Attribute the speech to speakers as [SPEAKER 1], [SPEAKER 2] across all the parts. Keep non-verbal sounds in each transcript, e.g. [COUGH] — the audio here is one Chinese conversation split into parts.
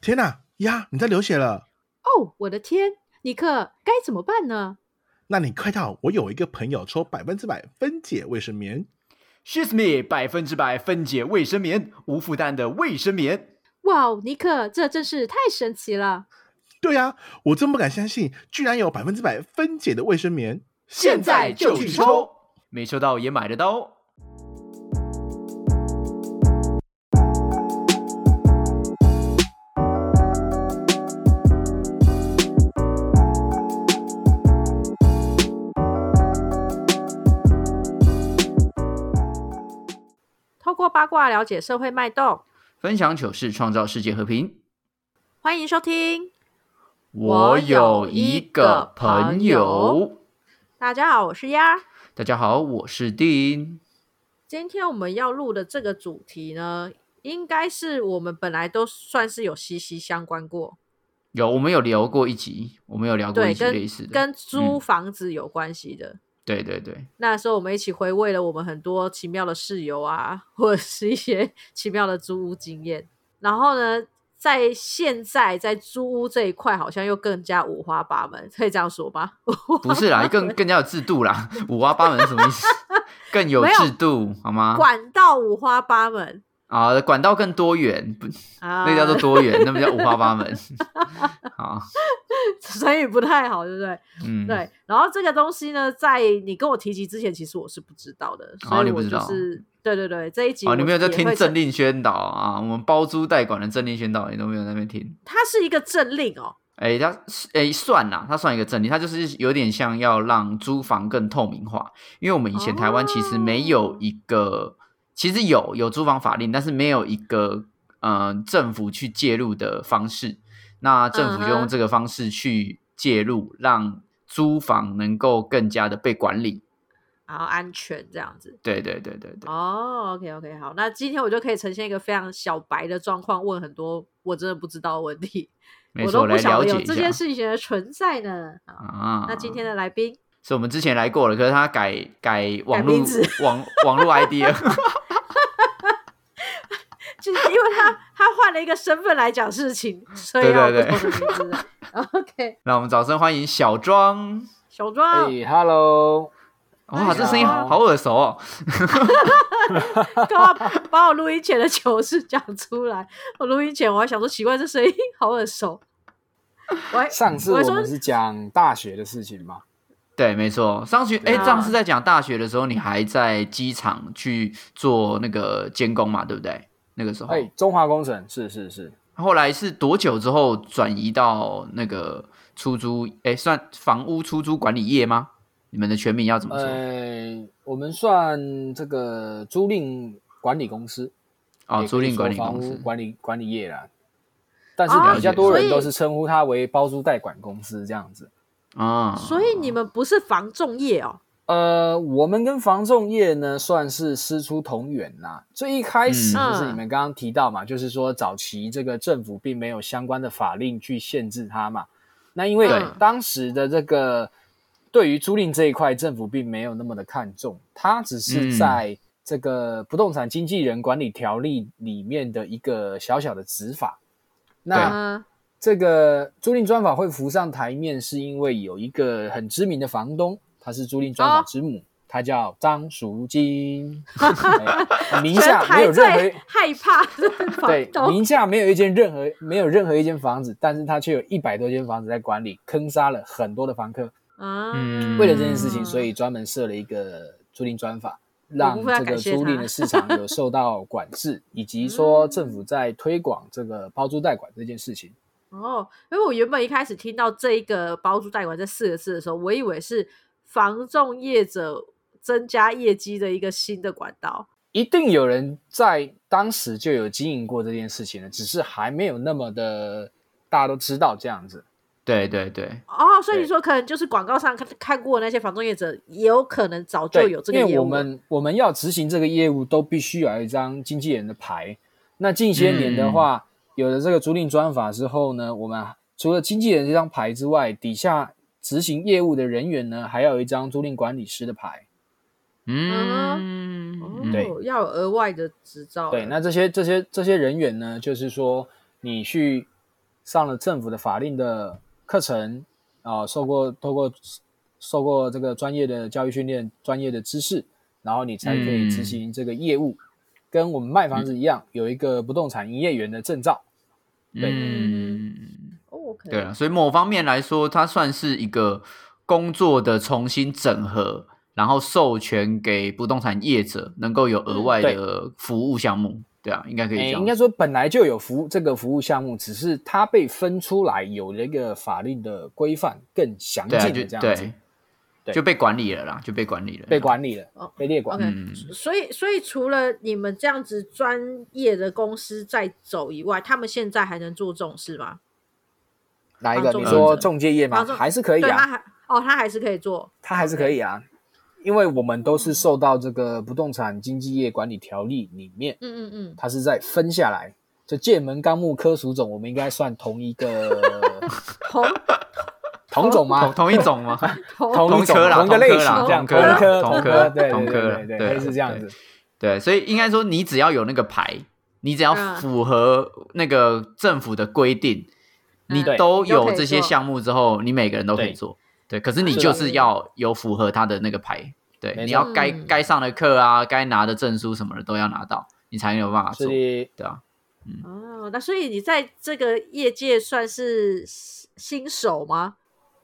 [SPEAKER 1] 天哪、呀，你在流血了！
[SPEAKER 2] 哦，我的天，尼克，该怎么办呢？
[SPEAKER 1] 那你快到，我有一个朋友抽百分之百分解卫生棉，
[SPEAKER 3] She's Me 百分之百分解卫生棉，无负担的卫生棉。
[SPEAKER 2] 哇哦，尼克，这真是太神奇了！
[SPEAKER 1] 对呀、我真不敢相信，居然有百分之百分解的卫生棉。
[SPEAKER 2] 现在就去抽，
[SPEAKER 3] 没抽到也买得到哦。
[SPEAKER 2] 透过八卦了解社会脉动，
[SPEAKER 3] 分享糗事，创造世界和平。
[SPEAKER 2] 欢迎收听。
[SPEAKER 3] 我有一个朋友，
[SPEAKER 2] 大家好，我是鸭。
[SPEAKER 3] 大家好，我是丁。
[SPEAKER 2] 今天我们要录的这个主题呢，应该是我们本来都算是有息息相关过，
[SPEAKER 3] 有，我们有聊过一集，我们有聊过
[SPEAKER 2] 对，
[SPEAKER 3] 一集
[SPEAKER 2] 跟
[SPEAKER 3] 类似的，
[SPEAKER 2] 跟租
[SPEAKER 3] 嗯
[SPEAKER 2] 房子有关系的。
[SPEAKER 3] 对对对，
[SPEAKER 2] 那时候我们一起回味了我们很多奇妙的室友啊，或者是一些 [LAUGHS] 奇妙的租屋经验。然后呢，在现在在租屋这一块，好像又更加五花八门，可以这样说吧？
[SPEAKER 3] 啊不
[SPEAKER 2] [LAUGHS]
[SPEAKER 3] 是啦，更更加有制度啦，五花八门是什么意思？更有
[SPEAKER 2] 没有
[SPEAKER 3] 制度好吗？
[SPEAKER 2] 管道五花八门
[SPEAKER 3] 啊，管道更多元，不，
[SPEAKER 2] 啊，
[SPEAKER 3] 那
[SPEAKER 2] [LAUGHS]
[SPEAKER 3] 叫做多元，那不叫五花八门。好，
[SPEAKER 2] 成语不太好，对不对？
[SPEAKER 3] 嗯，
[SPEAKER 2] 对，然后这个东西呢，在你跟我提及之前，其实我是不知道的，
[SPEAKER 3] 哦
[SPEAKER 2] 所以
[SPEAKER 3] 你
[SPEAKER 2] 我
[SPEAKER 3] 不知
[SPEAKER 2] 就
[SPEAKER 3] 道
[SPEAKER 2] 是对对对，这一集
[SPEAKER 3] 哦，你
[SPEAKER 2] 我
[SPEAKER 3] 没有在
[SPEAKER 2] 也
[SPEAKER 3] 听
[SPEAKER 2] 会
[SPEAKER 3] 政
[SPEAKER 2] 成，
[SPEAKER 3] 令宣导啊？我们包租代管的政令宣导，你都没有在那边听。
[SPEAKER 2] 它是一个政令哦，
[SPEAKER 3] 哎，它哎算啦，它算一个政令，它就是有点像要让租房更透明化，因为我们以前台湾其实没
[SPEAKER 2] 哦
[SPEAKER 3] 有一个，其实有有租房法令，但是没有一个呃政府去介入的方式。那政府就
[SPEAKER 2] 嗯
[SPEAKER 3] 用
[SPEAKER 2] 哼
[SPEAKER 3] 这个方式去介入，让租房能够更加的被管理。
[SPEAKER 2] 然后安全这样子。
[SPEAKER 3] 对对对对对，
[SPEAKER 2] 哦，OK OK，好，那今天我就可以呈现一个非常小白的状况，问很多我真的不知道的问题，
[SPEAKER 3] 没
[SPEAKER 2] 我
[SPEAKER 3] 错，
[SPEAKER 2] 都
[SPEAKER 3] 来
[SPEAKER 2] 不晓
[SPEAKER 3] 了
[SPEAKER 2] 得
[SPEAKER 3] 解
[SPEAKER 2] 有
[SPEAKER 3] 一
[SPEAKER 2] 这
[SPEAKER 3] 下
[SPEAKER 2] 件事情的存在呢。好，
[SPEAKER 3] 啊。
[SPEAKER 2] 那今天的来宾，
[SPEAKER 3] 是我们之前来过了，可是他改改网络
[SPEAKER 2] 名字
[SPEAKER 3] [LAUGHS] 网网络 ID 了。 [LAUGHS]
[SPEAKER 2] 就是因为他他换了一个身份来讲事情，所以
[SPEAKER 3] 对
[SPEAKER 2] 要有
[SPEAKER 3] 对
[SPEAKER 2] 不同的名字了。OK，
[SPEAKER 3] 让我们掌声欢迎小庄。
[SPEAKER 2] 小庄，
[SPEAKER 3] 哦
[SPEAKER 4] 哎，Hello，
[SPEAKER 3] 哇，
[SPEAKER 2] 哎
[SPEAKER 3] 这声音
[SPEAKER 2] 呀
[SPEAKER 3] 好耳熟哦！
[SPEAKER 2] 刚刚把我录音前的糗事讲出来。我录音前我还想说，奇怪，这声音好耳熟。喂，
[SPEAKER 4] 上次
[SPEAKER 2] 我还
[SPEAKER 4] 我
[SPEAKER 2] 说
[SPEAKER 4] 们是讲大学的事情嘛？
[SPEAKER 3] 对，没错。上学哎，
[SPEAKER 2] 啊
[SPEAKER 3] 上次在讲大学的时候，你还在机场去做那个监工嘛，对不对？那个时候，
[SPEAKER 4] 哎，中华工程是是是，
[SPEAKER 3] 后来是多久之后转移到那个出租？哎，算房屋出租管理业吗？你们的全名要怎么说？嗯
[SPEAKER 4] 呃，我们算这个租赁管理公司
[SPEAKER 3] 哦，
[SPEAKER 4] 也可以
[SPEAKER 3] 租赁
[SPEAKER 4] 说
[SPEAKER 3] 管理
[SPEAKER 4] 房
[SPEAKER 3] 公
[SPEAKER 4] 屋
[SPEAKER 3] 司。
[SPEAKER 4] 管理管理业啦。但是
[SPEAKER 2] 哦
[SPEAKER 4] 比较多
[SPEAKER 2] 所以
[SPEAKER 4] 人都是称呼它为包租代管公司这样子。
[SPEAKER 3] 啊，
[SPEAKER 2] 所以你们不是防重业哦？
[SPEAKER 4] 呃，我们跟房仲业呢算是师出同源啦。最一开始
[SPEAKER 2] 嗯
[SPEAKER 4] 就是你们刚刚提到嘛，就是说早期这个政府并没有相关的法令去限制它嘛。那因为
[SPEAKER 3] 对
[SPEAKER 4] 当时的这个对于租赁这一块，政府并没有那么的看重，它只
[SPEAKER 3] 嗯
[SPEAKER 4] 是在这个不动产经纪人管理条例里面的一个小小的执法。那
[SPEAKER 2] 嗯，
[SPEAKER 4] 这个租赁专法会浮上台面，是因为有一个很知名的房东，他是租赁专
[SPEAKER 2] 哦
[SPEAKER 4] 法之母，他叫张
[SPEAKER 2] [LAUGHS]
[SPEAKER 4] 淑金，哎名
[SPEAKER 2] 全
[SPEAKER 4] 下没
[SPEAKER 2] 台
[SPEAKER 4] 有任
[SPEAKER 2] 最
[SPEAKER 4] 何。
[SPEAKER 2] 害怕的房
[SPEAKER 4] 对，
[SPEAKER 2] 东，
[SPEAKER 4] 名下没有一间任何没有任何一间房子，但是他却有一百多间房子在管理，坑杀了很多的房客。
[SPEAKER 2] 嗯，
[SPEAKER 4] 为了这件事情，所以专门设了一个租赁专法，
[SPEAKER 2] 我
[SPEAKER 4] 让
[SPEAKER 2] 不会
[SPEAKER 4] 这
[SPEAKER 2] 感
[SPEAKER 4] 个
[SPEAKER 2] 谢
[SPEAKER 4] 租赁
[SPEAKER 2] 他嗯
[SPEAKER 4] 的市场有受到管制，以及说政府在推广这个包租代管这件事情。
[SPEAKER 2] 哦，因为我原本一开始听到这一个包租代管这四个字的时候，我以为是防重业者增加业绩的一个新的管道。
[SPEAKER 4] 一定有人在当时就有经营过这件事情了，只是还没有那么的大家都知道这样子。
[SPEAKER 3] 对对对，
[SPEAKER 2] 哦，所以你
[SPEAKER 4] 对
[SPEAKER 2] 说可能就是广告上看看过那些房仲业者，也有可能早就有这个
[SPEAKER 4] 因
[SPEAKER 2] 业
[SPEAKER 4] 为我
[SPEAKER 2] 务了。
[SPEAKER 4] 们我们要执行这个业务，都必须有一张经纪人的牌。那近些年的话，有了这个租赁专法之后呢，我们除了经纪人这张牌之外，底下执行业务的人员呢，还要有一张租赁管理师的牌。
[SPEAKER 3] 嗯，
[SPEAKER 2] 哦，
[SPEAKER 3] 嗯
[SPEAKER 4] 对
[SPEAKER 2] 要有额外的执照了。
[SPEAKER 4] 对，那这些这些这些人员呢，就是说你去上了政府的法令的课程啊、受过透过受过这个专业的教育训练、专业的知识，然后你才可以
[SPEAKER 3] 嗯
[SPEAKER 4] 执行这个业务。跟我们卖房子一样，有一个不动产营业员的证照。
[SPEAKER 3] 嗯，
[SPEAKER 2] 哦，可以
[SPEAKER 3] 对啊，所以某方面来说，它算是一个工作的重新整合，然后授权给不动产业者能够有额外的服务项目，对啊，应该可以这
[SPEAKER 4] 诶
[SPEAKER 3] 样。
[SPEAKER 4] 嗯哎应该说本来就有服务这个服务项目，只是它被分出来有了一个法律的规范更详
[SPEAKER 3] 对啊，
[SPEAKER 4] 尽
[SPEAKER 3] 就
[SPEAKER 4] 的这样子
[SPEAKER 3] 对，
[SPEAKER 4] 对
[SPEAKER 3] 就被管理了啦，就被管理了，
[SPEAKER 4] 被管理
[SPEAKER 2] 哦
[SPEAKER 4] 了，被列管。
[SPEAKER 2] OK，、
[SPEAKER 3] 嗯
[SPEAKER 2] 所以所以除了你们这样子专业的公司在走以外，他们现在还能做这种事吗？
[SPEAKER 4] 哪一个？
[SPEAKER 2] 房
[SPEAKER 4] 你
[SPEAKER 2] 仲
[SPEAKER 4] 说
[SPEAKER 3] 业者
[SPEAKER 4] 中介业吗
[SPEAKER 2] 房？仲
[SPEAKER 4] 还是可以
[SPEAKER 2] 对，他
[SPEAKER 4] 啊，
[SPEAKER 2] 还哦，他还是可以做。
[SPEAKER 4] 他还是可以啊，因为我们都是受到这个不动产经纪业管理条例里面，
[SPEAKER 2] 嗯
[SPEAKER 4] [LAUGHS]
[SPEAKER 2] 嗯
[SPEAKER 4] 它是在分下来。就剑门纲目科属种，我们应该算同一个
[SPEAKER 2] 嗯，同
[SPEAKER 4] 同种
[SPEAKER 3] 同
[SPEAKER 4] 吗？
[SPEAKER 3] 同一种
[SPEAKER 4] [LAUGHS]
[SPEAKER 3] 吗？
[SPEAKER 2] 同
[SPEAKER 4] 一种
[SPEAKER 3] 同科啦
[SPEAKER 4] 同一个类型，
[SPEAKER 2] 同科啦
[SPEAKER 4] 这
[SPEAKER 2] 同
[SPEAKER 4] 样
[SPEAKER 2] 科啦
[SPEAKER 4] 科，
[SPEAKER 3] 同科
[SPEAKER 4] 科，对
[SPEAKER 3] 同
[SPEAKER 4] 对
[SPEAKER 3] 科啦
[SPEAKER 4] 对
[SPEAKER 3] 对
[SPEAKER 4] 对对，
[SPEAKER 3] 啊
[SPEAKER 4] 类似这样子。
[SPEAKER 3] 对，所以应该说，你只要有那个牌，你只要
[SPEAKER 2] 嗯
[SPEAKER 3] 符合那个政府的规定，
[SPEAKER 2] 嗯
[SPEAKER 3] 你
[SPEAKER 4] 对
[SPEAKER 3] 都
[SPEAKER 2] 就可
[SPEAKER 3] 有
[SPEAKER 2] 以
[SPEAKER 3] 这些
[SPEAKER 2] 做
[SPEAKER 3] 项目之后，你每个人都可以
[SPEAKER 4] 对
[SPEAKER 3] 做。对，可是你
[SPEAKER 2] 是
[SPEAKER 3] 就
[SPEAKER 2] 的
[SPEAKER 3] 是要有符合他的那个牌，对，
[SPEAKER 4] 没
[SPEAKER 3] 你
[SPEAKER 4] 错
[SPEAKER 3] 要该
[SPEAKER 2] 嗯
[SPEAKER 3] 该上的课啊，该拿的证书什么的都要拿到，你才有办法
[SPEAKER 4] 所
[SPEAKER 3] 做，
[SPEAKER 4] 以
[SPEAKER 3] 对啊，
[SPEAKER 2] 哦，那所以你在这个业界算是新新手吗？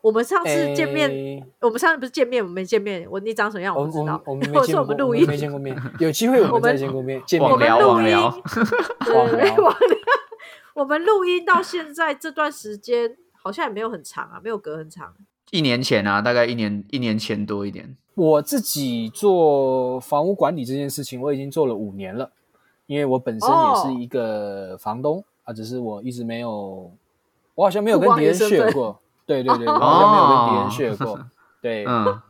[SPEAKER 2] 我们上次见面，
[SPEAKER 4] 诶
[SPEAKER 2] 我们上次不是见面，我们没见面，我你长什么样
[SPEAKER 4] 我
[SPEAKER 2] 不
[SPEAKER 4] 们
[SPEAKER 2] 知
[SPEAKER 4] 我们
[SPEAKER 2] 道，
[SPEAKER 4] 我
[SPEAKER 2] [LAUGHS]
[SPEAKER 4] 们
[SPEAKER 2] 或者
[SPEAKER 4] 没见
[SPEAKER 2] 是
[SPEAKER 4] 过，
[SPEAKER 2] 我们录
[SPEAKER 4] 我
[SPEAKER 2] 音
[SPEAKER 4] 们，没见过面，有机会我
[SPEAKER 2] 我
[SPEAKER 4] 们
[SPEAKER 2] 们
[SPEAKER 4] 再见过面，见面
[SPEAKER 2] 我
[SPEAKER 3] 网
[SPEAKER 2] 们
[SPEAKER 3] 聊
[SPEAKER 2] 录
[SPEAKER 3] 网聊
[SPEAKER 2] 音，
[SPEAKER 4] 网
[SPEAKER 2] [LAUGHS] 对，
[SPEAKER 4] 聊啊
[SPEAKER 2] 网聊， [LAUGHS] 我们录音到现在这段时间好像也没有很长啊，没有隔很长。
[SPEAKER 3] 一年前啊，大概一年一年前多一点，
[SPEAKER 4] 我自己做房屋管理这件事情，我已经做了五年了，因为我本身也
[SPEAKER 2] 哦
[SPEAKER 4] 是一个房东、啊，只是我一直没有，我好像没有跟别人
[SPEAKER 2] 曝光你的
[SPEAKER 4] 学
[SPEAKER 2] 身
[SPEAKER 4] 过，对对
[SPEAKER 2] [LAUGHS]
[SPEAKER 4] 对，我好像没有跟别
[SPEAKER 3] 哦
[SPEAKER 4] 人学
[SPEAKER 3] [LAUGHS]
[SPEAKER 4] 过，对，
[SPEAKER 3] 嗯，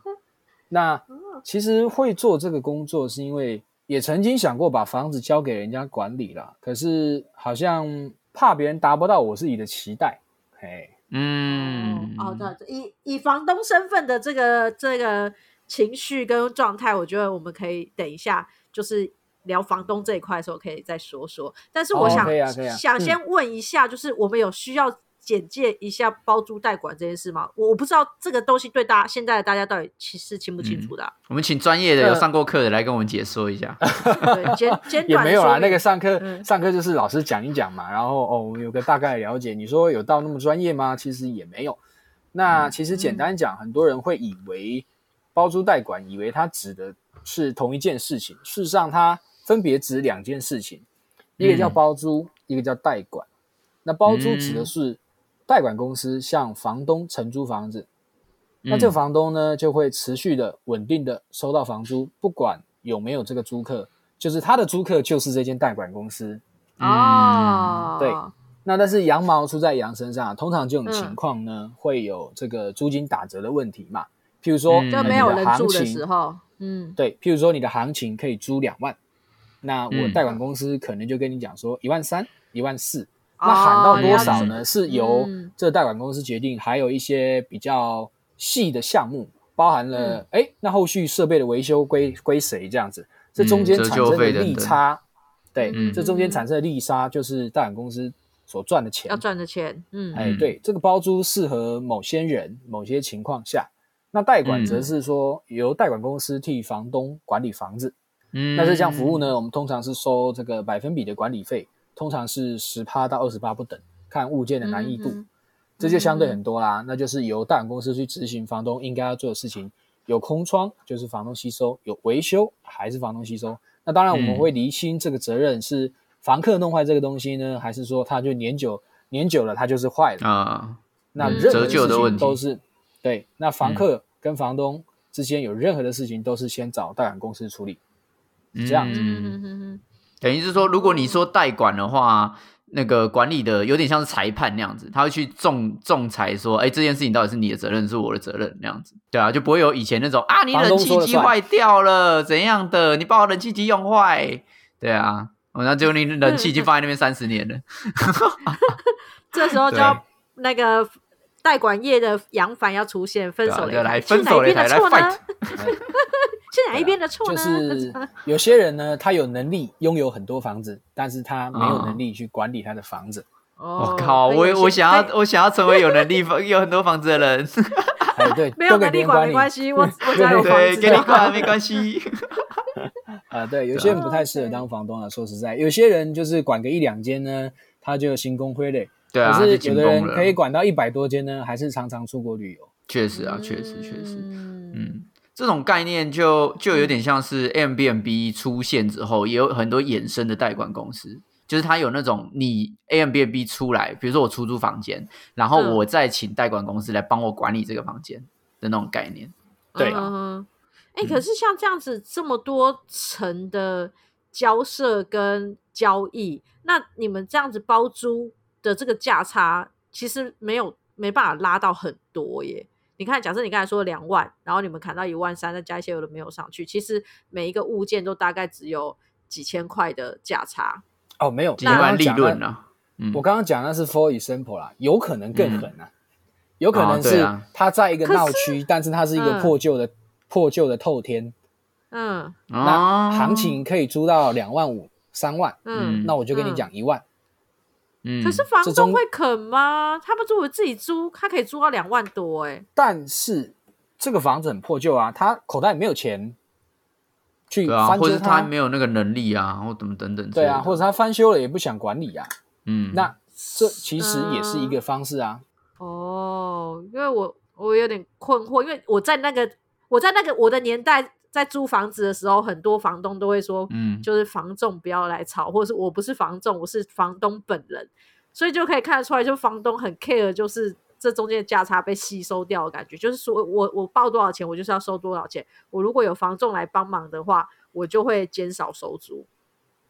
[SPEAKER 4] 那其实会做这个工作，是因为也曾经想过把房子交给人家管理啦，可是好像怕别人达不到我自己的期待，哎，
[SPEAKER 3] 嗯，
[SPEAKER 2] 哦，对，以以房东身份的这个这个情绪跟状态，我觉得我们可以等一下就是聊房东这一块的时候可以再说说。但是我
[SPEAKER 4] 哦
[SPEAKER 2] 想、
[SPEAKER 4] 可以啊可以啊
[SPEAKER 2] 想
[SPEAKER 4] 嗯
[SPEAKER 2] 先问一下，就是我们有需要简介一下包租代管这件事吗？我我不知道这个东西对大家现在的大家到底其实清不清
[SPEAKER 4] 嗯
[SPEAKER 2] 楚的啊、
[SPEAKER 3] 我们请专业的有
[SPEAKER 4] 呃
[SPEAKER 3] 上过课的来跟我们解说一下，
[SPEAKER 4] 啊
[SPEAKER 2] 啊对，简简
[SPEAKER 4] [LAUGHS] 也
[SPEAKER 2] 短地
[SPEAKER 4] 没有啦。
[SPEAKER 2] 说明
[SPEAKER 4] 那个上课、
[SPEAKER 2] 嗯
[SPEAKER 4] 上课就是老师讲一讲嘛，然后哦，我们有个大概了解。你说有到那么专业吗？其实也没有。
[SPEAKER 2] 嗯
[SPEAKER 4] 那其实简单讲，很多人会以为包租代管，以为它指的是同一件事情，事实上它分别指两件事情，一个叫
[SPEAKER 3] 嗯
[SPEAKER 4] 包租，一个叫代管。那包租指
[SPEAKER 2] 嗯
[SPEAKER 4] 的是代管公司向房东承租房子，那这
[SPEAKER 3] 嗯
[SPEAKER 4] 个房东呢就会持续的稳定的收到房租，不管有没有这个租客，就是他的租客就是这间代管公司。
[SPEAKER 2] 哦，
[SPEAKER 4] 对那但是羊毛出在羊身上，通常这种情
[SPEAKER 2] 嗯
[SPEAKER 4] 况呢、会有这个租金打折的问题嘛。譬如说，
[SPEAKER 3] 嗯
[SPEAKER 2] 就
[SPEAKER 4] 呃
[SPEAKER 2] 没有
[SPEAKER 4] 你
[SPEAKER 2] 人
[SPEAKER 4] 行
[SPEAKER 2] 住的
[SPEAKER 4] 情
[SPEAKER 2] 时候，嗯，
[SPEAKER 4] 对，譬如说你的行情可以租两万，那我
[SPEAKER 3] 嗯
[SPEAKER 4] 贷款公司可能就跟你讲说一万三、一万四，
[SPEAKER 2] 哦
[SPEAKER 4] 那喊到多
[SPEAKER 2] 了
[SPEAKER 4] 少
[SPEAKER 2] 解
[SPEAKER 4] 呢？是由
[SPEAKER 2] 嗯
[SPEAKER 4] 这贷款公司决定，还有一些比较细的项目，包含了
[SPEAKER 2] 嗯
[SPEAKER 4] 哎、诶那后续设备的维修归归谁这样子？这中
[SPEAKER 3] 嗯
[SPEAKER 4] 间
[SPEAKER 3] 折
[SPEAKER 4] 产
[SPEAKER 3] 旧
[SPEAKER 4] 生的
[SPEAKER 3] 费等
[SPEAKER 4] 利
[SPEAKER 3] 等
[SPEAKER 4] 差，对，
[SPEAKER 3] 嗯
[SPEAKER 4] 这中间产生的利差就是贷款公司所赚的钱
[SPEAKER 2] 要，赚的钱，嗯，
[SPEAKER 4] 哎，
[SPEAKER 3] 嗯
[SPEAKER 4] 对，这个包租适合某些人、某些情况下。那代管则
[SPEAKER 2] 嗯
[SPEAKER 4] 是说由代管公司替房东管理房子，
[SPEAKER 3] 嗯，
[SPEAKER 4] 那这项服务呢，我们通常是收这个百分比的管理费，通常是十趴到二十趴不等，看物件的难易度，
[SPEAKER 2] 嗯
[SPEAKER 4] 这就相对
[SPEAKER 2] 嗯
[SPEAKER 4] 很多啦。那就是由大管公司去执行房东应该要做的事情，有空窗就是房东吸收，有维修还是房东吸收。那当然我们
[SPEAKER 3] 嗯
[SPEAKER 4] 会厘清这个责任是房客弄坏这个东西呢，还是说他就年久年久了它就是坏了。
[SPEAKER 3] 啊，
[SPEAKER 4] 那
[SPEAKER 2] 嗯
[SPEAKER 4] 任
[SPEAKER 2] 折
[SPEAKER 4] 何的
[SPEAKER 2] 旧
[SPEAKER 4] 事
[SPEAKER 2] 的
[SPEAKER 4] 情
[SPEAKER 3] 问题
[SPEAKER 4] 都是对，那房客跟房东之间有任何的事情都是先找大管公司处理。这样
[SPEAKER 2] 嗯
[SPEAKER 4] 子
[SPEAKER 2] 嗯
[SPEAKER 3] 嗯
[SPEAKER 2] 嗯嗯嗯
[SPEAKER 3] 等于是说，如果你说代管的话，那个管理的有点像是裁判那样子，他会去仲仲裁说，哎，这件事情到底是你的责任，是我的责任那样子，对啊，就不会有以前那种啊，你冷气
[SPEAKER 4] 房东说了
[SPEAKER 3] 机
[SPEAKER 4] 算
[SPEAKER 3] 坏掉了怎样的，你把我冷气机用坏，对啊，我那就你冷气已经放在那边三十年了， [LAUGHS]
[SPEAKER 2] 这时候就
[SPEAKER 3] 对
[SPEAKER 2] 要那个代管业的杨凡要出现， [LAUGHS] 分
[SPEAKER 3] 对
[SPEAKER 2] 手
[SPEAKER 3] 啊，
[SPEAKER 2] 擂
[SPEAKER 3] 对啊
[SPEAKER 2] 台，
[SPEAKER 3] 来
[SPEAKER 2] 是
[SPEAKER 3] 分手
[SPEAKER 2] 哪一
[SPEAKER 3] 擂
[SPEAKER 2] 边
[SPEAKER 3] 台
[SPEAKER 2] 的
[SPEAKER 3] 来
[SPEAKER 2] 错呢
[SPEAKER 3] fight，？
[SPEAKER 2] 是哪一边的错
[SPEAKER 4] 哎啊就
[SPEAKER 2] 呢？
[SPEAKER 4] 是有些人呢，他有能力拥有很多房子，但是他没有能力去管理他的房子，
[SPEAKER 2] 哦
[SPEAKER 3] 我靠，
[SPEAKER 2] 所以有
[SPEAKER 3] 我
[SPEAKER 2] 些所
[SPEAKER 3] 我想要
[SPEAKER 2] 以
[SPEAKER 3] 我想要成为有能力有很多房子的人，
[SPEAKER 4] 哎，对，
[SPEAKER 2] 没有
[SPEAKER 4] 都给
[SPEAKER 2] 能力
[SPEAKER 4] 别人
[SPEAKER 2] 管
[SPEAKER 4] 管
[SPEAKER 2] 没
[SPEAKER 4] 理
[SPEAKER 2] 关系，我我家有房
[SPEAKER 3] 对，
[SPEAKER 2] 子
[SPEAKER 3] 给你管
[SPEAKER 2] 的。
[SPEAKER 3] 没
[SPEAKER 2] [LAUGHS]
[SPEAKER 3] 关系。
[SPEAKER 4] 啊、对，有些人不太适合当房东了。啊说实在，有些人就是管个一两间呢，他就行功挥累。
[SPEAKER 3] 对啊，
[SPEAKER 4] 可
[SPEAKER 3] 他就是
[SPEAKER 4] 有
[SPEAKER 3] 紧
[SPEAKER 4] 的
[SPEAKER 3] 绷
[SPEAKER 4] 人
[SPEAKER 3] 了
[SPEAKER 4] 可。以管到一百多间呢，还是常常出国旅游。
[SPEAKER 3] 确实啊，确实确实，
[SPEAKER 2] 嗯，
[SPEAKER 3] 嗯，这种概念就就有点像是 M B N B 出现之后，也有很多衍生的代管公司。就是它有那种你 A M B N B 出来，比如说我出租房间，然后
[SPEAKER 2] 嗯
[SPEAKER 3] 我再请代管公司来帮我管理这个房间的那种概念。
[SPEAKER 4] 对
[SPEAKER 2] 嗯
[SPEAKER 4] 啊
[SPEAKER 2] 哼哎、
[SPEAKER 3] 嗯
[SPEAKER 2] 可是像这样子这么多层的交涉跟交易，那你们这样子包租的这个价差，其实没有没办法拉到很多耶。你看，假设你刚才说两万，然后你们砍到一万三，再加一些有的没有上去，其实每一个物件都大概只有几千块的价差。
[SPEAKER 4] 哦，没有，
[SPEAKER 3] 几万
[SPEAKER 4] 我刚刚
[SPEAKER 3] 利
[SPEAKER 4] 讲的
[SPEAKER 3] 润啊，嗯
[SPEAKER 4] 我刚刚讲那是 for example 啦，有可能更狠啊，有可
[SPEAKER 3] 哦
[SPEAKER 4] 能
[SPEAKER 3] 对
[SPEAKER 4] 是
[SPEAKER 3] 啊
[SPEAKER 4] 它在一个
[SPEAKER 2] 可是
[SPEAKER 4] 闹区，但是它是一个
[SPEAKER 2] 嗯
[SPEAKER 4] 破旧的、破旧的透天，
[SPEAKER 2] 嗯
[SPEAKER 4] 那
[SPEAKER 3] 啊，
[SPEAKER 4] 行情可以租到两万五、三万，
[SPEAKER 2] 嗯，
[SPEAKER 3] 嗯
[SPEAKER 4] 那我就跟你讲一万。
[SPEAKER 3] 嗯，
[SPEAKER 2] 可是房
[SPEAKER 4] 这
[SPEAKER 2] 东
[SPEAKER 4] 中
[SPEAKER 2] 会肯吗？他们如果自己租，他可以租到两万多哎、
[SPEAKER 4] 但是这个房子很破旧啊，他口袋没有钱去
[SPEAKER 3] 对啊，
[SPEAKER 4] 翻
[SPEAKER 3] 或
[SPEAKER 4] 修
[SPEAKER 3] 者他
[SPEAKER 4] 它，
[SPEAKER 3] 没有那个能力啊，或怎么等等之
[SPEAKER 4] 对
[SPEAKER 3] 类的。
[SPEAKER 4] 啊，或者他翻修了也不想管理啊，
[SPEAKER 3] 嗯，
[SPEAKER 4] 那这其实也是一个方式啊。
[SPEAKER 2] 哦，因为我我有点困惑，因为我在那个我在那个我的年代在租房子的时候，很多房东都会说，
[SPEAKER 3] 嗯
[SPEAKER 2] 就是房仲不要来吵，或者是我不是房仲，我是房东本人，所以就可以看得出来，就房东很 care，就是这中间的价差被吸收掉的感觉，就是说我我报多少钱，我就是要收多少钱，我如果有房仲来帮忙的话，我就会减少收租。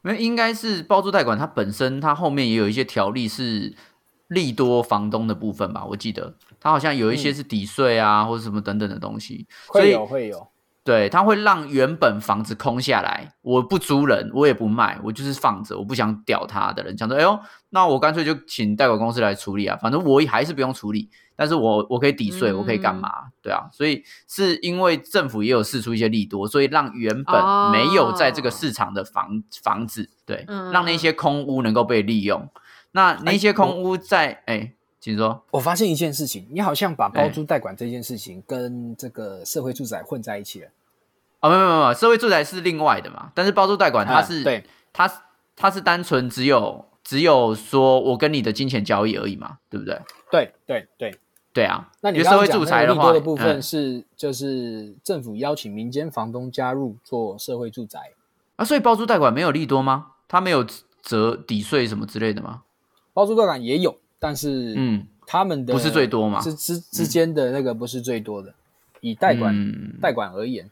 [SPEAKER 3] 因为应该是包租代管，它本身它后面也有一些条例是利多房东的部分吧，我记得它好像有一些是抵税啊，或者什么等等的东西，所
[SPEAKER 4] 会
[SPEAKER 3] 以
[SPEAKER 4] 有会有，
[SPEAKER 3] 对它会让原本房子空下来，我不租人，我也不卖，我就是放着，我不想屌他的人，想说，哎呦，那我干脆就请代管公司来处理啊，反正我也还是不用处理，但是我我可以抵税，
[SPEAKER 2] 嗯
[SPEAKER 3] 我可以干嘛？对啊，所以是因为政府也有试出一些利多，所以让原
[SPEAKER 2] 哦
[SPEAKER 3] 本没有在这个市场的房、房子，对，
[SPEAKER 2] 嗯哎
[SPEAKER 3] 让那些空屋能够被利用。那那些空屋在，哎，请说，
[SPEAKER 4] 我发现一件事情，你好像把包
[SPEAKER 3] 哎
[SPEAKER 4] 租代管这件事情跟这个社会住宅混在一起了。
[SPEAKER 3] 哦，没有没有没有，社会住宅是另外的嘛，但是包租代管它
[SPEAKER 4] 啊
[SPEAKER 3] 是、
[SPEAKER 4] 对，
[SPEAKER 3] 它是它是单纯只有只有说我跟你的金钱交易而已嘛，对不对？
[SPEAKER 4] 对对对，
[SPEAKER 3] 对啊，
[SPEAKER 4] 那你
[SPEAKER 3] 因为
[SPEAKER 4] 刚
[SPEAKER 3] 社
[SPEAKER 4] 刚
[SPEAKER 3] 会
[SPEAKER 4] 讲
[SPEAKER 3] 住
[SPEAKER 4] 那
[SPEAKER 3] 宅
[SPEAKER 4] 个利
[SPEAKER 3] 话，
[SPEAKER 4] 多的部分
[SPEAKER 3] 嗯
[SPEAKER 4] 是就是政府邀请民间房东加入做社会住宅。
[SPEAKER 3] 啊，所以包租代管没有利多吗？它没有折抵税什么之类的吗？
[SPEAKER 4] 包租代管也有，但是
[SPEAKER 3] 嗯，
[SPEAKER 4] 他们的
[SPEAKER 3] 不是最多嘛
[SPEAKER 4] 之之之间的那个不是最多的。以代管、
[SPEAKER 3] 嗯
[SPEAKER 4] 代管而言，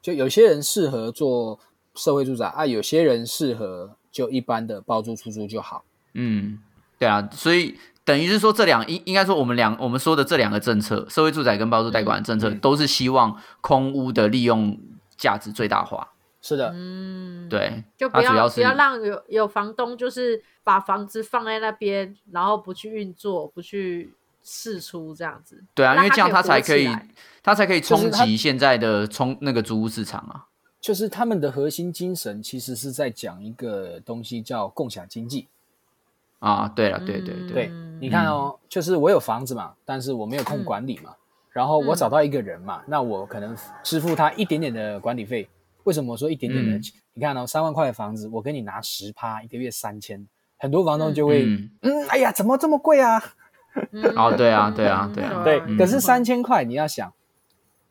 [SPEAKER 4] 就有些人适合做社会住宅啊，有些人适合就一般的包租出租就好。
[SPEAKER 3] 嗯，对啊，所以等于是说这两应应该说我们两我们说的这两个政策，社会住宅跟包租代管的政策，
[SPEAKER 4] 嗯
[SPEAKER 3] 都是希望空屋的利用价值最大化。
[SPEAKER 4] 是的，
[SPEAKER 2] 嗯，
[SPEAKER 3] 对，
[SPEAKER 2] 就不
[SPEAKER 3] 它
[SPEAKER 2] 要
[SPEAKER 3] 主要
[SPEAKER 2] 不
[SPEAKER 3] 是
[SPEAKER 2] 要让有有房东就是把房子放在那边，然后不去运作，不去试出这样子。
[SPEAKER 3] 对啊，因
[SPEAKER 2] 让
[SPEAKER 3] 为这样
[SPEAKER 2] 它
[SPEAKER 3] 它才
[SPEAKER 2] 可
[SPEAKER 3] 可
[SPEAKER 2] 以
[SPEAKER 3] 以
[SPEAKER 2] 活起来，
[SPEAKER 3] 它才可以
[SPEAKER 4] 就是
[SPEAKER 3] 冲
[SPEAKER 4] 它
[SPEAKER 3] 击现在的冲那个租屋市场啊。
[SPEAKER 4] 就是他们的核心精神其实是在讲一个东西叫共享经济。
[SPEAKER 3] 啊，对了，对对
[SPEAKER 2] 嗯
[SPEAKER 3] 对，
[SPEAKER 4] 对，你看哦，就是我有房子嘛，但是我没有空管理嘛，然后我找到一个人嘛，那我可能支付他一点点的管理费。为什么我说一点点的？
[SPEAKER 3] 嗯
[SPEAKER 4] 你看哦，三万块的房子，我给你拿十趴，一个月三千，很多房东就会，嗯
[SPEAKER 3] 嗯
[SPEAKER 4] 哎呀，怎么这么贵啊？
[SPEAKER 2] 嗯
[SPEAKER 3] 哦对啊对啊对啊
[SPEAKER 4] 对，
[SPEAKER 3] 嗯
[SPEAKER 4] 可是三千块你要想，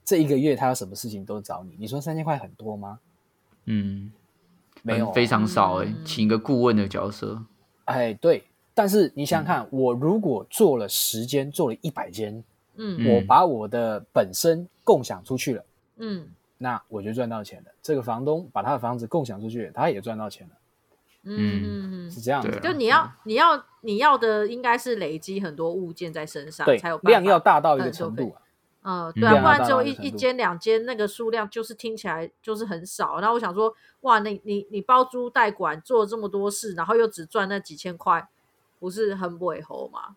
[SPEAKER 4] 这一个月他有什么事情都找你，你说三千块很多吗？
[SPEAKER 3] 嗯，
[SPEAKER 4] 没有哦，
[SPEAKER 3] 非常少哎、
[SPEAKER 2] 嗯
[SPEAKER 3] 请一个顾问的角色，
[SPEAKER 4] 哎，对。但是你想想看，我如果做了十间，做了一百间，
[SPEAKER 2] 嗯
[SPEAKER 3] 嗯
[SPEAKER 4] 我把我的本身共享出去了。
[SPEAKER 2] 嗯
[SPEAKER 4] 那我就赚到钱了。这个房东把他的房子共享出去，他也赚到钱了，
[SPEAKER 2] 嗯嗯
[SPEAKER 4] 是这样
[SPEAKER 3] 对
[SPEAKER 4] 子
[SPEAKER 2] 嗯，
[SPEAKER 3] 啊，
[SPEAKER 2] 就你要你要你要的应该是累积很多物件在身上，
[SPEAKER 4] 对
[SPEAKER 2] 才有，办
[SPEAKER 4] 量
[SPEAKER 2] 法
[SPEAKER 4] 要大到一个程度啊。
[SPEAKER 2] 嗯，对啊，
[SPEAKER 4] 量
[SPEAKER 2] 不
[SPEAKER 4] 要
[SPEAKER 2] 然
[SPEAKER 4] 大
[SPEAKER 2] 只有
[SPEAKER 4] 到
[SPEAKER 2] 一
[SPEAKER 4] 一个程
[SPEAKER 2] 一
[SPEAKER 4] 度
[SPEAKER 2] 间两间，那个数量就是听起来就是很少。然后我想说，哇，你你你包租代管做了这么多事，然后又只赚那几千块，不是很尾猴吗？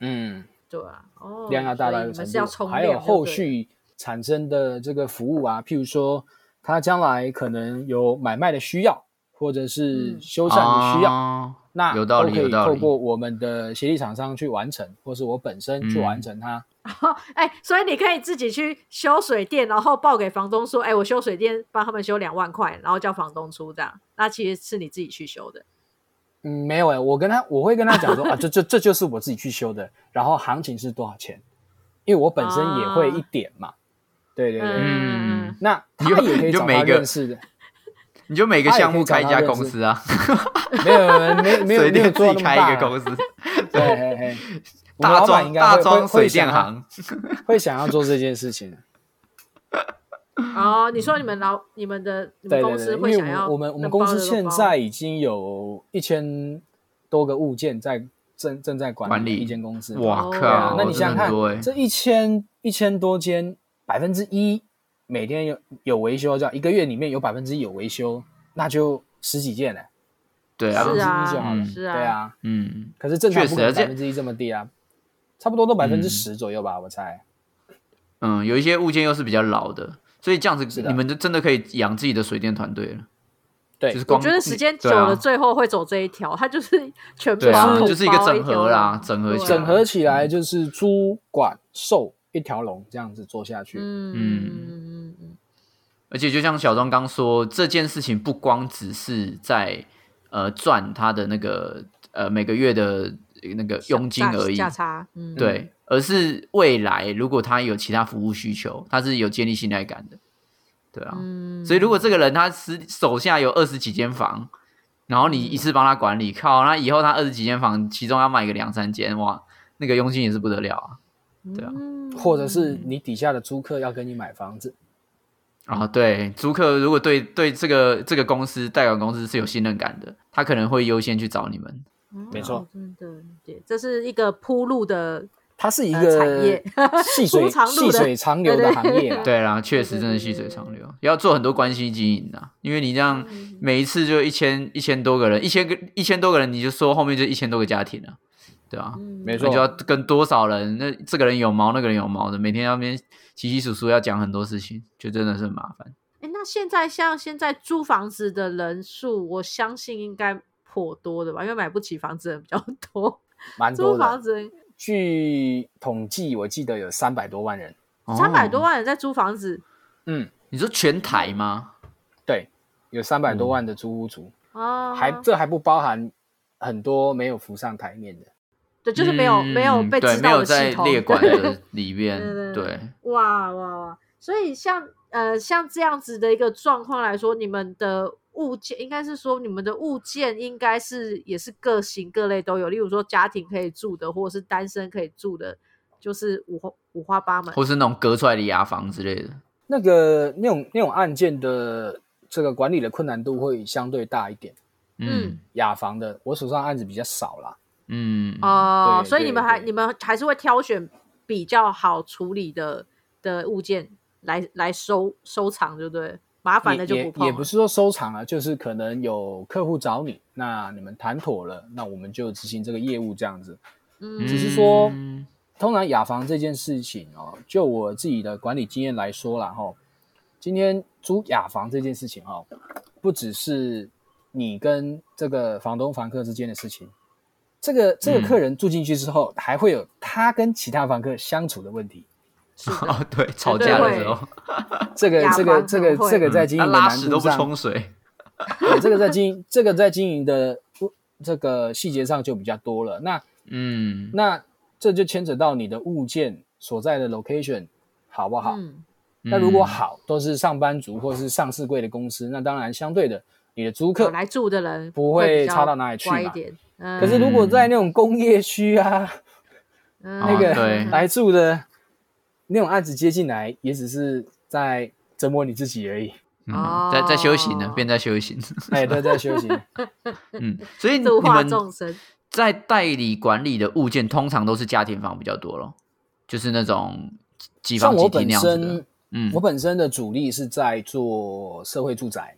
[SPEAKER 4] 嗯，
[SPEAKER 2] 对啊，哦，
[SPEAKER 4] 量要大到
[SPEAKER 2] 所以
[SPEAKER 4] 一个
[SPEAKER 2] 你们
[SPEAKER 4] 程
[SPEAKER 2] 是要
[SPEAKER 4] 度，
[SPEAKER 2] 冲
[SPEAKER 4] 还
[SPEAKER 2] 量
[SPEAKER 4] 有
[SPEAKER 2] 就
[SPEAKER 4] 后
[SPEAKER 2] 对
[SPEAKER 4] 续产生的这个服务啊，譬如说他将来可能有买卖的需要，或者是
[SPEAKER 2] 嗯
[SPEAKER 4] 修缮的需要，
[SPEAKER 3] 哦
[SPEAKER 4] 那
[SPEAKER 3] 有道理
[SPEAKER 4] 都可
[SPEAKER 3] 有
[SPEAKER 4] 以
[SPEAKER 3] 道理
[SPEAKER 4] 透过我们的协力厂商去完成，或是我本身去
[SPEAKER 2] 嗯
[SPEAKER 4] 完成它。
[SPEAKER 2] [LAUGHS] 哎、所以你可以自己去修水电，然后报给房东说，哎、我修水电帮他们修两万块，然后叫房东出这样。那其实是你自己去修的。
[SPEAKER 4] 嗯，没有哎、我跟他我会跟他
[SPEAKER 2] [LAUGHS]
[SPEAKER 4] 讲说啊，这这这就是我自己去修的，然后行情是多少钱，因为我本身也
[SPEAKER 2] 啊
[SPEAKER 4] 会一点嘛。对对对，
[SPEAKER 3] 嗯
[SPEAKER 4] 那
[SPEAKER 3] 你
[SPEAKER 4] 他
[SPEAKER 3] 就
[SPEAKER 4] 也可以
[SPEAKER 3] 你就
[SPEAKER 4] 找
[SPEAKER 3] 每
[SPEAKER 4] 他
[SPEAKER 3] 一个
[SPEAKER 4] 认识的，
[SPEAKER 3] 你就每个项目开一家公司啊，
[SPEAKER 4] 没有没有没有没
[SPEAKER 3] 水
[SPEAKER 4] 有没有
[SPEAKER 3] 电自
[SPEAKER 4] 做
[SPEAKER 3] [LAUGHS] 己
[SPEAKER 4] 那么
[SPEAKER 3] 开
[SPEAKER 4] 大
[SPEAKER 3] 一
[SPEAKER 4] 啊
[SPEAKER 3] 个公司，
[SPEAKER 4] 对，
[SPEAKER 3] [LAUGHS]
[SPEAKER 4] 嘿嘿我们
[SPEAKER 3] 大
[SPEAKER 4] 老板
[SPEAKER 3] 庄
[SPEAKER 4] 应该
[SPEAKER 3] 大
[SPEAKER 4] 会
[SPEAKER 3] 庄
[SPEAKER 4] 会
[SPEAKER 3] 水
[SPEAKER 4] 会想
[SPEAKER 3] 电
[SPEAKER 4] 要
[SPEAKER 3] 行，
[SPEAKER 4] 会想要做这件
[SPEAKER 2] [LAUGHS]
[SPEAKER 4] 事情。
[SPEAKER 2] 哦，你说你们老你们的你们
[SPEAKER 4] 嗯对对
[SPEAKER 2] 公
[SPEAKER 4] 对，
[SPEAKER 2] 司
[SPEAKER 4] 因
[SPEAKER 2] 会
[SPEAKER 4] 为我
[SPEAKER 2] 想要
[SPEAKER 4] 们我们我们
[SPEAKER 2] 能
[SPEAKER 4] 公
[SPEAKER 2] 包
[SPEAKER 4] 司
[SPEAKER 2] 的都
[SPEAKER 4] 现
[SPEAKER 2] 包
[SPEAKER 4] 在已经有一千多个物件在正正在管
[SPEAKER 3] 管理
[SPEAKER 4] 一间公司。
[SPEAKER 3] 哇
[SPEAKER 2] 哦对啊
[SPEAKER 3] 靠！
[SPEAKER 4] 那你
[SPEAKER 3] 真的
[SPEAKER 4] 想想
[SPEAKER 3] 很多欸
[SPEAKER 4] 看，这一千一千多间，百分之一每天有有维修，这样一个月里面有百分之一有维修，那就十几件了，
[SPEAKER 3] 对
[SPEAKER 4] 百
[SPEAKER 3] 啊
[SPEAKER 2] 是
[SPEAKER 4] 分，之
[SPEAKER 2] 啊
[SPEAKER 4] 一就好了。
[SPEAKER 3] 嗯
[SPEAKER 2] 是啊
[SPEAKER 4] 对啊，
[SPEAKER 3] 嗯，
[SPEAKER 4] 可是正常
[SPEAKER 3] 确实
[SPEAKER 4] 不可能
[SPEAKER 3] 而且
[SPEAKER 4] 百分之一这么低啊，差不多都百分
[SPEAKER 3] 嗯
[SPEAKER 4] 之十左右吧，我猜。
[SPEAKER 3] 嗯，有一些物件又是比较老的，所以这样子
[SPEAKER 4] 是的
[SPEAKER 3] 你们就真的可以养自己的水电团队了。
[SPEAKER 4] 对
[SPEAKER 3] 就是光
[SPEAKER 2] 我觉得时间久
[SPEAKER 3] 对
[SPEAKER 2] 了，
[SPEAKER 3] 啊
[SPEAKER 2] 最后会走这一条， [LAUGHS] 它就是全部
[SPEAKER 3] 对啊
[SPEAKER 2] 包
[SPEAKER 3] 就是一个
[SPEAKER 2] 包
[SPEAKER 3] 整合啦
[SPEAKER 2] 条
[SPEAKER 3] 整合
[SPEAKER 2] 对啊
[SPEAKER 3] 起来
[SPEAKER 4] 整合起来就是租管售一条龙这样子做下去。
[SPEAKER 2] 嗯
[SPEAKER 3] 嗯
[SPEAKER 2] 嗯嗯
[SPEAKER 3] 而且就像小庄刚说，这件事情不光只是在呃赚他的那个呃每个月的呃那个佣金
[SPEAKER 2] 价
[SPEAKER 3] 而已，
[SPEAKER 2] 价差，嗯，
[SPEAKER 3] 对，而是未来如果他有其他服务需求，他是有建立信赖感的，对啊。
[SPEAKER 2] 嗯，
[SPEAKER 3] 所以如果这个人他是手下有二十几间房，然后你一次帮他管理，靠，那以后他二十几间房，其中要买个两三间，哇，那个佣金也是不得了啊！对啊
[SPEAKER 2] 嗯
[SPEAKER 4] 或者是你底下的租客要跟你买房子，
[SPEAKER 3] 啊，对，租客如果对对这个这个公司贷款公司是有信任感的，他可能会优先去找你们。
[SPEAKER 4] 没错
[SPEAKER 2] 哦，真的，对，这是一个铺路的
[SPEAKER 4] 它是一
[SPEAKER 2] 呃
[SPEAKER 4] 个
[SPEAKER 2] 产业
[SPEAKER 4] 细水
[SPEAKER 2] [LAUGHS] 铺长路
[SPEAKER 4] 细
[SPEAKER 2] 的
[SPEAKER 4] 水长流的行业
[SPEAKER 3] [LAUGHS]
[SPEAKER 4] 啦。
[SPEAKER 3] 对啦，确实真的细水长流，要做很多关系经营啊，因为你
[SPEAKER 2] [LAUGHS]
[SPEAKER 3] 这
[SPEAKER 4] 嗯
[SPEAKER 3] 样
[SPEAKER 2] 嗯
[SPEAKER 3] 每一次就一千一千多个人，一千个一千多个人，你就说后面就一千多个家庭了、对啊，
[SPEAKER 2] 嗯
[SPEAKER 4] 没
[SPEAKER 3] 那
[SPEAKER 4] 错
[SPEAKER 3] 就要跟多少人，那这个人有毛，那个人有毛的，每天要那边稀稀疏疏要讲很多事情，就真的是很麻烦。
[SPEAKER 2] 哎，那现在像现在租房子的人数，我相信应该颇多的吧，因为买不起房子的人比较多，
[SPEAKER 4] 蛮
[SPEAKER 2] 租
[SPEAKER 4] 多
[SPEAKER 2] 房
[SPEAKER 4] 的。
[SPEAKER 2] 子人
[SPEAKER 4] 据统计，我记得有三百多万人。
[SPEAKER 2] 三百多
[SPEAKER 3] 哦，
[SPEAKER 2] 万人在租房子
[SPEAKER 4] 嗯，
[SPEAKER 3] 你说全台吗？
[SPEAKER 4] 对，有三百多万的租屋族，
[SPEAKER 2] 啊，
[SPEAKER 4] 还这还不包含很多没有浮上台面的。
[SPEAKER 2] 对，就是没有没有
[SPEAKER 3] 嗯
[SPEAKER 2] 被
[SPEAKER 3] 对
[SPEAKER 2] 知
[SPEAKER 3] 没
[SPEAKER 2] 道
[SPEAKER 3] 有
[SPEAKER 2] 的系
[SPEAKER 3] 在
[SPEAKER 2] 统，
[SPEAKER 3] 列管的
[SPEAKER 2] 对对
[SPEAKER 3] 里面，
[SPEAKER 2] 对
[SPEAKER 3] 对。
[SPEAKER 2] 哇哇哇！所以像呃像这样子的一个状况来说，你们的物件应该是说你们的物件应该是也是各型各类都有，例如说家庭可以住的，或者是单身可以住的，就是五花五花八门。
[SPEAKER 3] 或是那种隔出来的牙房之类的。
[SPEAKER 4] 那个那种那种案件的这个管理的困难度会相对大一点。
[SPEAKER 2] 嗯
[SPEAKER 3] 嗯
[SPEAKER 4] 雅房的，我手上案子比较少啦。
[SPEAKER 3] 嗯
[SPEAKER 2] 哦、
[SPEAKER 4] 对
[SPEAKER 2] 所以你
[SPEAKER 4] 对
[SPEAKER 2] 们还
[SPEAKER 4] 对
[SPEAKER 2] 你们还是会挑选比较好处理的的物件来来收收藏，对不对？麻烦的就
[SPEAKER 4] 也
[SPEAKER 2] 不
[SPEAKER 4] 也
[SPEAKER 2] 碰
[SPEAKER 4] 也不
[SPEAKER 2] 了
[SPEAKER 4] 是说收藏啊，就是可能有客户找你，那你们谈妥了，那我们就执行这个业务这样子。
[SPEAKER 2] 嗯
[SPEAKER 4] 只是说
[SPEAKER 3] 嗯
[SPEAKER 4] 通常雅房这件事情哦，就我自己的管理经验来说啦，哈，今天租雅房这件事情哦，不只是你跟这个房东房客之间的事情，这个这个
[SPEAKER 3] 嗯
[SPEAKER 4] 客人住进去之后，还会有他跟其他房客相处的问题。
[SPEAKER 2] 是的
[SPEAKER 3] 哦，对，吵架的时候，
[SPEAKER 4] [LAUGHS] 这
[SPEAKER 2] [LAUGHS]
[SPEAKER 4] 个
[SPEAKER 2] 雅
[SPEAKER 4] 这个
[SPEAKER 2] 房
[SPEAKER 4] 这
[SPEAKER 2] 很
[SPEAKER 4] 个
[SPEAKER 2] 会
[SPEAKER 4] 这个在
[SPEAKER 3] 嗯
[SPEAKER 4] 经
[SPEAKER 3] 他
[SPEAKER 4] 营的
[SPEAKER 3] 拉
[SPEAKER 4] 难
[SPEAKER 3] 屎都
[SPEAKER 4] 度
[SPEAKER 3] 不
[SPEAKER 4] 上，
[SPEAKER 3] 冲水。
[SPEAKER 4] [LAUGHS] 对这个在经营这个在经营的这个细节上就比较多了。那
[SPEAKER 3] 嗯，
[SPEAKER 4] 那这就牵扯到你的物件所在的 location 好不好？
[SPEAKER 2] 嗯
[SPEAKER 4] 那如果
[SPEAKER 3] 嗯
[SPEAKER 4] 好，都是上班族或是上市柜的公司，那当然相对的，你的租
[SPEAKER 2] 有
[SPEAKER 4] 客
[SPEAKER 2] 来住的人
[SPEAKER 4] 不
[SPEAKER 2] 会
[SPEAKER 4] 会
[SPEAKER 2] 比较
[SPEAKER 4] 差到哪里去
[SPEAKER 2] 乖一
[SPEAKER 4] 嘛。
[SPEAKER 2] 点。嗯
[SPEAKER 4] 可是如果在那种工业区啊，
[SPEAKER 2] 嗯
[SPEAKER 4] 那个
[SPEAKER 3] 哦对
[SPEAKER 4] 来住的那种案子接进来，也只是在折磨你自己
[SPEAKER 3] [LAUGHS]
[SPEAKER 4] 而已。
[SPEAKER 3] 嗯在在修行呢
[SPEAKER 2] 哦，
[SPEAKER 3] 变在修行。
[SPEAKER 4] 哎，对，在休息。
[SPEAKER 3] [LAUGHS] 嗯，所以你
[SPEAKER 2] 度化众
[SPEAKER 3] 们
[SPEAKER 2] 生，
[SPEAKER 3] 在代理管理的物件，通常都是家庭房比较多咯，就是那种几
[SPEAKER 4] 像
[SPEAKER 3] 房
[SPEAKER 4] 我
[SPEAKER 3] 几厅
[SPEAKER 4] 本
[SPEAKER 3] 那样子
[SPEAKER 4] 身
[SPEAKER 3] 的。，嗯
[SPEAKER 4] 我，本身的主力是在做社会住宅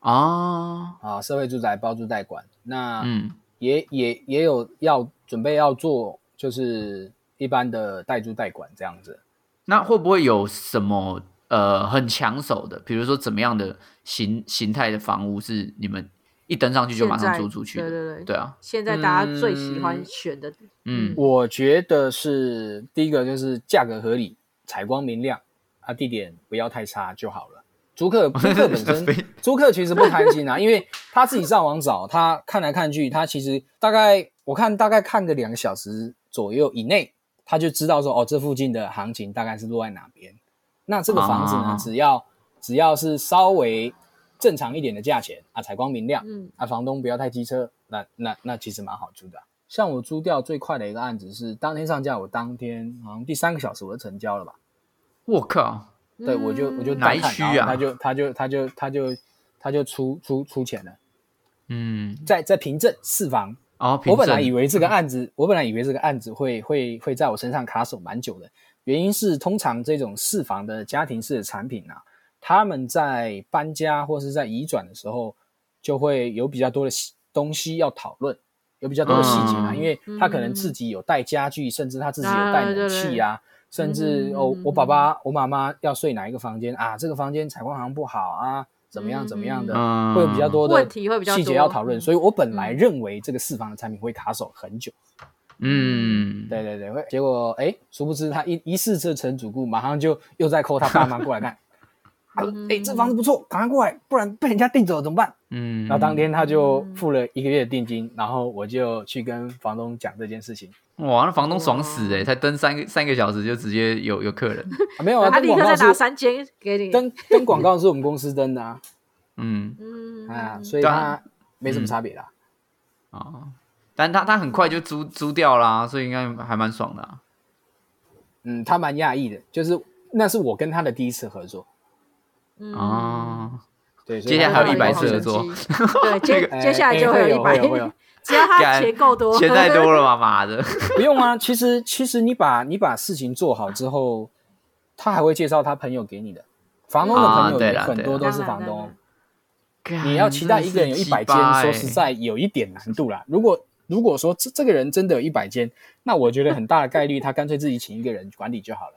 [SPEAKER 3] 哦，
[SPEAKER 4] 啊，社会住宅包租代管。那
[SPEAKER 3] 嗯
[SPEAKER 4] 也也也有要准备要做，就是一般的代租代管这样子。
[SPEAKER 3] 那会不会有什么呃很抢手的？比如说怎么样的形形态的房屋是你们一登上去就马
[SPEAKER 2] 现
[SPEAKER 3] 上
[SPEAKER 2] 在
[SPEAKER 3] 租出去
[SPEAKER 2] 对
[SPEAKER 3] 了。
[SPEAKER 2] 对对，
[SPEAKER 3] 对啊，
[SPEAKER 2] 现在大家最喜欢选的，
[SPEAKER 3] 嗯
[SPEAKER 4] 我觉得是第一个就是价格合理、采光明亮啊，地点不要太差就好了。
[SPEAKER 3] [LAUGHS]
[SPEAKER 4] 租客租客本身
[SPEAKER 3] 非，
[SPEAKER 4] 租客其实不贪心啊，因为他自己上网找，他看来看去，他其实大概我看大概看个两个小时左右以内，他就知道说哦，这附近的行情大概是落在哪边。那这个房子呢，
[SPEAKER 3] 啊
[SPEAKER 4] 只要只要是稍微正常一点的价钱啊，采光明亮，
[SPEAKER 2] 嗯，
[SPEAKER 4] 啊，房东不要太机车，那那那其实蛮好租的啊、像我租掉最快的一个案子是当天上架，我当天好像第三个小时我就成交了吧？
[SPEAKER 3] 我靠，
[SPEAKER 4] 对，我就我就
[SPEAKER 2] 嗯
[SPEAKER 3] 哪
[SPEAKER 4] 单
[SPEAKER 3] 一
[SPEAKER 4] 看，
[SPEAKER 3] 区
[SPEAKER 4] 然后
[SPEAKER 3] 啊
[SPEAKER 4] 他就他就他就他就他就出出出钱了，
[SPEAKER 3] 嗯，
[SPEAKER 4] 在在平镇四房。
[SPEAKER 3] 然哦后凭
[SPEAKER 4] 我本来以
[SPEAKER 3] 为
[SPEAKER 4] 为这个案子，我本来以为这个案子会会会在我身上卡手蛮久的，原因是通常这种四房的家庭式的产品啊，他们在搬家或是在移转的时候，就会有比较多的细东西要讨论，有比较多的细节啊，
[SPEAKER 3] 嗯
[SPEAKER 4] 因为他可能自己有带家具，甚至他自己有带冷气啊，甚至
[SPEAKER 2] 嗯
[SPEAKER 4] 哦，我爸爸、我妈妈要睡哪一个房间啊，这个房间采光好像不好啊，怎么样怎么样的，
[SPEAKER 3] 嗯
[SPEAKER 4] 会有比较多的
[SPEAKER 2] 问题会比较
[SPEAKER 4] 细节
[SPEAKER 2] 多
[SPEAKER 4] 要讨论，
[SPEAKER 2] 嗯
[SPEAKER 4] 所以我本来认为这个四房的产品会卡手很久。
[SPEAKER 3] 嗯，
[SPEAKER 4] 对对对，会结果哎，殊不知他一一试这成主顾，马上就又在扣他爸妈过
[SPEAKER 2] [LAUGHS]
[SPEAKER 4] 来看。他说：“
[SPEAKER 2] 嗯
[SPEAKER 4] 哎、这房子不错，赶快过来，不然被人家订走怎么办？”
[SPEAKER 3] 嗯，
[SPEAKER 4] 然后当天他就付了一个月的定金，然后我就去跟房东讲这件事情。
[SPEAKER 3] 嗯哇，那房东爽死哎、才登三个三个小时就直接有有客人，
[SPEAKER 4] 啊、没有啊，
[SPEAKER 2] 他
[SPEAKER 4] 登
[SPEAKER 2] 立刻
[SPEAKER 4] 广
[SPEAKER 2] 再
[SPEAKER 4] 告
[SPEAKER 2] 拿
[SPEAKER 4] 是
[SPEAKER 2] 三间给你，
[SPEAKER 4] 登登广告是我们公司登的啊，
[SPEAKER 3] 嗯
[SPEAKER 2] 嗯
[SPEAKER 4] 啊，所以
[SPEAKER 3] 当
[SPEAKER 4] 他
[SPEAKER 3] 然
[SPEAKER 4] 没什么差别啦。
[SPEAKER 3] 啊、哦但他他很快就租租掉啦，所以应该还蛮爽的、啊。
[SPEAKER 4] 嗯，他蛮讶异的，就是那是我跟他的第一次合作。
[SPEAKER 2] 嗯
[SPEAKER 3] 哦，
[SPEAKER 4] 对，所以
[SPEAKER 3] 接下
[SPEAKER 4] 他
[SPEAKER 3] 来还有
[SPEAKER 4] 蛮
[SPEAKER 3] 一百
[SPEAKER 4] 高
[SPEAKER 3] 次
[SPEAKER 4] 兴
[SPEAKER 3] 合
[SPEAKER 4] 的
[SPEAKER 3] 作
[SPEAKER 2] 对，接
[SPEAKER 4] 哎
[SPEAKER 2] 接下来就
[SPEAKER 4] 哎
[SPEAKER 2] 有一
[SPEAKER 4] 会
[SPEAKER 2] 百
[SPEAKER 4] 有会有会有，
[SPEAKER 2] 只要他
[SPEAKER 3] 干
[SPEAKER 2] 钱够多，
[SPEAKER 3] 钱太多了吧，妈的！
[SPEAKER 4] [LAUGHS] 不用啊，其实其实你把你把事情做好之后，他还会介绍他朋友给你的。房东的朋
[SPEAKER 3] 啊
[SPEAKER 4] 友
[SPEAKER 3] 对
[SPEAKER 4] 也
[SPEAKER 3] 啦
[SPEAKER 4] 很
[SPEAKER 3] 对
[SPEAKER 4] 多
[SPEAKER 3] 啦
[SPEAKER 4] 都是房东，
[SPEAKER 3] 干
[SPEAKER 4] 你要期待一个人有一百间
[SPEAKER 3] 真的，是鸡巴欸
[SPEAKER 4] 说实在有一点难度啦。如果如果说这这个人真的有一百间，那我觉得很大的概率他干脆自己请一个人管理就好了，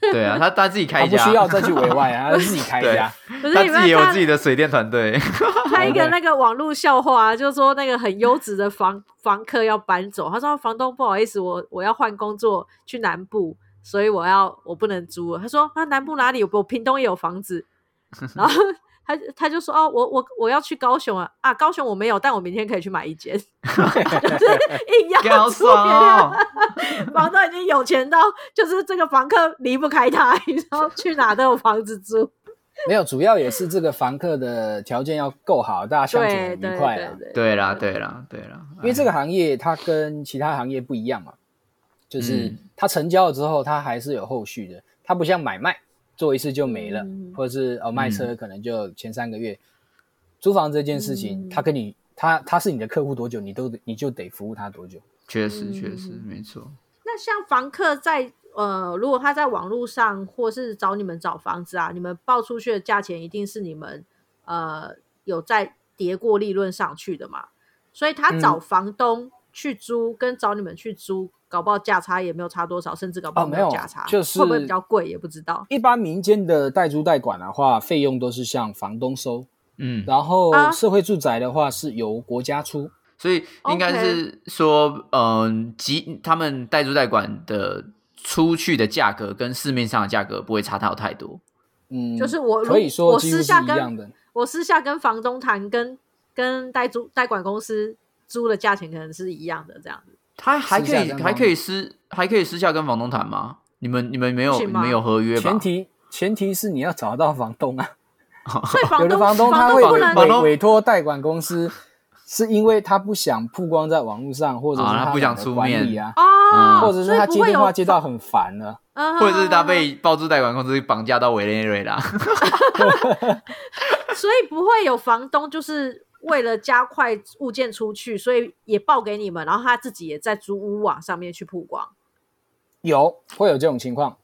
[SPEAKER 4] [LAUGHS]
[SPEAKER 3] 对啊，他他自己
[SPEAKER 4] 他
[SPEAKER 3] 开
[SPEAKER 4] 不
[SPEAKER 3] 家，
[SPEAKER 4] 需要再去委外
[SPEAKER 3] [LAUGHS]
[SPEAKER 4] 啊，他自己开一家。
[SPEAKER 2] 不
[SPEAKER 3] 他
[SPEAKER 2] 是你
[SPEAKER 3] 自己
[SPEAKER 2] 们
[SPEAKER 3] 有
[SPEAKER 2] 看
[SPEAKER 3] 自己的水电团队。
[SPEAKER 2] [LAUGHS] 拍一个
[SPEAKER 4] 对
[SPEAKER 2] 那个网络笑话、啊，就说那个很优质的房房客要搬走，他说房东不好意思，我我要换工作去南部，所以我要我不能租了。他说啊南部哪里有？我屏东也有房子，然 [LAUGHS] 后他他就说哦我我我要去高雄啊啊高雄我没有，但我明天可以去买一间， [LAUGHS] 就是硬要
[SPEAKER 3] 干好
[SPEAKER 2] 租
[SPEAKER 3] 爽哦
[SPEAKER 2] 给他房东已经有钱到，就是这个房客离不开他， [LAUGHS] 你知道去哪都有房子租。
[SPEAKER 4] 没有，主要也是这个房客的条件要够好，大家相处
[SPEAKER 2] 对
[SPEAKER 4] 很
[SPEAKER 2] 对
[SPEAKER 4] 愉快啊
[SPEAKER 2] 对
[SPEAKER 4] 啦。
[SPEAKER 2] 啊对，
[SPEAKER 3] [LAUGHS] 对啦，对啦，对啦，
[SPEAKER 4] 因为这个行业它跟其他行业不一样嘛，就是
[SPEAKER 3] 嗯
[SPEAKER 4] 它成交了之后，它还是有后续的，它不像买卖做一次就没了，
[SPEAKER 2] 嗯
[SPEAKER 4] 或者是哦卖车可能就前三个月。租房这件事情，
[SPEAKER 2] 嗯
[SPEAKER 4] 他跟你他他是你的客户多久，你都得你就得服务他多久。
[SPEAKER 3] 确实确
[SPEAKER 2] 嗯
[SPEAKER 3] 实没错。
[SPEAKER 2] 那像房客在呃，如果他在网络上或是找你们找房子啊，你们报出去的价钱一定是你们呃有在叠过利润上去的嘛？所以他
[SPEAKER 4] 嗯
[SPEAKER 2] 找房东去租、跟找你们去租，搞不好价差也没有差多少，甚至搞不好
[SPEAKER 4] 哦没
[SPEAKER 2] 有
[SPEAKER 4] 有
[SPEAKER 2] 价差，
[SPEAKER 4] 就是
[SPEAKER 2] 会不会比较贵也不知道。
[SPEAKER 4] 一般民间的代租代管的话，费用都是向房东收，
[SPEAKER 3] 嗯，
[SPEAKER 4] 然后
[SPEAKER 2] 啊
[SPEAKER 4] 社会住宅的话是由国家出。
[SPEAKER 3] 所以应该是说，嗯，集他们代租代管的出去的价格跟市面上的价格不会差到太多。
[SPEAKER 4] 嗯，
[SPEAKER 2] 就是我如
[SPEAKER 4] 可以说
[SPEAKER 2] 我
[SPEAKER 4] 几
[SPEAKER 2] 私
[SPEAKER 4] 乎是
[SPEAKER 2] 下
[SPEAKER 4] 一
[SPEAKER 2] 跟
[SPEAKER 4] 样的。
[SPEAKER 2] 我私下跟房东谈，跟跟代租代管公司租的价钱可能是一样的这样子。
[SPEAKER 3] 他还可
[SPEAKER 4] 私下
[SPEAKER 3] 以
[SPEAKER 4] 跟房
[SPEAKER 3] 还可以私还可以私下跟房东谈吗？你们你们没有
[SPEAKER 2] 不
[SPEAKER 3] 你
[SPEAKER 2] 行吗
[SPEAKER 3] 们有合约吧？
[SPEAKER 4] 前提前提是你要找到房东啊。
[SPEAKER 2] 所以房
[SPEAKER 4] 有的
[SPEAKER 2] 东
[SPEAKER 4] 房东他
[SPEAKER 2] 房
[SPEAKER 4] 会
[SPEAKER 2] 东不
[SPEAKER 4] 委
[SPEAKER 2] 能
[SPEAKER 3] 房东
[SPEAKER 4] 委委托代管公司，是因为他不想曝光在网络上，或者是
[SPEAKER 3] 啊他不想
[SPEAKER 4] 懒得
[SPEAKER 3] 出
[SPEAKER 4] 管
[SPEAKER 3] 面
[SPEAKER 4] 理啊，
[SPEAKER 2] 哦，
[SPEAKER 4] 或者是
[SPEAKER 2] 所以
[SPEAKER 4] 他
[SPEAKER 2] 不
[SPEAKER 4] 接
[SPEAKER 2] 会
[SPEAKER 4] 电
[SPEAKER 2] 有
[SPEAKER 4] 话接到很烦了。
[SPEAKER 2] 嗯
[SPEAKER 3] 嗯或者是他被包租代管公司绑架到委内瑞拉？ [LAUGHS]
[SPEAKER 2] 嗯所以不会有房东就是为了加快物件出去，所以也报给你们，然后他自己也在租屋网上面去曝光。
[SPEAKER 4] 有会有这种情况，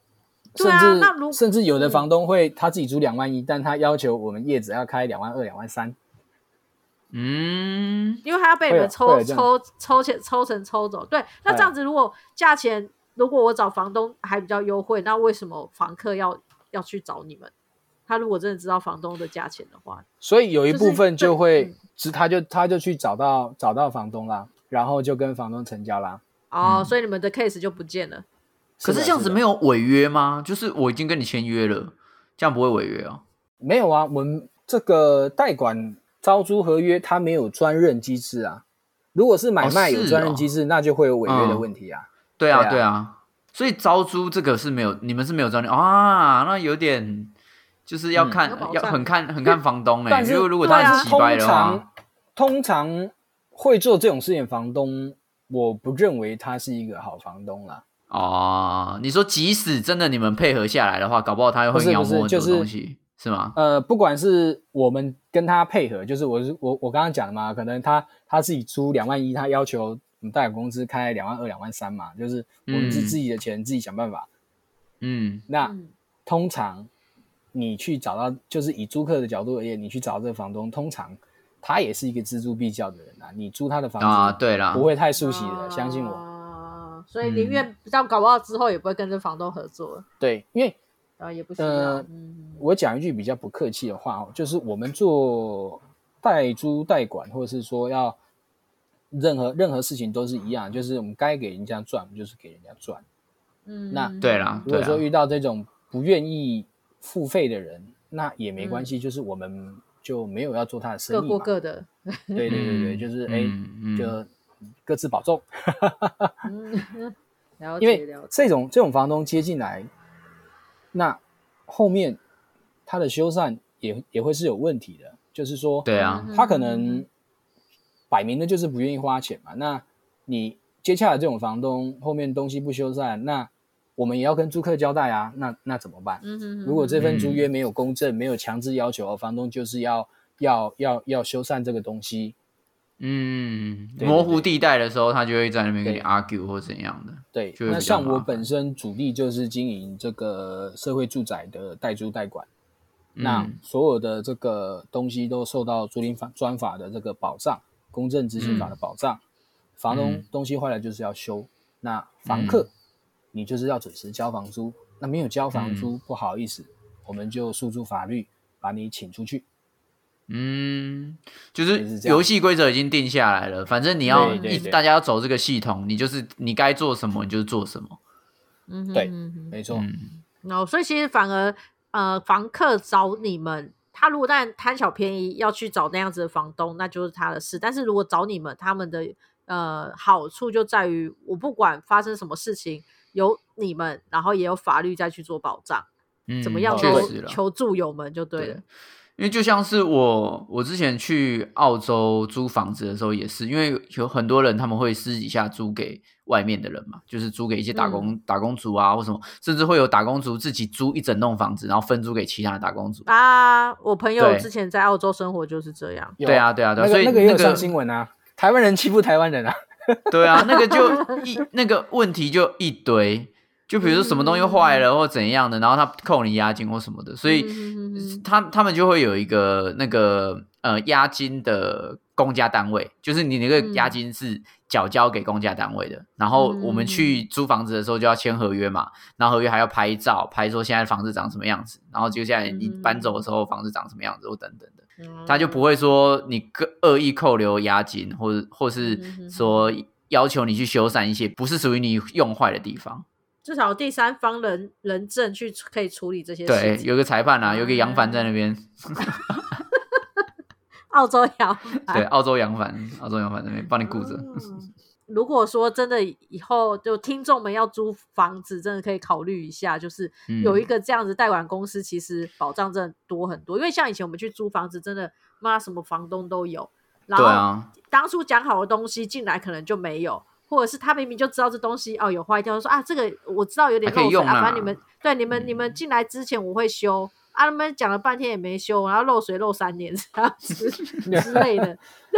[SPEAKER 2] 对
[SPEAKER 4] 甚
[SPEAKER 2] 啊
[SPEAKER 4] 至、
[SPEAKER 2] 那如
[SPEAKER 4] 甚至有的房东会他自己租两万一，但他要求我们业主要开两万二、两万三。
[SPEAKER 3] 嗯，
[SPEAKER 2] 因为他要被你们
[SPEAKER 4] 会
[SPEAKER 2] 抽
[SPEAKER 4] 有这样哎
[SPEAKER 2] 抽抽钱抽成抽走。对，那
[SPEAKER 4] 会
[SPEAKER 2] 这样子如果价钱如果我找房东还比较优惠，那为什么房客要要去找你们？他如果真的知道房东的价钱的话，
[SPEAKER 4] 所以有一部分
[SPEAKER 2] 就是
[SPEAKER 4] 就会
[SPEAKER 2] 嗯，
[SPEAKER 4] 只他就他就去找到找到房东啦，然后就跟房东成交啦。
[SPEAKER 2] 哦，
[SPEAKER 3] 嗯
[SPEAKER 2] 所以你们的 case 就不见了。
[SPEAKER 3] 可是
[SPEAKER 4] 的
[SPEAKER 3] 这样子
[SPEAKER 4] 的
[SPEAKER 3] 没有违约吗？就是我已经跟你签约了，这样不会违约哦。
[SPEAKER 4] 没有啊，我们这个代管招租合约它没有专任机制啊。如果是买卖
[SPEAKER 3] 哦是哦嗯
[SPEAKER 4] 有专任机制，那就会有违约的问题啊。
[SPEAKER 3] 对啊，
[SPEAKER 4] 对啊
[SPEAKER 3] 对啊，所以招租这个是没有，你们是没有招租啊，那有点就是要看、
[SPEAKER 2] 有保
[SPEAKER 3] 要
[SPEAKER 2] 障
[SPEAKER 3] 很看很看房东哎、
[SPEAKER 4] 嗯但
[SPEAKER 3] 欸，
[SPEAKER 4] 是
[SPEAKER 3] 如果如果
[SPEAKER 2] 对
[SPEAKER 3] 他
[SPEAKER 2] 啊
[SPEAKER 3] 很奇
[SPEAKER 4] 通
[SPEAKER 3] 掰的话，
[SPEAKER 4] 常通常会做这种事情的房东，我不认为他是一个好房东啦。
[SPEAKER 3] 哦，你说即使真的你们配合下来的话，搞不好他
[SPEAKER 4] 不
[SPEAKER 3] 会
[SPEAKER 4] 是
[SPEAKER 3] 咬
[SPEAKER 4] 不是
[SPEAKER 3] 摸很
[SPEAKER 4] 就
[SPEAKER 3] 多
[SPEAKER 4] 是
[SPEAKER 3] 东西，是吗？
[SPEAKER 4] 呃，不管是我们跟他配合，就是我是我我刚刚讲的嘛，可能他他自己租两万一，他要求我们代管公司开两万二、两万三嘛，就是我们是
[SPEAKER 3] 嗯
[SPEAKER 4] 自己的钱、自己想办法。
[SPEAKER 3] 嗯，
[SPEAKER 4] 那、
[SPEAKER 2] 嗯
[SPEAKER 4] 通常你去找到，就是以租客的角度而言，你去找这个房东，通常他也是一个锱铢必较的人啊。你租他的房子
[SPEAKER 3] 啊，对啦
[SPEAKER 4] 不，会太熟悉的，相信我。嗯
[SPEAKER 2] 啊所以宁愿这样搞不好之后也不会跟这房东合作了，
[SPEAKER 4] 对，因为
[SPEAKER 2] 然后也不行啊。
[SPEAKER 4] 呃
[SPEAKER 2] 嗯，
[SPEAKER 4] 我讲一句比较不客气的话哦，就是我们做代租代管，或者是说要任何任何事情都是一样，就是我们该给人家赚，我们就是给人家赚。
[SPEAKER 2] 嗯
[SPEAKER 4] 那
[SPEAKER 3] 对啦，
[SPEAKER 4] 如
[SPEAKER 3] 对
[SPEAKER 4] 果说
[SPEAKER 3] 啦，
[SPEAKER 4] 遇到这种不愿意付费的人，那也没关
[SPEAKER 3] 嗯
[SPEAKER 4] 系，就是我们就没有要做他的生
[SPEAKER 2] 各
[SPEAKER 4] 意
[SPEAKER 2] 过
[SPEAKER 4] 嘛。
[SPEAKER 2] 各
[SPEAKER 4] [LAUGHS]
[SPEAKER 2] 的。
[SPEAKER 4] 对对对对，
[SPEAKER 3] 嗯
[SPEAKER 4] 就是
[SPEAKER 3] 嗯
[SPEAKER 4] 哎、
[SPEAKER 3] 嗯
[SPEAKER 4] 就各自保重。
[SPEAKER 2] 嗯，了
[SPEAKER 4] 因
[SPEAKER 2] 解
[SPEAKER 4] 为
[SPEAKER 2] 了解。
[SPEAKER 4] 这种这种房东接进来，那后面他的修缮也也会是有问题的，就是说，
[SPEAKER 3] 对啊，
[SPEAKER 4] 他可能摆明的就是不愿意花钱嘛。那你接洽的这种房东，后面东西不修缮，那我们也要跟租客交代啊，那那怎么办？
[SPEAKER 2] 嗯哼哼，
[SPEAKER 4] 如果这份租约没有公证，没有强制要求，哦房东就是要要要要修缮这个东西，
[SPEAKER 3] 嗯，
[SPEAKER 4] 对对
[SPEAKER 3] 模糊地带的时候，他就会在那边跟你
[SPEAKER 4] 对
[SPEAKER 3] argue 或怎样的，
[SPEAKER 4] 对，
[SPEAKER 3] 就会
[SPEAKER 4] 那
[SPEAKER 3] 比较
[SPEAKER 4] 像
[SPEAKER 3] 麻
[SPEAKER 4] 我
[SPEAKER 3] 烦
[SPEAKER 4] 本身主力就是经营这个社会住宅的代租代管，那
[SPEAKER 3] 嗯
[SPEAKER 4] 所有的这个东西都受到租赁法专法的这个保障，公证执行法的保障。房东
[SPEAKER 3] 嗯
[SPEAKER 4] 东西坏了就是要修，那房客、你就是要准时交房租，那没有交房
[SPEAKER 3] 嗯
[SPEAKER 4] 租、不好意思，我们就诉诸法律把你请出去。
[SPEAKER 3] 嗯，就
[SPEAKER 4] 就是
[SPEAKER 3] 是
[SPEAKER 4] 这样
[SPEAKER 3] 游戏规则已经定下来了，反正你要
[SPEAKER 2] 对对
[SPEAKER 3] 一
[SPEAKER 4] 对
[SPEAKER 3] 大家要走这个系统，你就是你该做什么你就是做什么，
[SPEAKER 2] 嗯哼
[SPEAKER 4] 对
[SPEAKER 2] 嗯哼
[SPEAKER 4] 没错，
[SPEAKER 3] 嗯，
[SPEAKER 2] 哦，所以其实反而呃，房客找你们，他如果但贪小便宜要去找那样子的房东，那就是他的事。但是如果找你们，他们的呃好处就在于，我不管发生什么事情，有你们，然后也有法律再去做保障，
[SPEAKER 3] 嗯
[SPEAKER 2] 怎么样
[SPEAKER 3] 确
[SPEAKER 2] 都
[SPEAKER 3] 实了，
[SPEAKER 2] 求助友们就对了。
[SPEAKER 3] 因为就像是我，我之前去澳洲租房子的时候也是，因为有很多人他们会私底下租给外面的人嘛，就是租给一些打工、
[SPEAKER 2] 嗯
[SPEAKER 3] 打工族啊，或什么，甚至会有打工族自己租一整栋房子，然后分租给其他的打工族。
[SPEAKER 2] 啊，我朋友
[SPEAKER 3] 对
[SPEAKER 2] 之前在澳洲生活就是这样，
[SPEAKER 4] 有
[SPEAKER 3] 对啊，，对啊，对
[SPEAKER 4] 那
[SPEAKER 3] 啊，所
[SPEAKER 4] 个
[SPEAKER 3] 以
[SPEAKER 4] 那个也有上新闻啊，台湾人欺负台湾人啊。
[SPEAKER 3] 对啊，那个就一那个问题就一堆，就比如说什么东西坏了或怎样的，然后他扣你押金或什么的，所以
[SPEAKER 2] 嗯嗯嗯嗯
[SPEAKER 3] 他他们就会有一个那个呃押金的公家单位，就是你那个
[SPEAKER 2] 嗯
[SPEAKER 3] 押金是缴交给公家单位的，然后我们
[SPEAKER 2] 嗯
[SPEAKER 3] 去租房子的时候就要签合约嘛，然后合约还要拍照，拍说现在房子长什么样子，然后接下来你
[SPEAKER 2] 嗯
[SPEAKER 3] 搬走的时候房子长什么样子或等等的。
[SPEAKER 2] 嗯
[SPEAKER 3] 他就不会说你个恶意扣留押金，或者或
[SPEAKER 2] 嗯
[SPEAKER 3] 是说要求你去修缮一些不是属于你用坏的地方。
[SPEAKER 2] 至少有第三方人人证去可以处理这些事
[SPEAKER 3] 对，
[SPEAKER 2] 情。
[SPEAKER 3] 有个裁判啊，有个杨帆在那边，
[SPEAKER 2] 澳洲
[SPEAKER 3] [LAUGHS]
[SPEAKER 2] 摇摆
[SPEAKER 3] 对，澳洲杨帆，澳洲杨帆在那边帮你顾着。
[SPEAKER 2] 啊嗯
[SPEAKER 3] [LAUGHS]
[SPEAKER 2] 如果说真的以后就听众们要租房子，真的可以考虑一下，就是
[SPEAKER 3] 嗯
[SPEAKER 2] 有一个这样子代管公司，其实保障真的多很多。因为像以前我们去租房子，真的妈什么房东都有，然
[SPEAKER 3] 对
[SPEAKER 2] 后
[SPEAKER 3] 啊，
[SPEAKER 2] 当初讲好的东西进来可能就没有，或者是他明明就知道这东西哦有坏掉，说啊这个我知道有点
[SPEAKER 3] 还可
[SPEAKER 2] 漏
[SPEAKER 3] 以
[SPEAKER 2] 水
[SPEAKER 3] 用
[SPEAKER 2] 啊，
[SPEAKER 3] 啊
[SPEAKER 2] 反正你们对你们你们进来之前我会修。啊！他们讲了半天也没修，然后漏水漏三年这样
[SPEAKER 3] [LAUGHS]
[SPEAKER 2] 子之类的， [LAUGHS]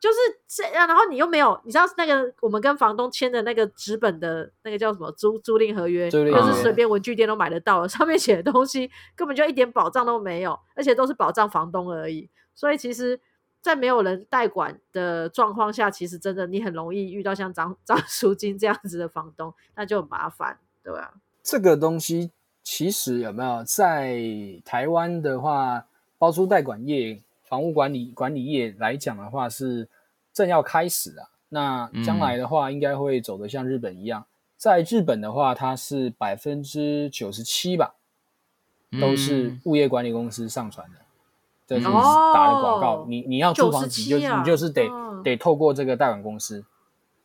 [SPEAKER 2] 就是这样，然后你又没有，你知道那个我们跟房东签的那个纸本的那个叫什么租租赁合约，
[SPEAKER 4] 租赁
[SPEAKER 2] 又
[SPEAKER 3] 合
[SPEAKER 2] 是
[SPEAKER 3] 约
[SPEAKER 2] 随便文具店都买得到的，上面写的东西根本就一点保障都没有，而且都是保障房东而已。所以其实，在没有人代管的状况下，其实真的你很容易遇到像张张淑金这样子的房东，那就很麻烦，对吧、啊
[SPEAKER 4] 这个东西其实有没有在台湾的话，包租代管业、房屋管理管理业来讲的话，是正要开始啊。那
[SPEAKER 3] 嗯
[SPEAKER 4] 将来的话，应该会走得像日本一样。在日本的话，它是百分之九十七吧，都是
[SPEAKER 3] 嗯
[SPEAKER 4] 物业管理公司上传的，这是
[SPEAKER 3] 嗯
[SPEAKER 4] 打的广告
[SPEAKER 2] 哦。
[SPEAKER 4] 你你要租房
[SPEAKER 2] 97
[SPEAKER 4] 子，你就是
[SPEAKER 2] 啊
[SPEAKER 4] 你就是得
[SPEAKER 2] 嗯
[SPEAKER 4] 得透过这个代管公司。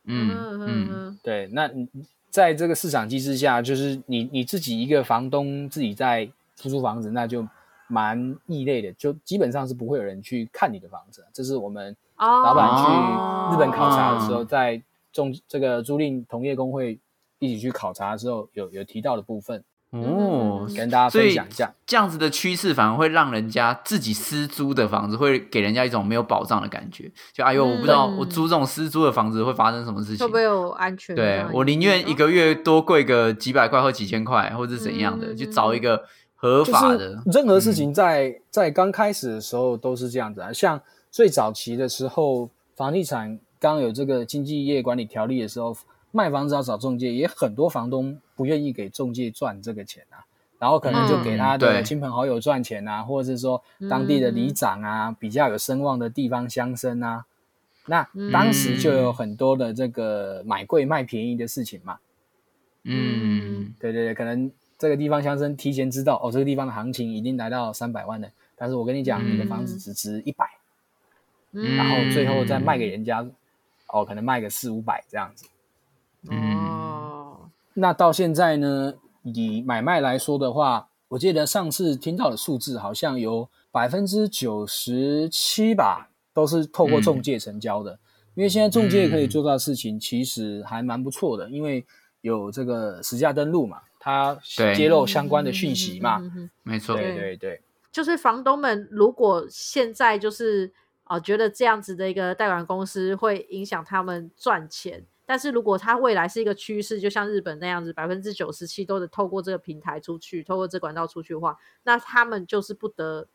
[SPEAKER 3] 嗯嗯，
[SPEAKER 4] 对，那你在这个市场机制下，就是你你自己一个房东自己在出租房子，那就蛮异类的，就基本上是不会有人去看你的房子。啊这是我们
[SPEAKER 2] 哦，
[SPEAKER 4] 老板
[SPEAKER 3] 哦
[SPEAKER 4] 去日本考察的时候，在中这个租赁同业工会一起去考察的时候，有有提到的部分，
[SPEAKER 2] 嗯
[SPEAKER 3] 哦，
[SPEAKER 4] 跟大家
[SPEAKER 3] 所
[SPEAKER 4] 分
[SPEAKER 3] 以
[SPEAKER 4] 享一下。
[SPEAKER 3] 这样子的趋势反而会让人家自己私租的房子会给人家一种没有保障的感觉，就哎呦，我不知道
[SPEAKER 2] 嗯
[SPEAKER 3] 我租这种私租的房子会发生什么事情
[SPEAKER 2] 会不。会有安全感
[SPEAKER 3] 对
[SPEAKER 2] 啊？
[SPEAKER 3] 我宁愿一个月多贵个几百块或几千块，或者怎样的，
[SPEAKER 2] 嗯
[SPEAKER 3] 就找一个合
[SPEAKER 4] 就
[SPEAKER 3] 法
[SPEAKER 4] 是
[SPEAKER 3] 的。嗯
[SPEAKER 4] 任何事情在、在刚开始的时候都是这样子啊，像最早期的时候，房地产刚有这个经济业管理条例的时候，卖房子要找中介，也很多房东不愿意给中介赚这个钱啊，然后可能就给他
[SPEAKER 3] 嗯对
[SPEAKER 4] 的亲朋好友赚钱啊，或者是说当地的里长啊，比较有声望的地方乡绅啊。那当时就有很多的这个买贵卖便宜的事情嘛，
[SPEAKER 3] 嗯，
[SPEAKER 4] 对对对，可能这个地方乡绅提前知道哦，这个地方的行情已经来到三百万了，但是我跟你讲，
[SPEAKER 3] 嗯
[SPEAKER 4] 你的房子只值一百、
[SPEAKER 2] 嗯，
[SPEAKER 4] 然后最后再卖给人家，哦，可能卖个四五百这样子。
[SPEAKER 2] 哦，
[SPEAKER 4] 那到现在呢，以买卖来说的话，我记得上次听到的数字好像有百分之九十七吧，都是透
[SPEAKER 3] 嗯
[SPEAKER 4] 过中介成交的。因为现在中介可以做到的事情，其实还蛮不错的，因为有这个实价登录嘛，它
[SPEAKER 3] 对
[SPEAKER 4] 揭露相关的讯息嘛。
[SPEAKER 2] 嗯嗯嗯嗯嗯嗯嗯
[SPEAKER 3] 没错，
[SPEAKER 4] 对对对，
[SPEAKER 2] 就是房东们如果现在就是啊、呃觉得这样子的一个贷款公司会影响他们赚钱，但是如果它未来是一个趋势，就像日本那样子，百分之九十七都得透过这个平台出去，透过这管道出去的话，那他们就是不得，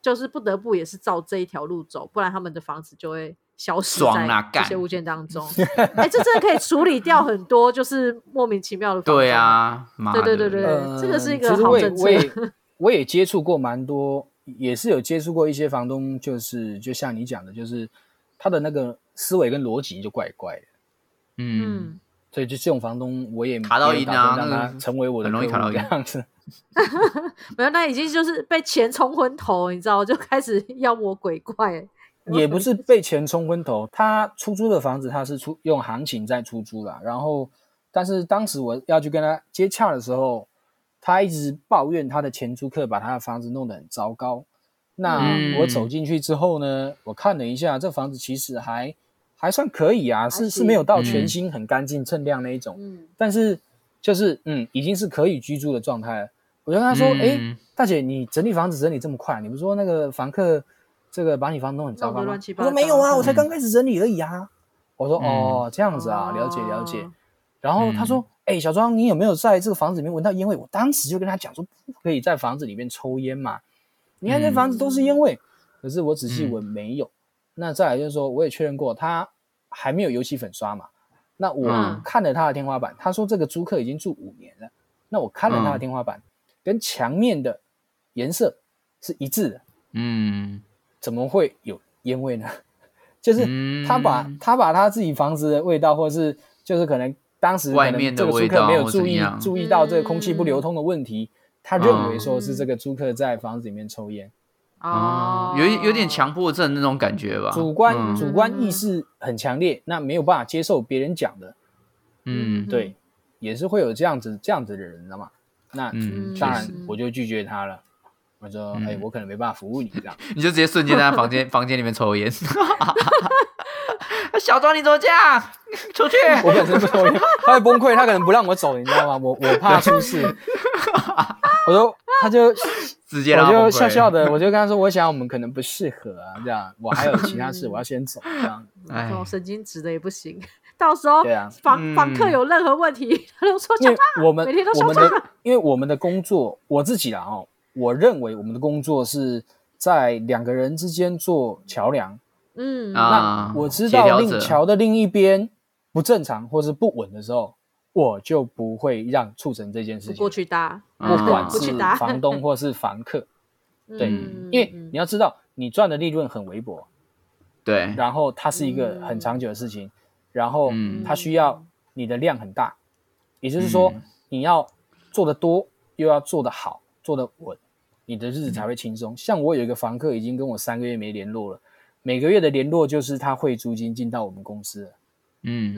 [SPEAKER 2] 就是不得不也是照这一条路走，不然他们的房子就会。消失
[SPEAKER 3] 爽
[SPEAKER 2] 在
[SPEAKER 3] 啊
[SPEAKER 2] 这
[SPEAKER 3] 干
[SPEAKER 2] 些物件当中，哎、这真的可以处理掉很多，就是莫名其妙的。
[SPEAKER 3] 对，啊，妈的，
[SPEAKER 2] 对对对对
[SPEAKER 4] 呃
[SPEAKER 2] 这个是一个
[SPEAKER 4] 其实
[SPEAKER 2] 好
[SPEAKER 4] 我也
[SPEAKER 2] 政策
[SPEAKER 4] 我也我也接触过蛮多，也是有接触过一些房东，就是就像你讲的，就是他的那个思维跟逻辑就怪怪的，
[SPEAKER 3] 嗯，
[SPEAKER 2] 嗯，
[SPEAKER 4] 所以就这种房东我也
[SPEAKER 3] 卡到
[SPEAKER 4] 没有
[SPEAKER 3] 音啊
[SPEAKER 4] 打算
[SPEAKER 3] 那个
[SPEAKER 4] 让他成为我的
[SPEAKER 3] 很
[SPEAKER 4] 客
[SPEAKER 3] 容易
[SPEAKER 4] 户
[SPEAKER 3] 卡到
[SPEAKER 4] 这
[SPEAKER 3] 音
[SPEAKER 4] 样子。
[SPEAKER 2] 没有，那已经就是被钱冲昏头，你知道，就开始 [LAUGHS] 妖魔鬼怪。
[SPEAKER 4] 也不是被钱冲昏头，他出租的房子他是出用行情在出租啦，然后但是当时我要去跟他接洽的时候，他一直抱怨他的前租客把他的房子弄得很糟糕。
[SPEAKER 3] 嗯
[SPEAKER 4] 那我走进去之后呢，我看了一下，这房子其实还还算可以啊，是是没有到全新、很干净、锃亮那一种，
[SPEAKER 2] 嗯，
[SPEAKER 4] 但是就是嗯，已经是可以居住的状态了。我就跟他说，哎、
[SPEAKER 3] 嗯
[SPEAKER 4] 大姐，你整理房子整理这么快，你不是说那个房客这个把你房弄很糟
[SPEAKER 2] 弄
[SPEAKER 4] 糕
[SPEAKER 2] 得
[SPEAKER 4] 吗
[SPEAKER 2] 乱七？
[SPEAKER 4] 他
[SPEAKER 2] 八糟
[SPEAKER 4] 说没有啊，
[SPEAKER 2] 嗯
[SPEAKER 4] 我才刚开始整理而已啊。我说
[SPEAKER 3] 嗯
[SPEAKER 4] 哦，这样子啊，了解了解。然后他说，哎、小庄，你有没有在这个房子里面闻到烟味？我当时就跟他讲说，不可以在房子里面抽烟嘛，你看这
[SPEAKER 3] 嗯
[SPEAKER 4] 房子都是烟味。可是我仔细闻没有。那再来就是说，我也确认过他还没有油漆粉刷嘛。那我
[SPEAKER 3] 嗯
[SPEAKER 4] 看了他的天花板，他说这个租客已经住五年了。那我看
[SPEAKER 3] 嗯
[SPEAKER 4] 了他的天花板，跟墙面的颜色是一致的，
[SPEAKER 3] 嗯
[SPEAKER 4] 怎么会有烟味呢？ [LAUGHS] 就是他把、
[SPEAKER 3] 嗯
[SPEAKER 4] 他把他自己房子的味道，或是就是可能当时
[SPEAKER 3] 外
[SPEAKER 4] 可能
[SPEAKER 3] 面的
[SPEAKER 4] 这个租
[SPEAKER 3] 味道
[SPEAKER 4] 客没有
[SPEAKER 3] 或
[SPEAKER 4] 注
[SPEAKER 3] 怎
[SPEAKER 4] 意
[SPEAKER 3] 样
[SPEAKER 4] 注意到这个空气
[SPEAKER 3] 嗯
[SPEAKER 4] 不流通的问题，他认为说是这个租客在房子里面抽烟，
[SPEAKER 3] 哦
[SPEAKER 2] 哦，，
[SPEAKER 3] 有一有点强迫症那种感觉吧，
[SPEAKER 4] 主观、
[SPEAKER 3] 嗯
[SPEAKER 4] 主观意识很强烈，那没有办法接受别人讲的，
[SPEAKER 3] 嗯
[SPEAKER 4] 对，也是会有这样子这样子的人的嘛。那、
[SPEAKER 3] 嗯，
[SPEAKER 4] 当
[SPEAKER 3] 确
[SPEAKER 4] 然
[SPEAKER 3] 实，
[SPEAKER 4] 我就拒绝他了。我说，哎、我可能没办法服务你这样。
[SPEAKER 3] 你就直接瞬间在他房
[SPEAKER 4] [LAUGHS]
[SPEAKER 3] 间房间里面抽烟， [LAUGHS] 小庄你怎么这样？出去！
[SPEAKER 4] 我本身不抽烟，他会崩溃，他可能不让我走，你知道吗？我我怕出
[SPEAKER 3] [LAUGHS]
[SPEAKER 4] 事。我说，他就我
[SPEAKER 3] 直接让他
[SPEAKER 4] 就
[SPEAKER 3] 崩溃
[SPEAKER 4] 笑
[SPEAKER 3] [LAUGHS]
[SPEAKER 4] 笑的，我就跟他说，我想我们可能不适合啊，这样，我还有其他事，我要先走，这样。
[SPEAKER 2] 这
[SPEAKER 3] 哎，
[SPEAKER 2] 种神经质的也不行。到时候
[SPEAKER 4] 对啊
[SPEAKER 2] 房房客
[SPEAKER 3] 嗯
[SPEAKER 2] 有任何问题，他都说
[SPEAKER 4] 因
[SPEAKER 2] 讲
[SPEAKER 4] 为我们
[SPEAKER 2] 每天都
[SPEAKER 4] 我
[SPEAKER 2] 消
[SPEAKER 4] 们
[SPEAKER 2] 差
[SPEAKER 4] 的因为我们的工作，我自己啦哦，我认为我们的工作是在两个人之间做桥梁。
[SPEAKER 2] 嗯
[SPEAKER 3] 啊
[SPEAKER 4] 那我知
[SPEAKER 3] 协
[SPEAKER 4] 道
[SPEAKER 3] 调
[SPEAKER 4] 另
[SPEAKER 3] 者
[SPEAKER 4] 桥的另一边不正常或是不稳的时候，我就不会让促成这件事
[SPEAKER 2] 不
[SPEAKER 4] 情。
[SPEAKER 2] 过去搭，
[SPEAKER 4] 不
[SPEAKER 3] 嗯
[SPEAKER 4] 管
[SPEAKER 2] 不去
[SPEAKER 4] 是
[SPEAKER 2] 搭
[SPEAKER 4] 房东或是房客，
[SPEAKER 2] [LAUGHS]
[SPEAKER 4] 对
[SPEAKER 2] 嗯
[SPEAKER 4] 因为
[SPEAKER 2] 嗯
[SPEAKER 4] 你要知道，你赚的利润很微薄，
[SPEAKER 3] 对，
[SPEAKER 4] 然后它是一个很长久的事情，然后
[SPEAKER 3] 嗯
[SPEAKER 4] 它需要你的量很大，也就是说
[SPEAKER 3] 嗯
[SPEAKER 4] 你要做的多，又要做的好，做的稳，你的日子
[SPEAKER 3] 嗯
[SPEAKER 4] 才会轻松。像我有一个房客已经跟我三个月没联络了，每个月的联络就是他汇租金进到我们公司了
[SPEAKER 3] 嗯，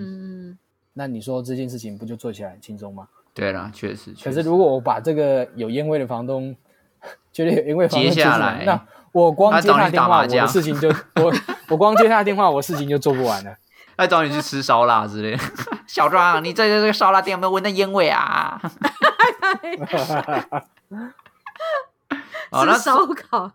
[SPEAKER 2] 嗯，
[SPEAKER 4] 那你说这件事情不就做起来很轻松吗？
[SPEAKER 3] 对啦，确实，
[SPEAKER 4] 可
[SPEAKER 3] 确
[SPEAKER 4] 是
[SPEAKER 3] 实，
[SPEAKER 4] 如果我把这个有烟味的房东，觉得有烟味的房东
[SPEAKER 3] 接下来
[SPEAKER 4] 接那我光接他的电话，
[SPEAKER 3] 他找
[SPEAKER 4] 我
[SPEAKER 3] 你打麻将
[SPEAKER 4] 的事情就我我光接他的电话，我事情就做不完了。
[SPEAKER 3] 要找你去吃烧腊之类的。 [LAUGHS] 小庄，你在这个烧腊店有没有闻到烟味啊？ [LAUGHS] 哦好，那
[SPEAKER 2] 吃烧烤，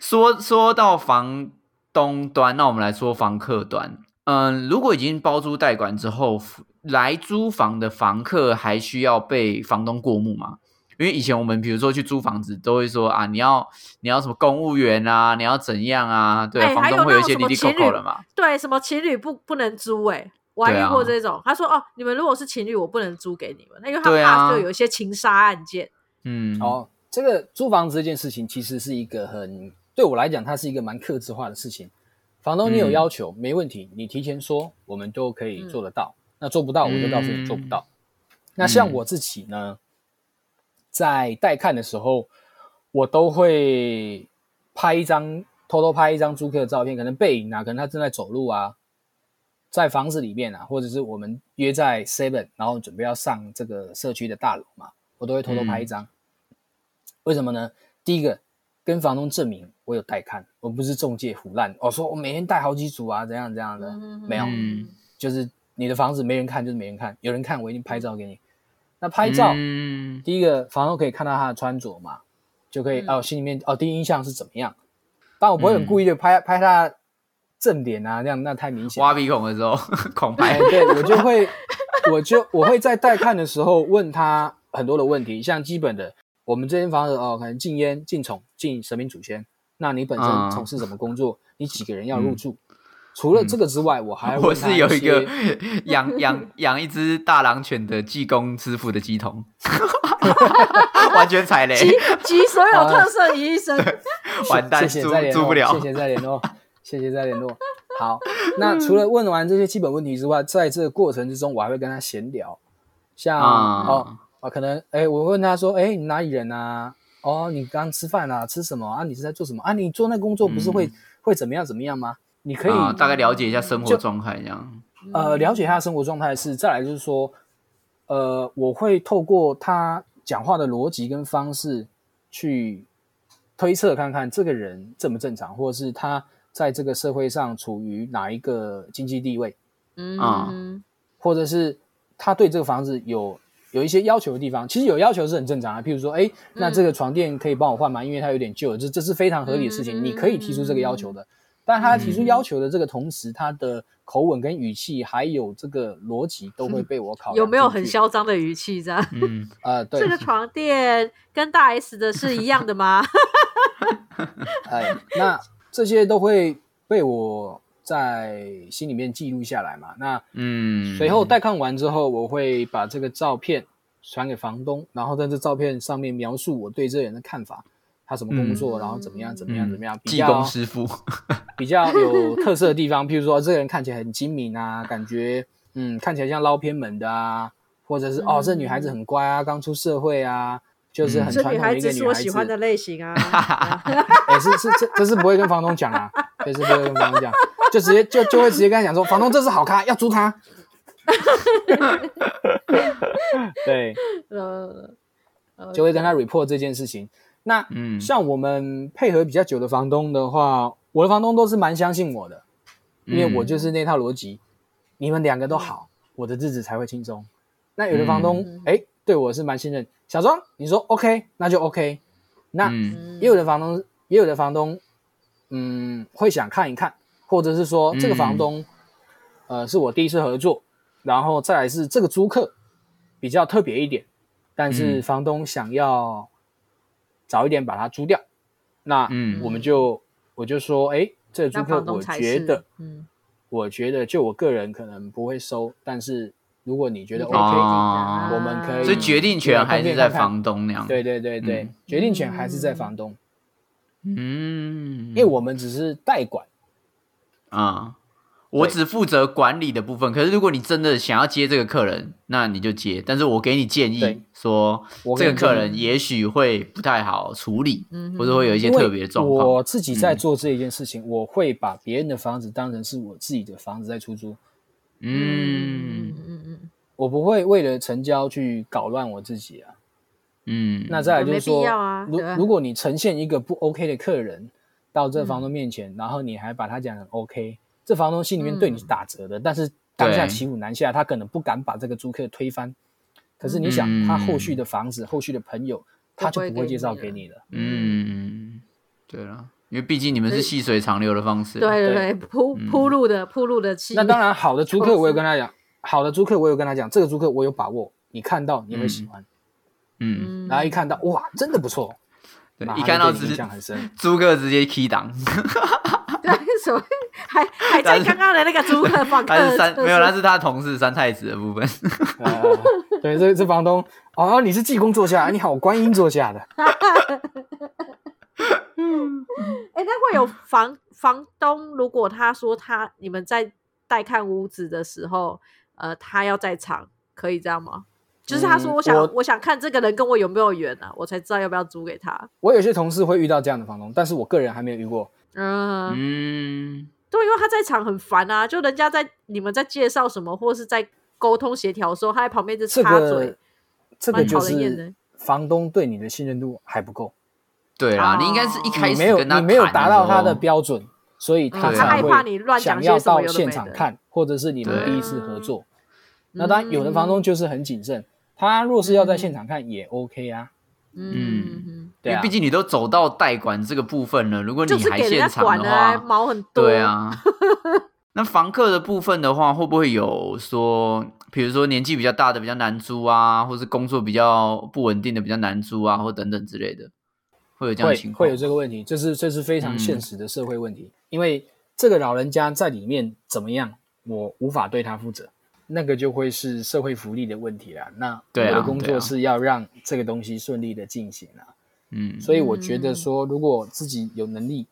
[SPEAKER 3] 说说到房东端，那我们来说房客端。嗯，如果已经包租代管之后，来租房的房客还需要被房东过目吗？因为以前我们比如说去租房子，都会说啊，你要你要什么公务员啊，你要怎样啊？对，
[SPEAKER 2] 哎
[SPEAKER 3] 房
[SPEAKER 2] 还有
[SPEAKER 3] 东会
[SPEAKER 2] 那
[SPEAKER 3] 一些
[SPEAKER 2] 种什
[SPEAKER 3] 滴
[SPEAKER 2] 么
[SPEAKER 3] 滴扣
[SPEAKER 2] 情
[SPEAKER 3] 扣
[SPEAKER 2] 侣
[SPEAKER 3] 的嘛。
[SPEAKER 2] 对，什么情侣不不能租哎、我还
[SPEAKER 3] 对
[SPEAKER 2] 遇
[SPEAKER 3] 啊
[SPEAKER 2] 过这种，他说哦，你们如果是情侣，我不能租给你们，那因为他
[SPEAKER 3] 对啊
[SPEAKER 2] 怕就有一些情杀案件，
[SPEAKER 3] 嗯，
[SPEAKER 4] 哦，这个租房子这件事情其实是一个很对我来讲，它是一个蛮克制化的事情。房东你有
[SPEAKER 3] 嗯
[SPEAKER 4] 要求、没问题，你提前说，我们都可以做得到。那做不到我就告诉你
[SPEAKER 3] 嗯
[SPEAKER 4] 做不到。那像
[SPEAKER 3] 嗯
[SPEAKER 4] 我自己呢，在带看的时候，我都会拍一张偷偷拍一张租客的照片，可能背影啊，可能他正在走路啊，在房子里面啊，或者是我们约在 Seven，然后准备要上这个社区的大楼嘛，我都会偷偷拍一张。为什么呢？第一个，跟房东证明我有带看，我不是中介胡烂，我、说我每天带好几组啊，怎样怎样的，
[SPEAKER 2] 嗯
[SPEAKER 4] 没有，
[SPEAKER 3] 嗯
[SPEAKER 4] 就是你的房子没人看就是没人看，有人看我一定拍照给你。那拍照，
[SPEAKER 3] 嗯
[SPEAKER 4] 第一个房东可以看到他的穿着嘛，就可以、
[SPEAKER 2] 嗯
[SPEAKER 4] 哦，心里面哦，第一印象是怎么样？但我不会很故意的拍、拍他的正脸啊，这样那太明显了。
[SPEAKER 3] 挖鼻孔的时候 [LAUGHS] 狂
[SPEAKER 4] 哎，
[SPEAKER 3] 拍，
[SPEAKER 4] 对我就会，我就我会在带看的时候问他很多的问题，像基本的，我们这间房子哦，可能禁烟、禁宠、禁神明祖先，那你本身
[SPEAKER 3] 嗯
[SPEAKER 4] 从事什么工作？你几个人要入住？除了这个之外，我还会
[SPEAKER 3] 我
[SPEAKER 4] 问他
[SPEAKER 3] 是有一个
[SPEAKER 4] 些
[SPEAKER 3] 养养 [LAUGHS] 养一只大狼犬的技工师傅的鸡童， [LAUGHS] 完全踩 [LAUGHS] 雷。
[SPEAKER 2] 集集所有特色于一身，
[SPEAKER 3] 完蛋，
[SPEAKER 4] 谢谢
[SPEAKER 3] 租
[SPEAKER 4] 再联
[SPEAKER 3] 租不
[SPEAKER 4] 络，
[SPEAKER 3] 了。
[SPEAKER 4] 谢谢再联络， [LAUGHS] 谢谢再联络。好，那除了问完这些基本问题之外，在这个过程之中，我还会跟他闲聊，像、
[SPEAKER 3] 啊
[SPEAKER 4] 哦啊，可能哎，我问他说，哎，你哪里人啊？哦，你刚吃饭啊？吃什么啊？你是在做什么啊？你做那工作不是会、会怎么样怎么样吗？你可以、
[SPEAKER 3] 嗯啊，大概了解一下生活状态这
[SPEAKER 4] [LAUGHS]
[SPEAKER 3] 样。
[SPEAKER 4] [LAUGHS] 呃了解他的生活状态是，再来就是说，呃，我会透过他讲话的逻辑跟方式去推测看看这个人正不正常，或者是他在这个社会上处于哪一个经济地位，
[SPEAKER 2] 嗯
[SPEAKER 3] 啊
[SPEAKER 2] 嗯
[SPEAKER 4] 或者是他对这个房子有有一些要求的地方。其实有要求是很正常的，譬如说，哎，那
[SPEAKER 2] 嗯
[SPEAKER 4] 这个床垫可以帮我换吗？因为它有点旧了，这这是非常合理的事情，
[SPEAKER 2] 嗯
[SPEAKER 4] 你可以提出这个要求的。但他提出要求的这个同时，他的口吻跟语气还有这个逻辑都会被我考量进去。
[SPEAKER 2] 有没有很嚣张的语气这样？
[SPEAKER 3] 嗯，
[SPEAKER 4] 呃，对
[SPEAKER 2] 这，个床垫跟大 S 的是一样的吗？
[SPEAKER 4] 哎，那这些都会被我在心里面记录下来嘛。那
[SPEAKER 3] 嗯，
[SPEAKER 4] 随后带看完之后，我会把这个照片传给房东，然后在这照片上面描述我对这人的看法，他什么工作，
[SPEAKER 2] 嗯
[SPEAKER 4] 然后怎么样怎么样
[SPEAKER 3] 嗯
[SPEAKER 4] 怎么样，比
[SPEAKER 3] 技工
[SPEAKER 4] 较
[SPEAKER 3] 师傅，
[SPEAKER 4] 比较有特色的地方，譬 [LAUGHS] 如说这个人看起来很精明啊，感觉嗯看起来像捞偏门的啊，或者是哦
[SPEAKER 2] 嗯
[SPEAKER 4] 这女孩子很乖啊，刚出社会啊，就是 [LAUGHS] 很
[SPEAKER 3] 嗯
[SPEAKER 2] 这
[SPEAKER 4] 传
[SPEAKER 2] 女
[SPEAKER 4] 统的
[SPEAKER 2] 孩
[SPEAKER 4] 一个
[SPEAKER 2] 子是
[SPEAKER 4] 女
[SPEAKER 2] 我
[SPEAKER 4] 孩子。
[SPEAKER 2] 喜欢的类型
[SPEAKER 4] [LAUGHS]
[SPEAKER 2] 啊。
[SPEAKER 4] 哎、是是这这是不会跟房东讲啊，这是不会跟房东讲，就直接就就会直接跟他讲说，房东这是好咖，要租他。对， [LAUGHS]
[SPEAKER 2] 呃，呃
[SPEAKER 4] 就会跟他 report 这件事情。那
[SPEAKER 3] 嗯
[SPEAKER 4] 像我们配合比较久的房东的话，我的房东都是蛮相信我的，因为我就是那套逻辑，你们两个都好，我的日子才会轻松。那有的房东
[SPEAKER 2] 嗯
[SPEAKER 4] 哎、诶对我是蛮信任，小庄你说 OK，那就 OK。那、
[SPEAKER 3] 嗯
[SPEAKER 2] 嗯
[SPEAKER 4] 也有的房东，也有的房东，嗯，会想看一看，或者是说这个
[SPEAKER 3] 嗯
[SPEAKER 4] 房东，呃，是我第一次合作，然后再来是这个租客比较特别一点，但是
[SPEAKER 3] 嗯
[SPEAKER 4] 房东想要早一点把它租掉，那
[SPEAKER 3] 嗯
[SPEAKER 4] 我们就我就说，哎，这个租
[SPEAKER 2] 让
[SPEAKER 4] 客
[SPEAKER 2] 房
[SPEAKER 4] 我
[SPEAKER 2] 东才
[SPEAKER 4] 觉
[SPEAKER 2] 是
[SPEAKER 4] 得，
[SPEAKER 2] 嗯
[SPEAKER 4] 我觉得就我个人可能不会收，但是如果你觉得
[SPEAKER 2] 你可以决定
[SPEAKER 4] OK，
[SPEAKER 2] 啊
[SPEAKER 4] 我们啊可
[SPEAKER 3] 哦所以决定权还是在房东那样。
[SPEAKER 4] 对对对对
[SPEAKER 3] 嗯，
[SPEAKER 4] 决定权还是在房东，
[SPEAKER 3] 嗯，
[SPEAKER 4] 因为我们只是代管。
[SPEAKER 3] 啊、我只负责管理的部分。可是如果你真的想要接这个客人，那你就接。但是我给你建
[SPEAKER 4] 对
[SPEAKER 3] 议说
[SPEAKER 4] 我，
[SPEAKER 3] 这
[SPEAKER 4] 给
[SPEAKER 3] 个
[SPEAKER 4] 你
[SPEAKER 3] 客
[SPEAKER 4] 建
[SPEAKER 3] 人也许会不太好处理，
[SPEAKER 2] 嗯哼
[SPEAKER 3] 或者会有一些
[SPEAKER 4] 因为
[SPEAKER 3] 特别的状况。嗯
[SPEAKER 4] 我自己在做这一件事情，我会把别人的房子当成是我自己的房子在出租，
[SPEAKER 3] 嗯
[SPEAKER 2] 嗯嗯，
[SPEAKER 4] 我不会为了成交去搞乱我自己啊。
[SPEAKER 3] 嗯，
[SPEAKER 4] 那再来就是
[SPEAKER 2] 没
[SPEAKER 4] 说
[SPEAKER 2] 必要啊，
[SPEAKER 4] 如
[SPEAKER 2] 对吧
[SPEAKER 4] 如果你呈现一个不 OK 的客人到这
[SPEAKER 2] 嗯
[SPEAKER 4] 房东面前，然后你还把他讲成 OK，这房东心里面对你
[SPEAKER 2] 嗯
[SPEAKER 4] 是打折的，但是当下
[SPEAKER 3] 对
[SPEAKER 4] 骑虎难下，他可能不敢把这个租客推翻。可是你想，
[SPEAKER 3] 嗯
[SPEAKER 4] 他后续的房子、后续的朋友，他就
[SPEAKER 2] 都不会
[SPEAKER 4] 不会介绍
[SPEAKER 2] 给
[SPEAKER 4] 给
[SPEAKER 2] 你
[SPEAKER 4] 你了。
[SPEAKER 3] 嗯，对了，因为毕竟你们是细水长流的方式。
[SPEAKER 2] 对对对，铺
[SPEAKER 3] 嗯
[SPEAKER 2] 铺路的铺路的气，
[SPEAKER 4] 那当然，好的租
[SPEAKER 2] 投
[SPEAKER 4] 客
[SPEAKER 2] 资
[SPEAKER 4] 我有跟他讲，好的租客我有跟他讲，这个租客我有把握，你看到你会喜欢。
[SPEAKER 3] 嗯，
[SPEAKER 2] 嗯，
[SPEAKER 4] 然后一看到，哇，真的不错，
[SPEAKER 3] 对
[SPEAKER 4] 马，上
[SPEAKER 3] 一看到
[SPEAKER 4] 就对
[SPEAKER 3] 直
[SPEAKER 4] 你印
[SPEAKER 3] 接
[SPEAKER 4] 象很深。
[SPEAKER 3] 租客直接 key
[SPEAKER 4] [LAUGHS]
[SPEAKER 3] 档，
[SPEAKER 2] 对， [LAUGHS] 什么还还在刚刚的那个租客访客
[SPEAKER 3] 他是三
[SPEAKER 2] 就是
[SPEAKER 3] 没有，他是他的同事三太子的部分。
[SPEAKER 4] 呃 [LAUGHS] 对，这这房东，哦，你是济公座下，你好，观音座下的。
[SPEAKER 2] 哎、那会有
[SPEAKER 4] 啊
[SPEAKER 2] 房房东，如果他说他你们在带看屋子的时候，呃，他要在场，可以这样吗？就是他说
[SPEAKER 4] 嗯
[SPEAKER 2] 我想、
[SPEAKER 4] 我
[SPEAKER 2] 我想看这个人跟我有没有缘啊，我才知道要不要租给他。
[SPEAKER 4] 我有些同事会遇到这样的房东，但是我个人还没有遇过。
[SPEAKER 2] 嗯，
[SPEAKER 3] 嗯，
[SPEAKER 2] 对，因为他在场很烦啊，就人家在你们在介绍什么或是在沟通协调的时候，他在旁边就
[SPEAKER 4] 这
[SPEAKER 2] 插嘴。
[SPEAKER 4] 个这个
[SPEAKER 2] 蛮
[SPEAKER 4] 就
[SPEAKER 2] 讨人厌的
[SPEAKER 4] 是房东对你的信任度还不够，
[SPEAKER 3] 对啦，你应该是一开
[SPEAKER 4] 啊你
[SPEAKER 3] 始
[SPEAKER 4] 没有
[SPEAKER 3] 跟他
[SPEAKER 4] 你没有
[SPEAKER 3] 谈啊
[SPEAKER 4] 达
[SPEAKER 3] 时
[SPEAKER 4] 到他的
[SPEAKER 3] 候
[SPEAKER 4] 标准，所以
[SPEAKER 2] 嗯
[SPEAKER 3] 他
[SPEAKER 4] 才
[SPEAKER 3] 害
[SPEAKER 2] 怕你
[SPEAKER 4] 会
[SPEAKER 2] 乱讲
[SPEAKER 4] 想
[SPEAKER 2] 些
[SPEAKER 4] 要
[SPEAKER 2] 什么
[SPEAKER 4] 到
[SPEAKER 2] 有的
[SPEAKER 4] 现
[SPEAKER 2] 没
[SPEAKER 4] 场
[SPEAKER 2] 的
[SPEAKER 4] 看，或者是你们
[SPEAKER 3] 对啊
[SPEAKER 4] 第一次合作。那当
[SPEAKER 2] 嗯
[SPEAKER 4] 然，有的房东就是很谨慎，他若是要在现场看也 OK 啊，
[SPEAKER 2] 嗯，嗯
[SPEAKER 3] 因
[SPEAKER 4] 对
[SPEAKER 3] 为
[SPEAKER 4] 啊
[SPEAKER 3] 毕。竟你都走到代管这个部分了，如果
[SPEAKER 2] 就
[SPEAKER 3] 你
[SPEAKER 2] 是
[SPEAKER 3] 还
[SPEAKER 2] 给人
[SPEAKER 3] 现
[SPEAKER 2] 家
[SPEAKER 3] 场
[SPEAKER 2] 管
[SPEAKER 3] 的
[SPEAKER 2] 的、
[SPEAKER 3] 话，
[SPEAKER 2] 啊、嗯毛很多。
[SPEAKER 3] 对，啊。 [LAUGHS] 那房客的部分的话，会不会有说，比如说年纪比较大的比较难租啊，或是工作比较不稳定的比较难租啊，或等等之类的，会有这样
[SPEAKER 4] 会
[SPEAKER 3] 的情况？
[SPEAKER 4] 会有这个问题，这是这是非常
[SPEAKER 3] 嗯
[SPEAKER 4] 现实的社会问题，因为这个老人家在里面怎么样，我无法对他负责，那个就会是社会福利的问题啦。那我
[SPEAKER 3] 对啊
[SPEAKER 4] 的工
[SPEAKER 3] 对啊
[SPEAKER 4] 作是要让这个东西顺利的进行啊，
[SPEAKER 3] 嗯
[SPEAKER 4] 所以我觉得说，如果自己有能力，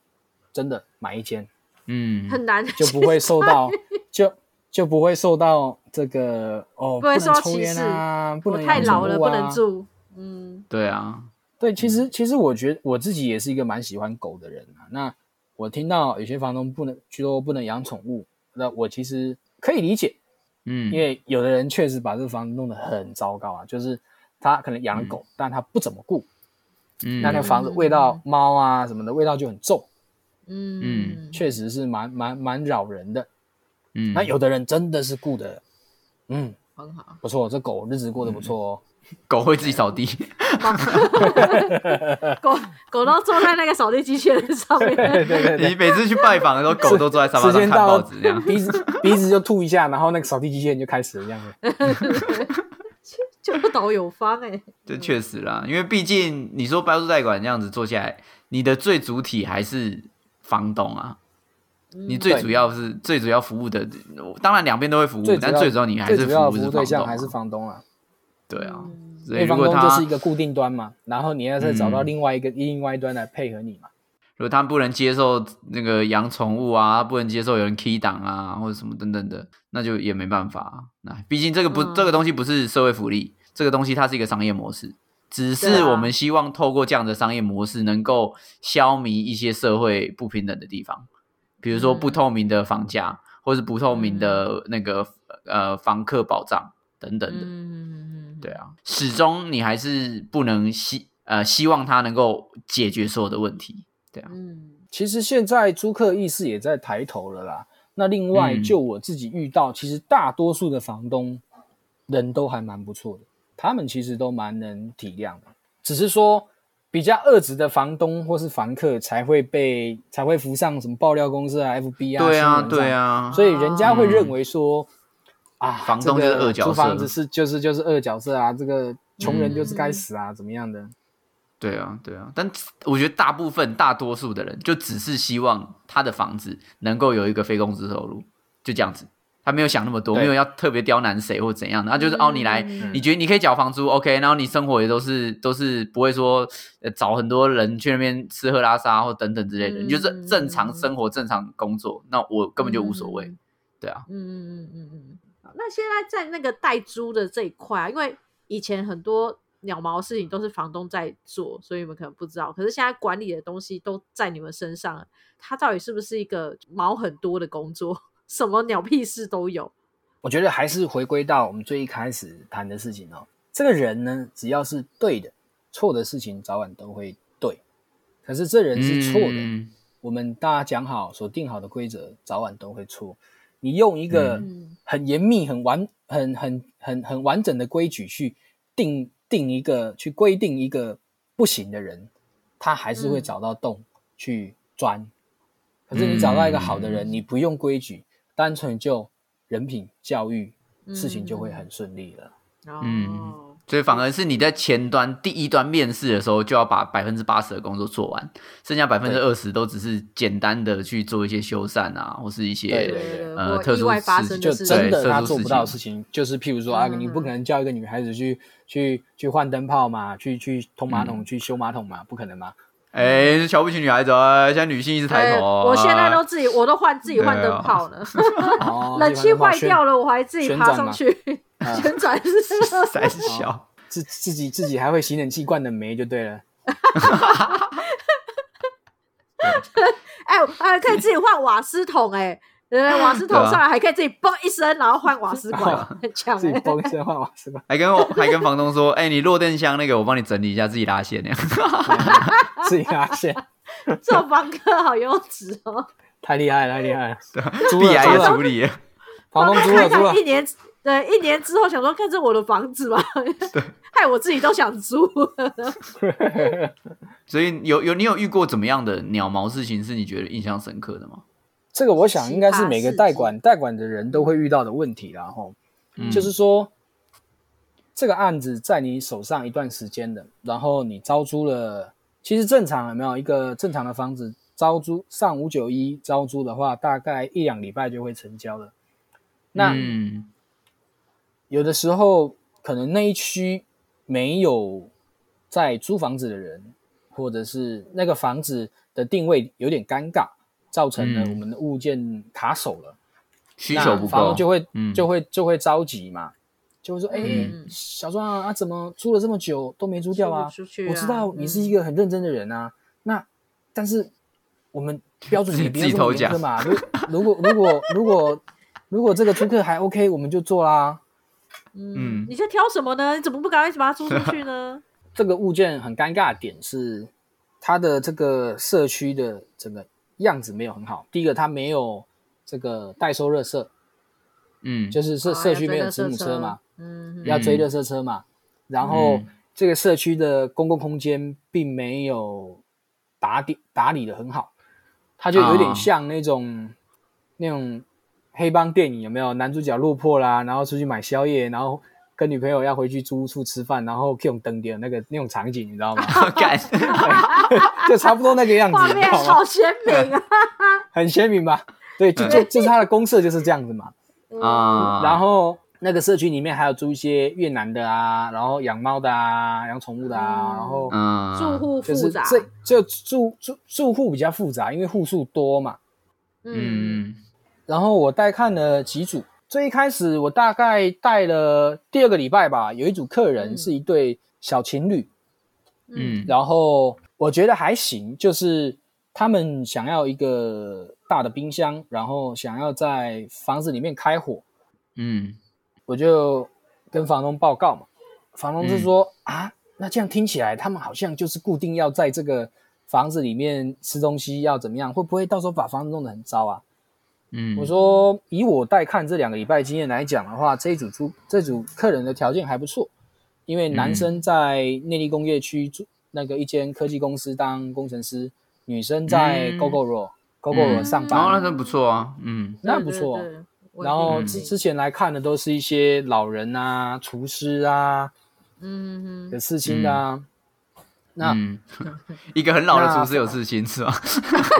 [SPEAKER 4] 真的买一间
[SPEAKER 3] 嗯，
[SPEAKER 2] 很难
[SPEAKER 4] 就不会
[SPEAKER 2] [LAUGHS]
[SPEAKER 4] 受到就。就不会受到这个哦，
[SPEAKER 2] 不会
[SPEAKER 4] 能
[SPEAKER 2] 受到
[SPEAKER 4] 抽
[SPEAKER 2] 歧
[SPEAKER 4] 烟啊，不
[SPEAKER 2] 我
[SPEAKER 4] 能
[SPEAKER 2] 太
[SPEAKER 4] 养
[SPEAKER 2] 老
[SPEAKER 4] 宠
[SPEAKER 2] 了，
[SPEAKER 4] 物
[SPEAKER 2] 不
[SPEAKER 4] 啊
[SPEAKER 2] 能住。嗯
[SPEAKER 3] 对啊，
[SPEAKER 4] 对，其实其实我觉得我自己也是一个蛮喜欢狗的人啊。那我听到有些房东不能说不能养宠物，那我其实可以理解，
[SPEAKER 3] 嗯，
[SPEAKER 4] 因为有的人确实把这个房子弄得很糟糕啊，就是他可能养了
[SPEAKER 2] 嗯
[SPEAKER 4] 狗，但他不怎么顾，
[SPEAKER 3] 嗯
[SPEAKER 4] 那那房子味道猫啊什么的味道就很重，
[SPEAKER 2] 嗯，
[SPEAKER 4] 确实是蛮蛮蛮扰人的。
[SPEAKER 3] 嗯
[SPEAKER 4] 那有的人真的是顾的，嗯，
[SPEAKER 2] 很好。
[SPEAKER 4] 不错，这狗日子过得不错哦。
[SPEAKER 3] 狗会自己扫地，
[SPEAKER 2] 狗 [LAUGHS] 狗都坐在那个扫地机器人上面，
[SPEAKER 4] 对对对
[SPEAKER 3] 你每次去拜嗯 [LAUGHS] 访的时候，狗都坐在沙发
[SPEAKER 4] 时
[SPEAKER 3] 上
[SPEAKER 4] 间
[SPEAKER 3] 看
[SPEAKER 4] 到
[SPEAKER 3] 报
[SPEAKER 4] 了
[SPEAKER 3] 纸那样，。
[SPEAKER 4] 鼻子鼻子就吐一下，然后那个扫地机器人就开始了这样子。
[SPEAKER 2] 就不倒有方哎、
[SPEAKER 3] 这确实啦，因为毕竟你说包租代管这样子做下来，你的最主体还是房东啊，你
[SPEAKER 2] 嗯
[SPEAKER 3] 最
[SPEAKER 4] 对
[SPEAKER 3] 主要是最主要服务的，当然两边都会服务，
[SPEAKER 4] 主
[SPEAKER 3] 但
[SPEAKER 4] 要
[SPEAKER 3] 最主要你还是
[SPEAKER 4] 最主要
[SPEAKER 3] 务是
[SPEAKER 4] 的服
[SPEAKER 3] 房
[SPEAKER 4] 务对
[SPEAKER 3] 东
[SPEAKER 4] 象
[SPEAKER 3] 啊，
[SPEAKER 4] 还是房东啊，
[SPEAKER 3] 对啊，
[SPEAKER 4] 因
[SPEAKER 3] 所以
[SPEAKER 4] 为
[SPEAKER 3] 如
[SPEAKER 4] 房
[SPEAKER 3] 果
[SPEAKER 4] 东
[SPEAKER 3] 他
[SPEAKER 4] 就是一个固定端嘛，然后你要再找到
[SPEAKER 3] 嗯
[SPEAKER 4] 另外一个另外一端来配合你嘛。
[SPEAKER 3] 如果他不能接受那个养宠物啊，不能接受有人 key 档啊或者什么等等的，那就也没办法、啊。那毕竟这个不、
[SPEAKER 2] 嗯
[SPEAKER 3] 这个东西不是社会福利，这个东西它是一个商业模式，只
[SPEAKER 2] 对
[SPEAKER 3] 是
[SPEAKER 2] 啊
[SPEAKER 3] 我们希望透过这样的商业模式，能够消弭一些社会不平等的地方，比如说
[SPEAKER 2] 嗯
[SPEAKER 3] 不透明的房价，或是不透明的那个、呃房客保障等等的。
[SPEAKER 2] 嗯，
[SPEAKER 3] 对啊，始终你还是不能希呃希望它能够解决所有的问题。对啊，
[SPEAKER 2] 嗯，
[SPEAKER 4] 其实现在租客意识也在抬头了啦。那另外，
[SPEAKER 3] 嗯
[SPEAKER 4] 就我自己遇到，其实大多数的房东人都还蛮不错的，他们其实都蛮能体谅的，只是说比较恶质的房东或是房客才会被才会浮上什么爆料公社啊、
[SPEAKER 3] 对
[SPEAKER 4] FB 啊、
[SPEAKER 3] 啊，
[SPEAKER 4] 新闻上
[SPEAKER 3] 对啊，
[SPEAKER 4] 所以人家会认为说、啊，
[SPEAKER 3] 房东就是恶角色
[SPEAKER 4] 这个租房子是就是就是恶角色啊，这个穷人
[SPEAKER 3] 嗯
[SPEAKER 4] 就是该死啊，怎么样的？
[SPEAKER 3] 对啊，对啊。但我觉得大部分、大多数的人就只是希望他的房子能够有一个非工资收入，就这样子。他没有想那么多，
[SPEAKER 4] 对
[SPEAKER 3] 没有要特别刁难谁或怎样的，他就是、
[SPEAKER 2] 嗯
[SPEAKER 3] 哦，你来，
[SPEAKER 2] 嗯
[SPEAKER 3] 你觉得你可以缴房租，OK，然后你生活也都是都是不会说、呃、找很多人去那边吃喝拉撒或等等之类的，
[SPEAKER 2] 嗯
[SPEAKER 3] 你就是正常生活、正常工作，那我根本就无所谓，对啊，
[SPEAKER 2] 嗯嗯嗯嗯嗯嗯。那现在在那个代租的这一块、啊，因为以前很多鸟毛事情都是房东在做，所以你们可能不知道。可是现在管理的东西都在你们身上了，它到底是不是一个毛很多的工作？ [LAUGHS] 什么鸟屁事都有。
[SPEAKER 4] 我觉得还是回归到我们最一开始谈的事情哦。这个人呢，只要是对的，错的事情早晚都会对。可是这嗯人是错的，
[SPEAKER 3] 嗯
[SPEAKER 4] 我们大家讲好所定好的规则，早晚都会错。你用一个
[SPEAKER 2] 嗯
[SPEAKER 4] 很严密、很完、很很很很完整的规矩去定定一个、去规定一个不行的人，他还是会
[SPEAKER 2] 嗯
[SPEAKER 4] 找到洞去钻。可是你找到一个好的
[SPEAKER 2] 嗯
[SPEAKER 4] 人，你不用规矩，单纯就人品教育，事情就会很顺利了。
[SPEAKER 2] 哦，
[SPEAKER 3] 嗯所以反而是你在前端第一端面试的时候，就要把百分之八十的工作做完，剩下百分之二十都只是简单的去做一些修缮啊，或是一
[SPEAKER 4] 对
[SPEAKER 2] 对
[SPEAKER 3] 些
[SPEAKER 2] 对对，
[SPEAKER 3] 呃
[SPEAKER 2] 或
[SPEAKER 3] 特
[SPEAKER 2] 意
[SPEAKER 3] 殊
[SPEAKER 2] 外发
[SPEAKER 3] 事
[SPEAKER 2] 生
[SPEAKER 3] 情
[SPEAKER 4] 就
[SPEAKER 2] 事
[SPEAKER 4] 真
[SPEAKER 3] 对
[SPEAKER 4] 的
[SPEAKER 3] 特
[SPEAKER 4] 他
[SPEAKER 3] 殊
[SPEAKER 4] 做
[SPEAKER 3] 事
[SPEAKER 4] 不到的
[SPEAKER 3] 情
[SPEAKER 4] 事情，就是譬如说啊，
[SPEAKER 2] 嗯
[SPEAKER 4] 你不可能叫一个女孩子去去去换灯泡嘛，去去通马桶、去修马桶嘛，不可
[SPEAKER 2] [LAUGHS]
[SPEAKER 4] 能嘛。
[SPEAKER 3] 哎，瞧不起女孩子啊！现在女性一直抬头啊、
[SPEAKER 2] 哎我现在都自己，我都换自己换
[SPEAKER 3] 对
[SPEAKER 2] 灯
[SPEAKER 3] 啊
[SPEAKER 2] 泡
[SPEAKER 4] [LAUGHS]
[SPEAKER 2] 呢，
[SPEAKER 4] 哦
[SPEAKER 2] 冷气坏掉，了，我还自己
[SPEAKER 4] 旋
[SPEAKER 2] 爬
[SPEAKER 4] 转
[SPEAKER 2] 上
[SPEAKER 4] 嘛
[SPEAKER 2] 去 [LAUGHS]
[SPEAKER 4] 啊
[SPEAKER 2] 旋转是什么
[SPEAKER 3] [LAUGHS] 三
[SPEAKER 4] [LAUGHS]
[SPEAKER 3] 小，
[SPEAKER 4] 自自己自己还会洗冷气罐的煤就对了。
[SPEAKER 2] 哎，还可以自己换瓦斯桶、哎，对不对，瓦斯桶
[SPEAKER 3] 对啊。
[SPEAKER 2] 上来还可以自己嘣一声，然后换瓦斯
[SPEAKER 4] [LAUGHS]
[SPEAKER 2] 管，很强、
[SPEAKER 4] 自己
[SPEAKER 2] 哎
[SPEAKER 4] 崩一声换瓦斯吧
[SPEAKER 3] 还跟我还跟房东说，哎，你落电箱那个我帮你整理一下，自己拉线那样。
[SPEAKER 4] 自己拉线，
[SPEAKER 2] 这种房客好优质哦，
[SPEAKER 4] 太厉害了，太厉害了！租
[SPEAKER 3] 必
[SPEAKER 4] 了
[SPEAKER 3] 然
[SPEAKER 4] 租
[SPEAKER 3] 也
[SPEAKER 4] 了，
[SPEAKER 3] 处理，
[SPEAKER 4] [LAUGHS] 房东租
[SPEAKER 2] 看
[SPEAKER 4] 了租
[SPEAKER 2] 到
[SPEAKER 4] 了
[SPEAKER 2] 一，年。对，一年之后想说，看这我的房子
[SPEAKER 3] [LAUGHS]
[SPEAKER 2] 吧，害我自己都想租。
[SPEAKER 3] 所以有有你有遇过怎么样的鸟毛事情是你觉得印象深刻的吗？
[SPEAKER 4] 这个我想应该是每
[SPEAKER 2] 奇葩
[SPEAKER 4] 个
[SPEAKER 2] 事
[SPEAKER 4] 代管代管的人都会遇到的问题啦。吼，
[SPEAKER 3] 嗯
[SPEAKER 4] 就是说这个案子在你手上一段时间的，然后你招租了，其实正常有没有一个正常的房子招租上五九一招租的话，大概一两礼拜就会成交了。那、
[SPEAKER 3] 嗯
[SPEAKER 4] 有的时候可能那一区没有在租房子的人，或者是那个房子的定位有点尴尬，造成了
[SPEAKER 3] 嗯
[SPEAKER 4] 我们的物件卡手了。
[SPEAKER 3] 需
[SPEAKER 4] 那
[SPEAKER 3] 求不
[SPEAKER 4] 房
[SPEAKER 3] 够
[SPEAKER 4] 东，就会
[SPEAKER 3] 嗯
[SPEAKER 4] 就会就会着急嘛，就会说：“哎、
[SPEAKER 2] 嗯
[SPEAKER 4] 小庄啊，啊怎么租了这么久都没租掉啊？
[SPEAKER 2] 出去、啊，
[SPEAKER 4] 我知道你是
[SPEAKER 2] 嗯
[SPEAKER 4] 一个很认真的人啊，那但是我们标准
[SPEAKER 3] 自己
[SPEAKER 4] 也不
[SPEAKER 3] 自
[SPEAKER 4] 要
[SPEAKER 3] 己
[SPEAKER 4] 这么
[SPEAKER 3] 偷
[SPEAKER 4] 严
[SPEAKER 3] 讲
[SPEAKER 4] 苛嘛。如如果如果如果如果这个租客还 OK，我们就做啦。
[SPEAKER 2] 嗯
[SPEAKER 3] 嗯，
[SPEAKER 2] 你在挑什么呢？你怎么不赶快把它租出去
[SPEAKER 3] [LAUGHS]
[SPEAKER 2] 呢？
[SPEAKER 4] 这个物件很尴尬的点是，它的这个社区的整个样子没有很好。第一个，它没有这个代收热色，
[SPEAKER 3] 嗯
[SPEAKER 4] 就是社
[SPEAKER 2] 啊
[SPEAKER 4] 社区没有
[SPEAKER 2] 要追
[SPEAKER 4] 子母
[SPEAKER 2] 垃圾
[SPEAKER 4] 车嘛，
[SPEAKER 2] 嗯，
[SPEAKER 4] 要追热色车嘛。然后这个社区的公共空间并没有打理打理的很好，它就有点
[SPEAKER 3] 啊
[SPEAKER 4] 像那种、那种黑帮电影，有没有？男主角落魄啦，然后出去买宵夜，然后跟女朋友要回去租屋处吃饭，然后用灯点那个那种场景，你知道吗？
[SPEAKER 3] [LAUGHS]
[SPEAKER 4] [LAUGHS]
[SPEAKER 3] 干，
[SPEAKER 4] 就差不多那个样子，
[SPEAKER 2] 画
[SPEAKER 4] 你知
[SPEAKER 2] 面
[SPEAKER 4] 道吗？
[SPEAKER 2] 好鲜明啊！
[SPEAKER 4] 很鲜明吧？对，就就就是它的公社就是这样子嘛。
[SPEAKER 2] 嗯
[SPEAKER 3] 啊，
[SPEAKER 4] 然后那个社区里面还有租一些越南的啊，然后养猫的啊，养宠物的啊，
[SPEAKER 2] 嗯
[SPEAKER 4] 然后
[SPEAKER 3] 嗯
[SPEAKER 2] 住户
[SPEAKER 4] 就
[SPEAKER 2] 复
[SPEAKER 4] 是
[SPEAKER 2] 杂，
[SPEAKER 4] 这就住住住户比较复杂，因为户数多嘛。
[SPEAKER 2] 嗯，
[SPEAKER 3] 嗯
[SPEAKER 4] 然后我带看了几组，最一开始我大概带了第二个礼拜吧，有一组客人
[SPEAKER 2] 嗯
[SPEAKER 4] 是一对小情侣，
[SPEAKER 3] 嗯
[SPEAKER 4] 然后我觉得还行，就是他们想要一个大的冰箱，然后想要在房子里面开火，
[SPEAKER 3] 嗯
[SPEAKER 4] 我就跟房东报告嘛，房东就说、啊，那这样听起来他们好像就是固定要在这个房子里面吃东西，要怎么样？会不会到时候把房子弄得很糟啊？
[SPEAKER 3] 嗯，
[SPEAKER 4] 我说以我带看这两个礼拜经验来讲的话，这一组租这组客人的条件还不错，因为男生在内地工业区租那个一间科技公司当工程师，女生在
[SPEAKER 3] 嗯
[SPEAKER 4] GoGoRo、
[SPEAKER 3] 嗯
[SPEAKER 4] GoGoRo 上
[SPEAKER 3] 然后那
[SPEAKER 4] 班，
[SPEAKER 3] 真不错啊，嗯
[SPEAKER 4] 那
[SPEAKER 2] 对
[SPEAKER 4] 不
[SPEAKER 2] 对
[SPEAKER 4] 错。
[SPEAKER 2] 对稳
[SPEAKER 4] 然后
[SPEAKER 2] 定
[SPEAKER 4] 之
[SPEAKER 2] 性
[SPEAKER 4] 之前来看的都是一些老人啊、厨师啊
[SPEAKER 2] 嗯嗯
[SPEAKER 4] 的事情啊。 [LAUGHS] 那
[SPEAKER 3] 嗯， [LAUGHS] 一个很老的厨师有自信是吧？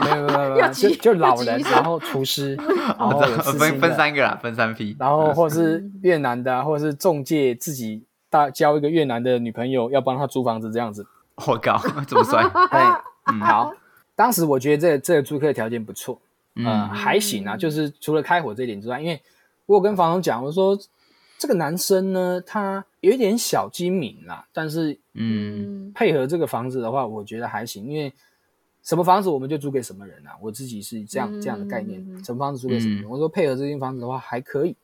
[SPEAKER 4] 没有没有没有没
[SPEAKER 2] 要
[SPEAKER 4] 有，就
[SPEAKER 2] 急
[SPEAKER 4] 就老
[SPEAKER 2] 要
[SPEAKER 4] 人，
[SPEAKER 2] 急
[SPEAKER 4] 然后厨师，然后哦有刺青
[SPEAKER 3] 哦分分
[SPEAKER 4] 的，啊
[SPEAKER 3] 三个啦，分三批。呃
[SPEAKER 4] 然后或是越南的啊，或者是中介自己大交一个越南的女朋友，要帮他租房子这样子。
[SPEAKER 3] 我 [LAUGHS] 靠，这么
[SPEAKER 4] [LAUGHS]
[SPEAKER 3] 帅，
[SPEAKER 4] 对，
[SPEAKER 3] 嗯
[SPEAKER 4] 好，当时我觉得这这个租客条件不错，呃，
[SPEAKER 3] 嗯
[SPEAKER 4] 还行啊，就是除了开火这一点之外，因为我有跟房东讲，我说这个男生呢，他有一点小精明啦，但是
[SPEAKER 3] 嗯
[SPEAKER 4] 配合这个房子的话，我觉得还行，因为什么房子我们就租给什么人啊，我自己是这样、这样的概念
[SPEAKER 2] 嗯嗯嗯，嗯
[SPEAKER 4] 什么房子租给什么人，
[SPEAKER 3] 嗯
[SPEAKER 4] 我说配合这间房子的话还可以。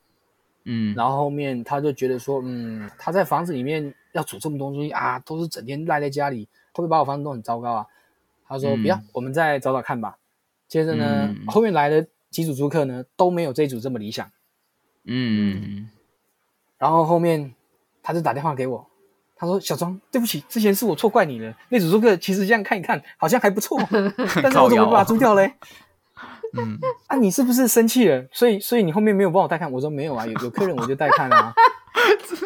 [SPEAKER 3] 嗯，
[SPEAKER 4] 然后后面他就觉得说，嗯，他在房子里面要煮这么多东西啊，都是整天赖在家里，会不会把我房子弄很糟糕啊？他说、
[SPEAKER 3] 嗯
[SPEAKER 4] 不要，我们再找找看吧。接着呢，
[SPEAKER 3] 嗯
[SPEAKER 4] 后面来的几组租客呢都没有这一组这么理想。
[SPEAKER 3] 嗯，
[SPEAKER 4] 然后后面他就打电话给我，他说：“小庄，对不起，之前是我错怪你了。那组租客其实这样看一看，好像还不
[SPEAKER 3] [LAUGHS]
[SPEAKER 4] 错，但是我怎么不
[SPEAKER 3] 啊
[SPEAKER 4] 把它租掉嘞？
[SPEAKER 3] 嗯，
[SPEAKER 4] 啊，你是不是生气了？所以，所以你后面没有帮我带看？我说没有啊，有有客人我就带看啊。
[SPEAKER 2] 嗯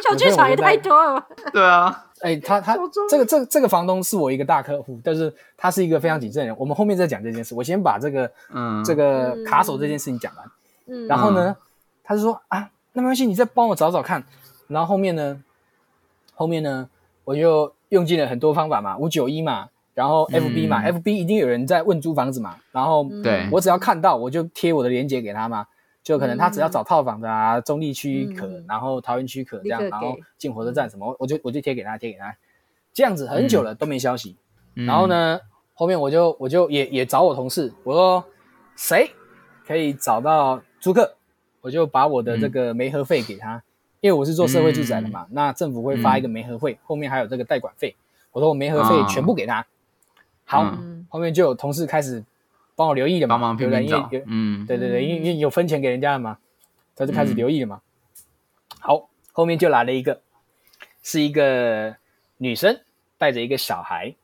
[SPEAKER 2] 小剧场也太多了吧？
[SPEAKER 3] 对啊，
[SPEAKER 4] 哎，他他
[SPEAKER 2] 小庄
[SPEAKER 4] 这个这个这个房东是我一个大客户，但是他是一个非常谨慎的人。我们后面再讲这件事，我先把这个、
[SPEAKER 3] 嗯，
[SPEAKER 4] [LAUGHS] 这个
[SPEAKER 2] 嗯
[SPEAKER 4] 卡手这件事情讲完。
[SPEAKER 2] 嗯，
[SPEAKER 4] 然后呢
[SPEAKER 3] 嗯，
[SPEAKER 4] 他就说啊，那没关系，你再帮我找找看。然后后面呢，后面呢，我就用尽了很多方法嘛，五九一嘛，然后 FB 嘛、
[SPEAKER 3] 嗯
[SPEAKER 4] f b 一定有人在问租房子嘛，然后
[SPEAKER 2] 嗯
[SPEAKER 3] 对
[SPEAKER 4] 我只要看到我就贴我的链接给他嘛，就可能他只要找套房的啊，中立区可，
[SPEAKER 2] 嗯
[SPEAKER 4] 然后桃园区可这样，
[SPEAKER 2] 立刻
[SPEAKER 4] 然后
[SPEAKER 2] 给
[SPEAKER 4] 进火车站什么，我就我就贴给他贴给他，这样子很久了、都没消息。
[SPEAKER 3] 嗯
[SPEAKER 4] 然后？呢，后面我就我就也也找我同事，我说谁可以找到租客，我就把我的这
[SPEAKER 2] 嗯
[SPEAKER 4] 个媒合费给他，因为我是做社会住宅的嘛，那政府会发
[SPEAKER 2] 嗯
[SPEAKER 4] 一个媒合费，后面还有这个贷款费，我说我媒合
[SPEAKER 2] 啊
[SPEAKER 4] 费全部给他。好，
[SPEAKER 2] 嗯
[SPEAKER 4] 后面就有同事开始帮我留意了嘛，
[SPEAKER 3] 帮忙
[SPEAKER 4] 对
[SPEAKER 3] 拼
[SPEAKER 4] 不对？
[SPEAKER 3] 命
[SPEAKER 4] 因为
[SPEAKER 3] 找
[SPEAKER 4] 有，
[SPEAKER 3] 嗯，
[SPEAKER 4] 对对对，
[SPEAKER 2] 嗯
[SPEAKER 4] 因为因为有分钱给人家了嘛，他就开始
[SPEAKER 3] 嗯
[SPEAKER 4] 留意了嘛。好，后面就来了一个，是一个女生带着一个小孩，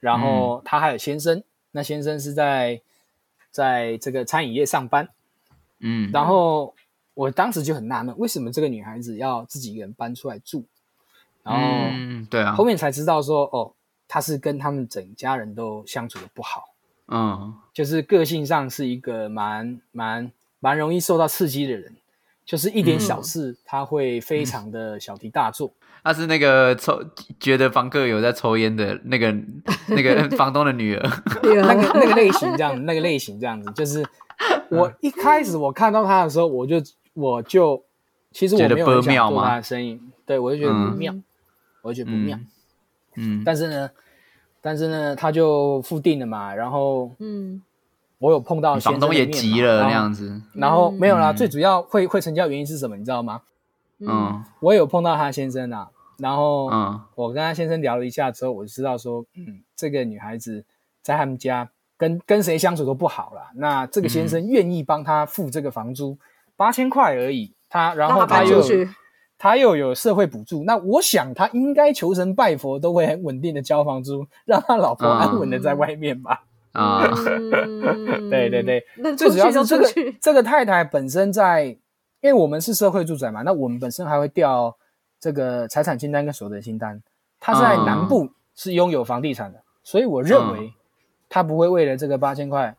[SPEAKER 4] 然
[SPEAKER 3] 嗯
[SPEAKER 4] 后她还有先生，那先生是在在这个餐饮业上班。
[SPEAKER 3] 嗯，
[SPEAKER 4] 然后我当时就很纳闷，为什么这个女孩子要自己一个人搬出来住？然后
[SPEAKER 3] 嗯，对啊，
[SPEAKER 4] 后面才知道说，哦，她是跟他们整家人都相处的不好。
[SPEAKER 3] 嗯
[SPEAKER 4] 就是个性上是一个蛮蛮蛮容易受到刺激的人，就是一点
[SPEAKER 3] 嗯
[SPEAKER 4] 小事他会非常的小题大做。 [LAUGHS]
[SPEAKER 3] 他是那个抽觉得房客有在抽烟的那个那
[SPEAKER 4] [LAUGHS]
[SPEAKER 3] 个房东的女儿，
[SPEAKER 4] 那个那个类型这样，那个类型这样子，就是
[SPEAKER 3] 嗯
[SPEAKER 4] 我一开始我看到他的时候，我就我就其实我没有很想做他的生意，对我就觉得
[SPEAKER 2] 嗯
[SPEAKER 4] 不妙，我就觉得不妙。
[SPEAKER 3] 嗯，
[SPEAKER 4] 但是呢，但是呢，他就付定了嘛，然后
[SPEAKER 2] 嗯
[SPEAKER 4] 我有碰到
[SPEAKER 3] 房东也急了那样
[SPEAKER 4] 子，
[SPEAKER 3] 子，
[SPEAKER 4] 然后没有啦，
[SPEAKER 3] 嗯
[SPEAKER 4] 最主要会会成交原因是什么，你知道吗？
[SPEAKER 2] 嗯
[SPEAKER 3] 嗯
[SPEAKER 4] 我有碰到他先生啊，然后
[SPEAKER 3] 嗯
[SPEAKER 4] 我跟他先生聊了一下之后，我就知道说，嗯，这个女孩子在他们家跟跟谁相处都不好啦。那这个先生愿意帮她付这个房租八千块而已，他然后
[SPEAKER 2] 让她
[SPEAKER 4] 他
[SPEAKER 2] 搬
[SPEAKER 4] 又
[SPEAKER 2] 出去
[SPEAKER 4] 他又有社会补助，那我想他应该求神拜佛都会很稳定的交房租，让他老婆
[SPEAKER 3] 嗯
[SPEAKER 4] 安稳的在外面吧。
[SPEAKER 3] 啊，
[SPEAKER 2] 嗯，
[SPEAKER 4] 对对对，
[SPEAKER 2] 那
[SPEAKER 4] [LAUGHS] 最
[SPEAKER 2] 出
[SPEAKER 4] 主要
[SPEAKER 2] 去就是
[SPEAKER 4] 这
[SPEAKER 2] 出
[SPEAKER 4] 个
[SPEAKER 2] 去，
[SPEAKER 4] 这个太太本身在，因为我们是社会住宅嘛，那我们本身还会调这个财产清单跟所得清单。她在
[SPEAKER 3] 嗯
[SPEAKER 4] 南部是拥有房地产的，所以我认为她不会为了这个八千块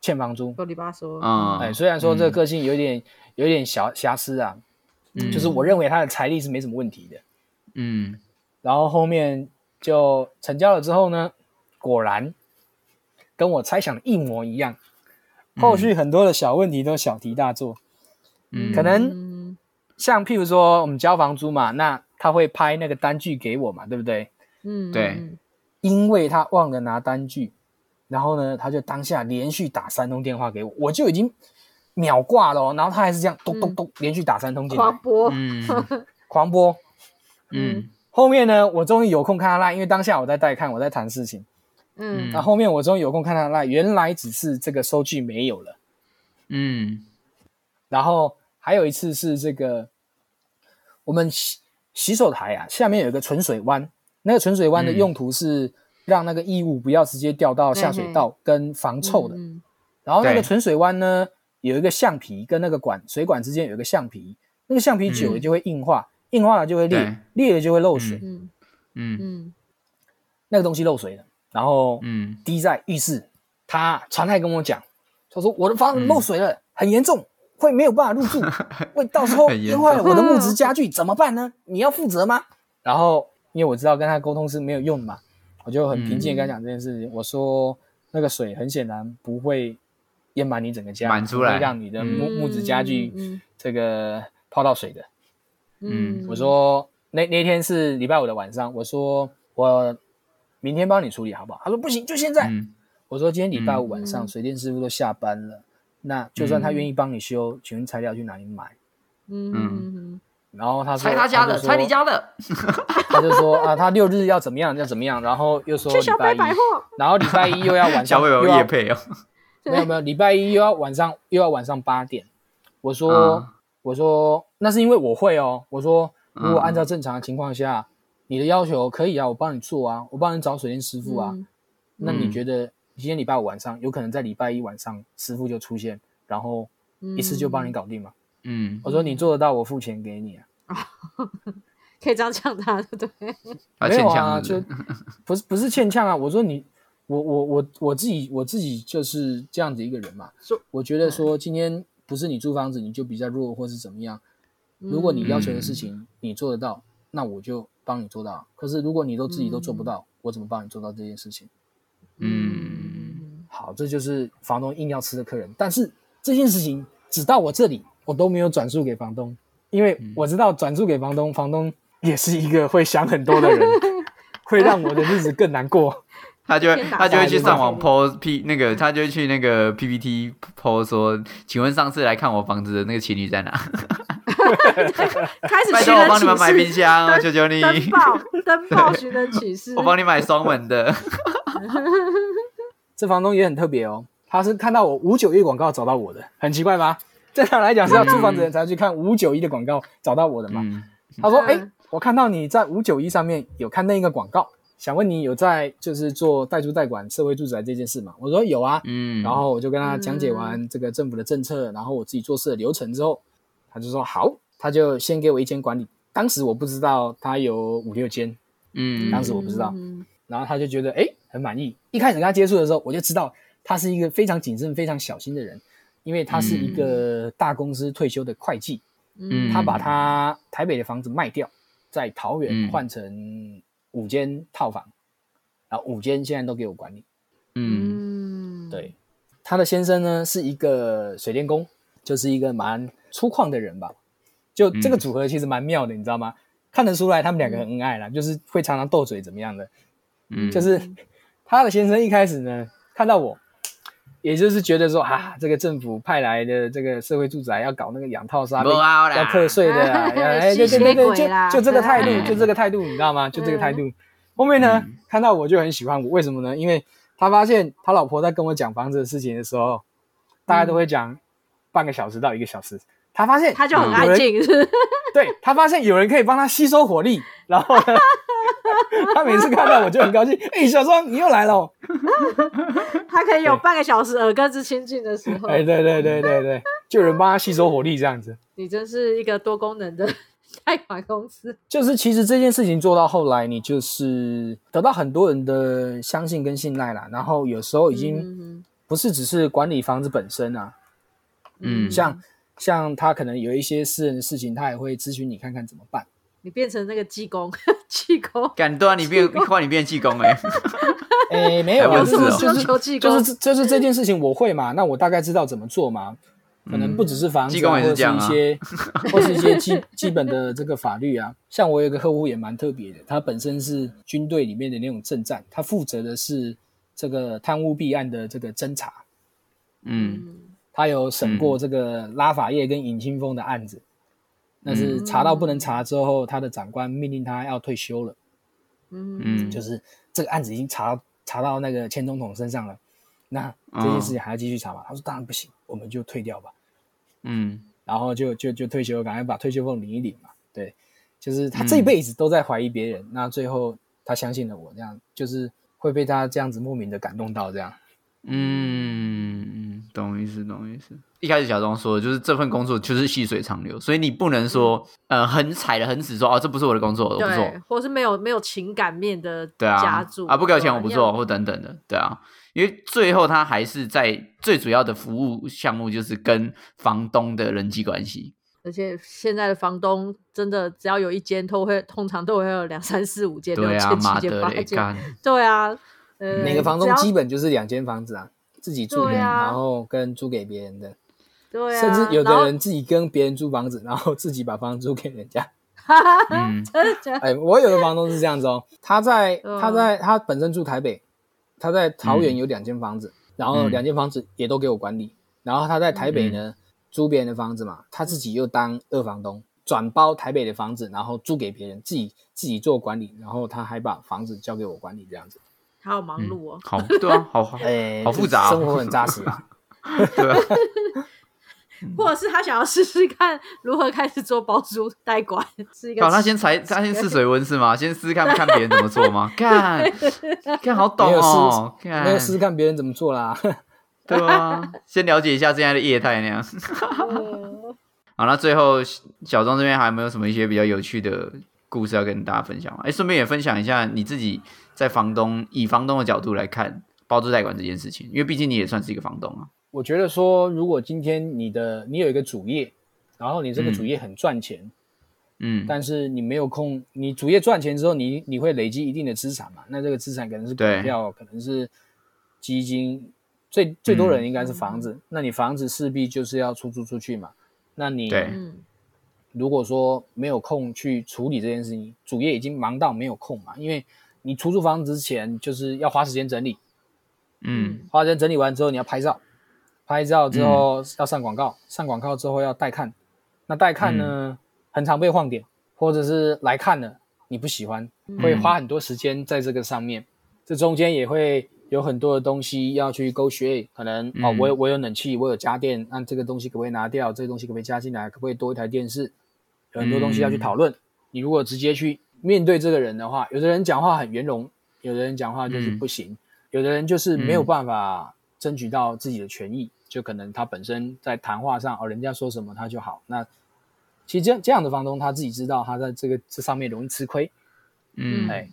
[SPEAKER 4] 欠房租。
[SPEAKER 2] 啰里吧嗦，
[SPEAKER 3] 嗯，
[SPEAKER 4] 哎，虽然说这个个性有点有点小瑕疵啊，
[SPEAKER 3] 嗯
[SPEAKER 4] 就是我认为她的财力是没什么问题的。
[SPEAKER 3] 嗯
[SPEAKER 4] 然后后面就成交了之后呢，果然跟我猜想的一模一样。后续很多的小问题都小题大做，
[SPEAKER 3] 嗯，
[SPEAKER 4] 可能
[SPEAKER 2] 嗯
[SPEAKER 4] 像譬如说我们交房租嘛，那他会拍那个单据给我嘛，对不对？
[SPEAKER 2] 嗯
[SPEAKER 3] 对
[SPEAKER 2] 嗯
[SPEAKER 4] 因为他忘了拿单据，然后呢，他就当下连续打三通电话给我，我就已经秒挂了、哦，然后他还是这样咚咚咚连续打三通进来，
[SPEAKER 2] 狂播，
[SPEAKER 4] [LAUGHS]
[SPEAKER 3] 嗯
[SPEAKER 4] 狂播。
[SPEAKER 3] 嗯
[SPEAKER 4] 后面呢，我终于有空看他 line，因为当下我在带看，我在谈事情。
[SPEAKER 2] 嗯
[SPEAKER 4] 那、后面我终于有空看他 line，原来只是这个收据没有了。
[SPEAKER 3] 嗯
[SPEAKER 4] 然后还有一次是这个我们洗洗手台啊，下面有一个存水湾，那个存水湾的
[SPEAKER 3] 嗯
[SPEAKER 4] 用途是让那个异物不要直接掉到下水道跟防臭的。
[SPEAKER 2] 嗯
[SPEAKER 4] 然后那个
[SPEAKER 3] 对
[SPEAKER 4] 存水湾呢，有一个橡皮跟那个管水管之间有一个橡皮，那个橡皮久了
[SPEAKER 2] 嗯
[SPEAKER 4] 就会硬化，硬化了就会裂
[SPEAKER 3] 对，
[SPEAKER 4] 裂了就会漏水。
[SPEAKER 3] 嗯
[SPEAKER 2] 嗯
[SPEAKER 3] 嗯
[SPEAKER 2] 嗯
[SPEAKER 4] 那个东西漏水了，然后
[SPEAKER 3] 嗯
[SPEAKER 4] 滴在浴室。他传太跟我讲，他说我的房子
[SPEAKER 3] 嗯
[SPEAKER 4] 漏水了，很严重，会没有办法
[SPEAKER 3] [LAUGHS]
[SPEAKER 4] 入住，会到时候
[SPEAKER 3] 很严
[SPEAKER 4] 淹
[SPEAKER 3] 重
[SPEAKER 4] 坏了我的木质家具怎么办呢？你要负责吗？然后因为我知道跟他沟通是没有用的嘛，我就很平静的跟他讲这件事情。我说那个水很显然不会淹满你整个家，
[SPEAKER 3] 满出来
[SPEAKER 4] 不会让你的木
[SPEAKER 2] 嗯
[SPEAKER 4] 木质家具
[SPEAKER 2] 嗯
[SPEAKER 4] 这个泡到水的。
[SPEAKER 3] 嗯
[SPEAKER 4] 我说那那天是礼拜五的晚上，我说我明天帮你处理好不好？他说不行，就现在。
[SPEAKER 3] 嗯
[SPEAKER 4] 我说今天礼拜五晚上
[SPEAKER 2] 嗯
[SPEAKER 4] 水电师傅都下班了，那就算他
[SPEAKER 3] 嗯
[SPEAKER 4] 愿意帮你修，请问材料去哪里买？
[SPEAKER 2] 嗯嗯
[SPEAKER 4] 然后他说
[SPEAKER 3] 拆他家的，
[SPEAKER 4] 就说
[SPEAKER 3] 拆你，家的，
[SPEAKER 4] 他就说啊，他六日要怎么样，要怎么样，然后又说
[SPEAKER 2] 去小
[SPEAKER 4] 礼拜
[SPEAKER 2] 北
[SPEAKER 4] 一，
[SPEAKER 2] 百货，
[SPEAKER 4] 然后礼拜一又要晚
[SPEAKER 3] 小
[SPEAKER 4] 上，
[SPEAKER 3] 朋
[SPEAKER 4] 又
[SPEAKER 3] 友
[SPEAKER 4] 要
[SPEAKER 3] 夜配哦，
[SPEAKER 4] [LAUGHS] 没有没有，礼拜一又要晚上又要晚上八点。我说、
[SPEAKER 3] 嗯
[SPEAKER 4] 我说那是因为我会哦。我说如果
[SPEAKER 3] 嗯
[SPEAKER 4] 按照正常的情况下，你的要求可以啊，我帮你做啊，我帮你找水电师傅啊。
[SPEAKER 2] 嗯
[SPEAKER 4] 那你
[SPEAKER 3] 嗯
[SPEAKER 4] 觉得今天礼拜五晚上有可能在礼拜一晚上师傅就出现，然后
[SPEAKER 2] 嗯
[SPEAKER 4] 一次就帮你搞定吗？
[SPEAKER 3] 嗯，
[SPEAKER 4] 我说你做得到，我付钱给你啊。
[SPEAKER 2] 可以这样讲他，对不对？
[SPEAKER 3] 要
[SPEAKER 4] 没
[SPEAKER 3] 欠
[SPEAKER 4] 有啊，
[SPEAKER 3] 枪是
[SPEAKER 4] 就
[SPEAKER 3] 不是
[SPEAKER 4] 不是不是欠呛啊。我说你，我我我我自己我自己就是这样子一个人嘛
[SPEAKER 2] 说。
[SPEAKER 4] 我觉得说今天不是你租房子你就比较弱或是怎么样， [LAUGHS]
[SPEAKER 2] 嗯
[SPEAKER 4] 如果你要求的
[SPEAKER 3] 嗯
[SPEAKER 4] 事情你做得到，那我就帮你做到。可是如果你都自己都做不到，我怎么帮你做到这件事情？
[SPEAKER 2] 嗯
[SPEAKER 4] 好，这就是房东硬要吃的客人。但是这件事情只到我这里，我都没有转述给房东，因为我知道转述给房东，房东也是一个会想很多的人，会让我的日子更难过。
[SPEAKER 3] 他就会
[SPEAKER 2] 天打
[SPEAKER 3] 他就会去上网
[SPEAKER 2] 打
[SPEAKER 3] po P 那个，他就会去那个 PPT po 说，请问上次来看我房子的那个情侣在哪？
[SPEAKER 2] 开始
[SPEAKER 3] 拜
[SPEAKER 2] 寻
[SPEAKER 3] 托我帮你们买
[SPEAKER 2] 人
[SPEAKER 3] 冰
[SPEAKER 2] 启事，
[SPEAKER 3] 箱，
[SPEAKER 2] 灯
[SPEAKER 3] 我求求你，
[SPEAKER 2] 登报登报寻人启事，
[SPEAKER 3] 我帮你买双门
[SPEAKER 4] [LAUGHS]
[SPEAKER 3] 的。
[SPEAKER 4] 这房东也很特别哦，他是看到我五九一广告找到我的，很奇怪吧？正常来讲是要租房子的人才去看五九一的广告找到我的嘛。
[SPEAKER 3] 嗯，
[SPEAKER 4] 他说：“哎、
[SPEAKER 2] 嗯
[SPEAKER 4] 我看到你在五九一上面有看那一个广告，想问你有在就是做代租代管社会住宅这件事吗？”我说：“有啊。
[SPEAKER 3] 嗯，
[SPEAKER 4] 然后我就跟他讲解完这个政府的政策，然后我自己做事的流程之后，他就说：“好。”他就先给我一间管理，当时我不知道他有五六间，
[SPEAKER 3] 嗯，
[SPEAKER 4] 当时我不知道
[SPEAKER 2] 嗯
[SPEAKER 4] 然后他就觉得哎很满意。一开始跟他接触的时候，我就知道他是一个非常谨慎、非常小心的人，因为他是一
[SPEAKER 3] 嗯
[SPEAKER 4] 个大公司退休的会计，
[SPEAKER 2] 嗯
[SPEAKER 4] 他把他台北的房子卖掉，在桃园
[SPEAKER 3] 嗯
[SPEAKER 4] 换成五间套房，然后五间现在都给我管理。
[SPEAKER 3] 嗯
[SPEAKER 2] 嗯，
[SPEAKER 4] 对，他的先生呢是一个水电工，就是一个蛮粗犷的人吧。就这个
[SPEAKER 3] 嗯
[SPEAKER 4] 组合其实蛮妙的，你知道吗？看得出来他们两个很恩爱啦，就是会常常斗嘴怎么样的。
[SPEAKER 3] 嗯，
[SPEAKER 4] 就是他的先生一开始呢，看到我，也就是觉得说啊，这个政府派来的这个社会住宅要搞那个养套杀，
[SPEAKER 3] 没有啊啦
[SPEAKER 4] 要课税的
[SPEAKER 2] [LAUGHS]
[SPEAKER 4] 啦，要哎，对
[SPEAKER 2] 吸
[SPEAKER 4] 对
[SPEAKER 2] 血
[SPEAKER 4] 对对，
[SPEAKER 2] 鬼啦啊
[SPEAKER 4] 就就这个态度，
[SPEAKER 3] 嗯
[SPEAKER 4] 就这个态度，你知道吗？就这个态度。后面呢，看到我就很喜欢我，为什么呢？因为他发现他老婆在跟我讲房子的事情的时候，大概都会讲半个小时到一个小时。他发现
[SPEAKER 2] 他就很
[SPEAKER 4] 有
[SPEAKER 2] 安
[SPEAKER 4] 人
[SPEAKER 2] 静，是
[SPEAKER 4] 对他发现有人可以帮他吸收火力，然后
[SPEAKER 2] [LAUGHS]
[SPEAKER 4] 呢，他每次看到我就很高兴。哎、小庄你又来了哦！
[SPEAKER 2] [LAUGHS] 他可以有半个小时耳根子清净的时候
[SPEAKER 4] 哎、，对对对对对，就有人帮他吸收火力，这样子。
[SPEAKER 2] 你真是一个多功能的 [LAUGHS] 贷款公司。
[SPEAKER 4] 就是其实这件事情做到后来，你就是得到很多人的相信跟信赖啦。然后有时候已经
[SPEAKER 2] 嗯
[SPEAKER 4] 不是只是管理房子本身啊，
[SPEAKER 3] 嗯
[SPEAKER 4] 像像他可能有一些私人的事情，他也会咨询你看看怎么办。
[SPEAKER 2] 你变成那个济 [LAUGHS] 公，济公
[SPEAKER 3] 敢对啊，你变换你变济公哎，
[SPEAKER 4] 哎，没有啊，
[SPEAKER 3] 哎
[SPEAKER 4] 就是
[SPEAKER 3] 我也是哦
[SPEAKER 4] 就是
[SPEAKER 2] 要求技
[SPEAKER 4] 就
[SPEAKER 2] 工
[SPEAKER 4] 是这就是这件事情我会嘛，那我大概知道怎么做嘛。可能不只是房子、
[SPEAKER 3] 技
[SPEAKER 4] 啊，
[SPEAKER 3] 工嗯
[SPEAKER 4] 或
[SPEAKER 3] 也是
[SPEAKER 4] 者
[SPEAKER 3] 这样
[SPEAKER 4] 一
[SPEAKER 3] 啊 [LAUGHS]
[SPEAKER 4] 些，或是一些基基本的这个法律啊。像我有一个客户也蛮特别的，他本身是军队里面的那种政战，他负责的是这个贪污弊案的这个侦查，
[SPEAKER 3] [LAUGHS] 嗯
[SPEAKER 4] 他有审过这个拉法叶跟尹清峰的案子，但是
[SPEAKER 3] 嗯
[SPEAKER 4] 查到不能查之后，他的长官命令他要退休了。
[SPEAKER 2] 嗯
[SPEAKER 4] 就是是这个案子已经查查到那个前总统身上了，那 [LAUGHS] 这件
[SPEAKER 3] 哦
[SPEAKER 4] 事情还要继续查吗？他说当然不行，我们就退掉吧，
[SPEAKER 3] 嗯
[SPEAKER 4] 然后就就就退休，赶快把退休俸领一领嘛。对，就是他这一辈子都在怀疑别人，那最后他相信了我，这样就是会被他这样子莫名的感动到，这样
[SPEAKER 3] 嗯，懂意思，懂意思。一开始小庄说的就是这份工作就是细水长流，所以你不能说、
[SPEAKER 4] 嗯
[SPEAKER 3] 呃很踩的很死说哦这不是我的工作，我不做
[SPEAKER 2] 对，，或是没有没有情感面的
[SPEAKER 3] 对
[SPEAKER 2] 加
[SPEAKER 3] 啊
[SPEAKER 2] 注，
[SPEAKER 3] 啊不给我
[SPEAKER 2] 对
[SPEAKER 3] 钱
[SPEAKER 2] 吧
[SPEAKER 3] 我不
[SPEAKER 2] 你
[SPEAKER 3] 做
[SPEAKER 2] 要
[SPEAKER 3] 或等等的，对啊，因为最后他还是在最主要的服务项目就是跟房东的人际关系，
[SPEAKER 2] 而且现在的房东真的，只要有一间，都会通常都会有两三四五间、六
[SPEAKER 3] 对啊，
[SPEAKER 2] 间、
[SPEAKER 3] 妈
[SPEAKER 2] 七间、
[SPEAKER 3] 的
[SPEAKER 2] 八
[SPEAKER 3] 嘞，
[SPEAKER 2] 间，
[SPEAKER 3] 干，
[SPEAKER 2] 对啊，呃，
[SPEAKER 4] 每个房东基
[SPEAKER 2] 本
[SPEAKER 4] 本就是两间房子啊，自己住的，
[SPEAKER 2] 对啊
[SPEAKER 4] 然后跟租给别人的，
[SPEAKER 2] 对啊，
[SPEAKER 4] 甚至有
[SPEAKER 2] 然后
[SPEAKER 4] 的人自己跟别人租房子，然后自己把房租给人家。
[SPEAKER 3] 嗯，
[SPEAKER 2] 真的假的
[SPEAKER 4] 哎，我有的房东是这样子哦，他在
[SPEAKER 2] 嗯
[SPEAKER 4] 他在他本身住台北，他在桃园
[SPEAKER 3] 嗯
[SPEAKER 4] 有两间房子，然后
[SPEAKER 3] 嗯
[SPEAKER 4] 两间房子也都给我管理，然后他在台北呢租别人的房子嘛，他自己又当二房东，转包台北的房子，然后租给别人，自己自己做管理，然后他还把房子交给我管理这样子。
[SPEAKER 2] 好 [LAUGHS] 忙
[SPEAKER 3] 嗯
[SPEAKER 2] 碌哦。
[SPEAKER 3] 好，对啊，好好，
[SPEAKER 4] 哎，
[SPEAKER 3] 好复杂哦
[SPEAKER 4] 生活很扎实啊。
[SPEAKER 3] 对啊，
[SPEAKER 4] 嗯
[SPEAKER 2] 或者是他想要试试看如何开始做包租代管， [LAUGHS] 是一个
[SPEAKER 3] 搞他先踩，他先试水温是吗？先试试看看别人怎么做 [LAUGHS] 吗？干，干好懂
[SPEAKER 4] 没有
[SPEAKER 3] 哦，
[SPEAKER 4] 试，没有
[SPEAKER 3] 干，
[SPEAKER 4] 试试看别人怎么做啦。 [LAUGHS]
[SPEAKER 3] 对啊，先了解一下现在的业态那样。 [LAUGHS]
[SPEAKER 2] 呃
[SPEAKER 3] 好，那最后小庄这边还有没有什么一些比较有趣的故事要跟大家分享吗？哎，顺便也分享一下你自己在房东以房东的角度来看包租代管这件事情，因为毕竟你也算是一个房东啊。
[SPEAKER 4] 我觉得说，如果今天你的你有一个主业，然后你这个
[SPEAKER 3] 嗯
[SPEAKER 4] 主业很赚钱，
[SPEAKER 3] 嗯，
[SPEAKER 4] 但是你没有空，你主业赚钱之后，你你会累积一定的资产嘛？那这个资产可能是股
[SPEAKER 3] 对
[SPEAKER 4] 票，可能是基金，最最多人应该是房
[SPEAKER 3] 嗯
[SPEAKER 4] 子。那你房子势必就是要出租出去嘛？那你
[SPEAKER 3] 对
[SPEAKER 2] 嗯，
[SPEAKER 4] 如果说没有空去处理这件事情，主业已经忙到没有空嘛？因为你出租房子之前就是要花时间整理，
[SPEAKER 3] 嗯
[SPEAKER 4] 花时间整理完之后，你要拍照，拍照之后要上广告，上广告之后要带看，那带看呢，很常被晃点，或者是来看了你不喜欢，
[SPEAKER 2] 嗯
[SPEAKER 3] 嗯
[SPEAKER 4] 会花很多时间在这个上面，这中间也会有很多的东西要去勾选，可能
[SPEAKER 3] 嗯
[SPEAKER 4] 哦，我有我有冷气，我有家电，那这个东西可不可以拿掉？这个东西可不可以加进来？可不可以多一台电视？有很多东西
[SPEAKER 3] 嗯
[SPEAKER 4] 要去讨论。你如果直接去面对这个人的话，有的人讲话很圆融，有的人讲话就是
[SPEAKER 3] 嗯
[SPEAKER 4] 不行。有的人就是没有
[SPEAKER 3] 嗯
[SPEAKER 4] 办法争取到自己的权益，就可能他本身在谈话上，哦，人家说什么他就好。那其实这样这样的房东他自己知道，他在这个这上面容易吃亏，
[SPEAKER 3] 嗯
[SPEAKER 4] 哎，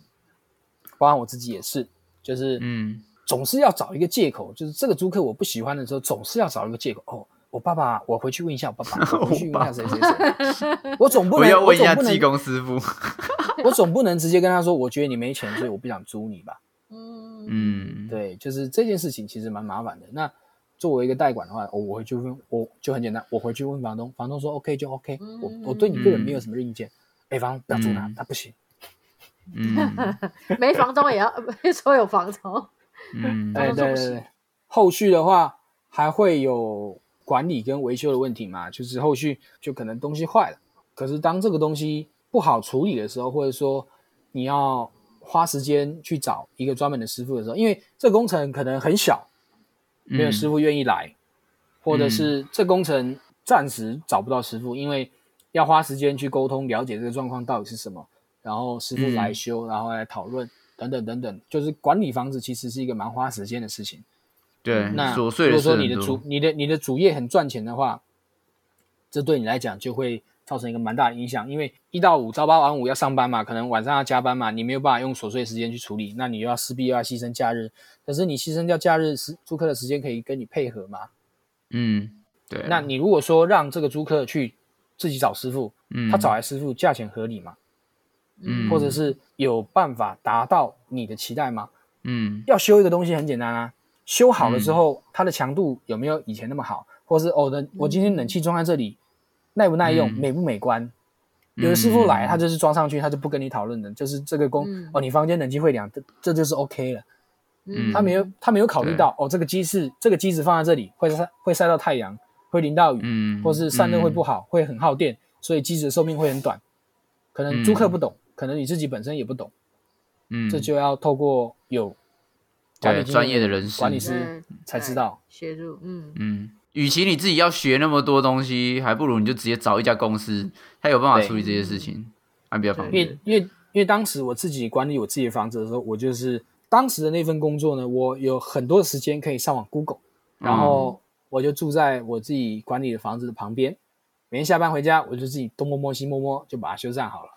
[SPEAKER 4] 包含我自己也是，就是
[SPEAKER 3] 嗯
[SPEAKER 4] 总是要找一个借口，就是这个租客我不喜欢的时候，总是要找一个借口。哦，我爸爸，我回去问一下我爸爸，我回去问一下谁谁谁，
[SPEAKER 3] [LAUGHS]
[SPEAKER 4] 我总不
[SPEAKER 3] 我
[SPEAKER 4] 能
[SPEAKER 3] 要问一下
[SPEAKER 4] 我总不
[SPEAKER 3] 技
[SPEAKER 4] 能
[SPEAKER 3] 工师
[SPEAKER 4] [LAUGHS]
[SPEAKER 3] 傅。
[SPEAKER 4] 我总不能直接跟他说，我觉得你没钱，所以我不想租你吧。
[SPEAKER 2] 嗯
[SPEAKER 3] 嗯，
[SPEAKER 4] [LAUGHS] 对，就是这件事情其实蛮麻烦的。那作为一个代管的话，我哦我会去问，我就很简单，我回去问房东，房东说 OK 就 OK，我我对你个人没有什么意见。哎、房东不要租他
[SPEAKER 3] 嗯，
[SPEAKER 4] 他不行。
[SPEAKER 3] [LAUGHS] 嗯
[SPEAKER 2] 没房东也要， [LAUGHS] 别说有房东，
[SPEAKER 3] 嗯
[SPEAKER 4] 哎、
[SPEAKER 2] 房东
[SPEAKER 4] 对
[SPEAKER 2] 说不
[SPEAKER 4] 对
[SPEAKER 2] 行
[SPEAKER 4] 对，后续的话还会有管理跟维修的问题嘛，就是后续就可能东西坏了，可是当这个东西不好处理的时候，或者说你要花时间去找一个专门的师傅的时候，因为这工程可能很小，没有
[SPEAKER 3] 嗯
[SPEAKER 4] 师傅愿意来，或者是这工程暂时找不到师傅，因为要花时间去沟通了解这个状况到底是什么，然后师傅来修，然后来讨论等等等等，就是管理房子其实是一个蛮花时间的事情。
[SPEAKER 3] 对，
[SPEAKER 4] 那
[SPEAKER 3] 哎琐碎
[SPEAKER 4] 如
[SPEAKER 3] 的事
[SPEAKER 4] 果说
[SPEAKER 3] 很
[SPEAKER 4] 你的主
[SPEAKER 3] 多。
[SPEAKER 4] 你的你的主业很赚钱的话，这对你来讲就会造成一个蛮大的影响，因为一到五朝八晚五要上班嘛，可能晚上要加班嘛，你没有办法用琐碎时间去处理，那你又要势必又要牺牲假日，可是你牺牲掉假日时租客的时间可以跟你配合嘛，
[SPEAKER 3] 嗯，对。
[SPEAKER 4] 那你如果说让这个租客去自己找师傅，
[SPEAKER 3] 嗯
[SPEAKER 4] 他找来师傅价钱合理吗？
[SPEAKER 3] 嗯
[SPEAKER 4] 或者是有办法达到你的期待吗？
[SPEAKER 3] 嗯
[SPEAKER 4] 要修一个东西很简单啊，修好了之后，它的强度有没有以前那么好？或是哦的，我今天冷气装在这里，耐不耐用，
[SPEAKER 3] 嗯
[SPEAKER 4] 美不美观？有的师傅来，他就是装上去，他就不跟你讨论的，就是这个工、
[SPEAKER 2] 嗯
[SPEAKER 4] 哦，你房间冷气会凉，这这就是 OK 了。
[SPEAKER 3] 嗯
[SPEAKER 4] 他没有他没有考虑到哦，这个机是这个机子放在这里会晒会晒到太阳，会淋到雨，
[SPEAKER 3] 嗯
[SPEAKER 4] 或是散热会不
[SPEAKER 3] 嗯
[SPEAKER 4] 好，会很耗电，所以机子的寿命会很短。可能租客不懂，可能你自己本身也不懂，
[SPEAKER 3] 嗯，
[SPEAKER 4] 这就要透过有管理
[SPEAKER 3] 对
[SPEAKER 4] 经验
[SPEAKER 3] 专业的人士
[SPEAKER 4] 管理师
[SPEAKER 2] 对
[SPEAKER 4] 才知道。
[SPEAKER 2] 协助，嗯，
[SPEAKER 3] 嗯，与其你自己要学那么多东西，还不如你就直接找一家公司，他有办法
[SPEAKER 4] 对
[SPEAKER 3] 处理这些事情，还比较方
[SPEAKER 4] 因
[SPEAKER 3] 便。
[SPEAKER 4] 为因为因为当时我自己管理我自己的房子的时候，我就是当时的那份工作呢，我有很多时间可以上网 Google，然
[SPEAKER 2] 嗯
[SPEAKER 4] 后我就住在我自己管理的房子的旁边，每天下班回家我就自己东摸摸西摸摸就把它修缮好了。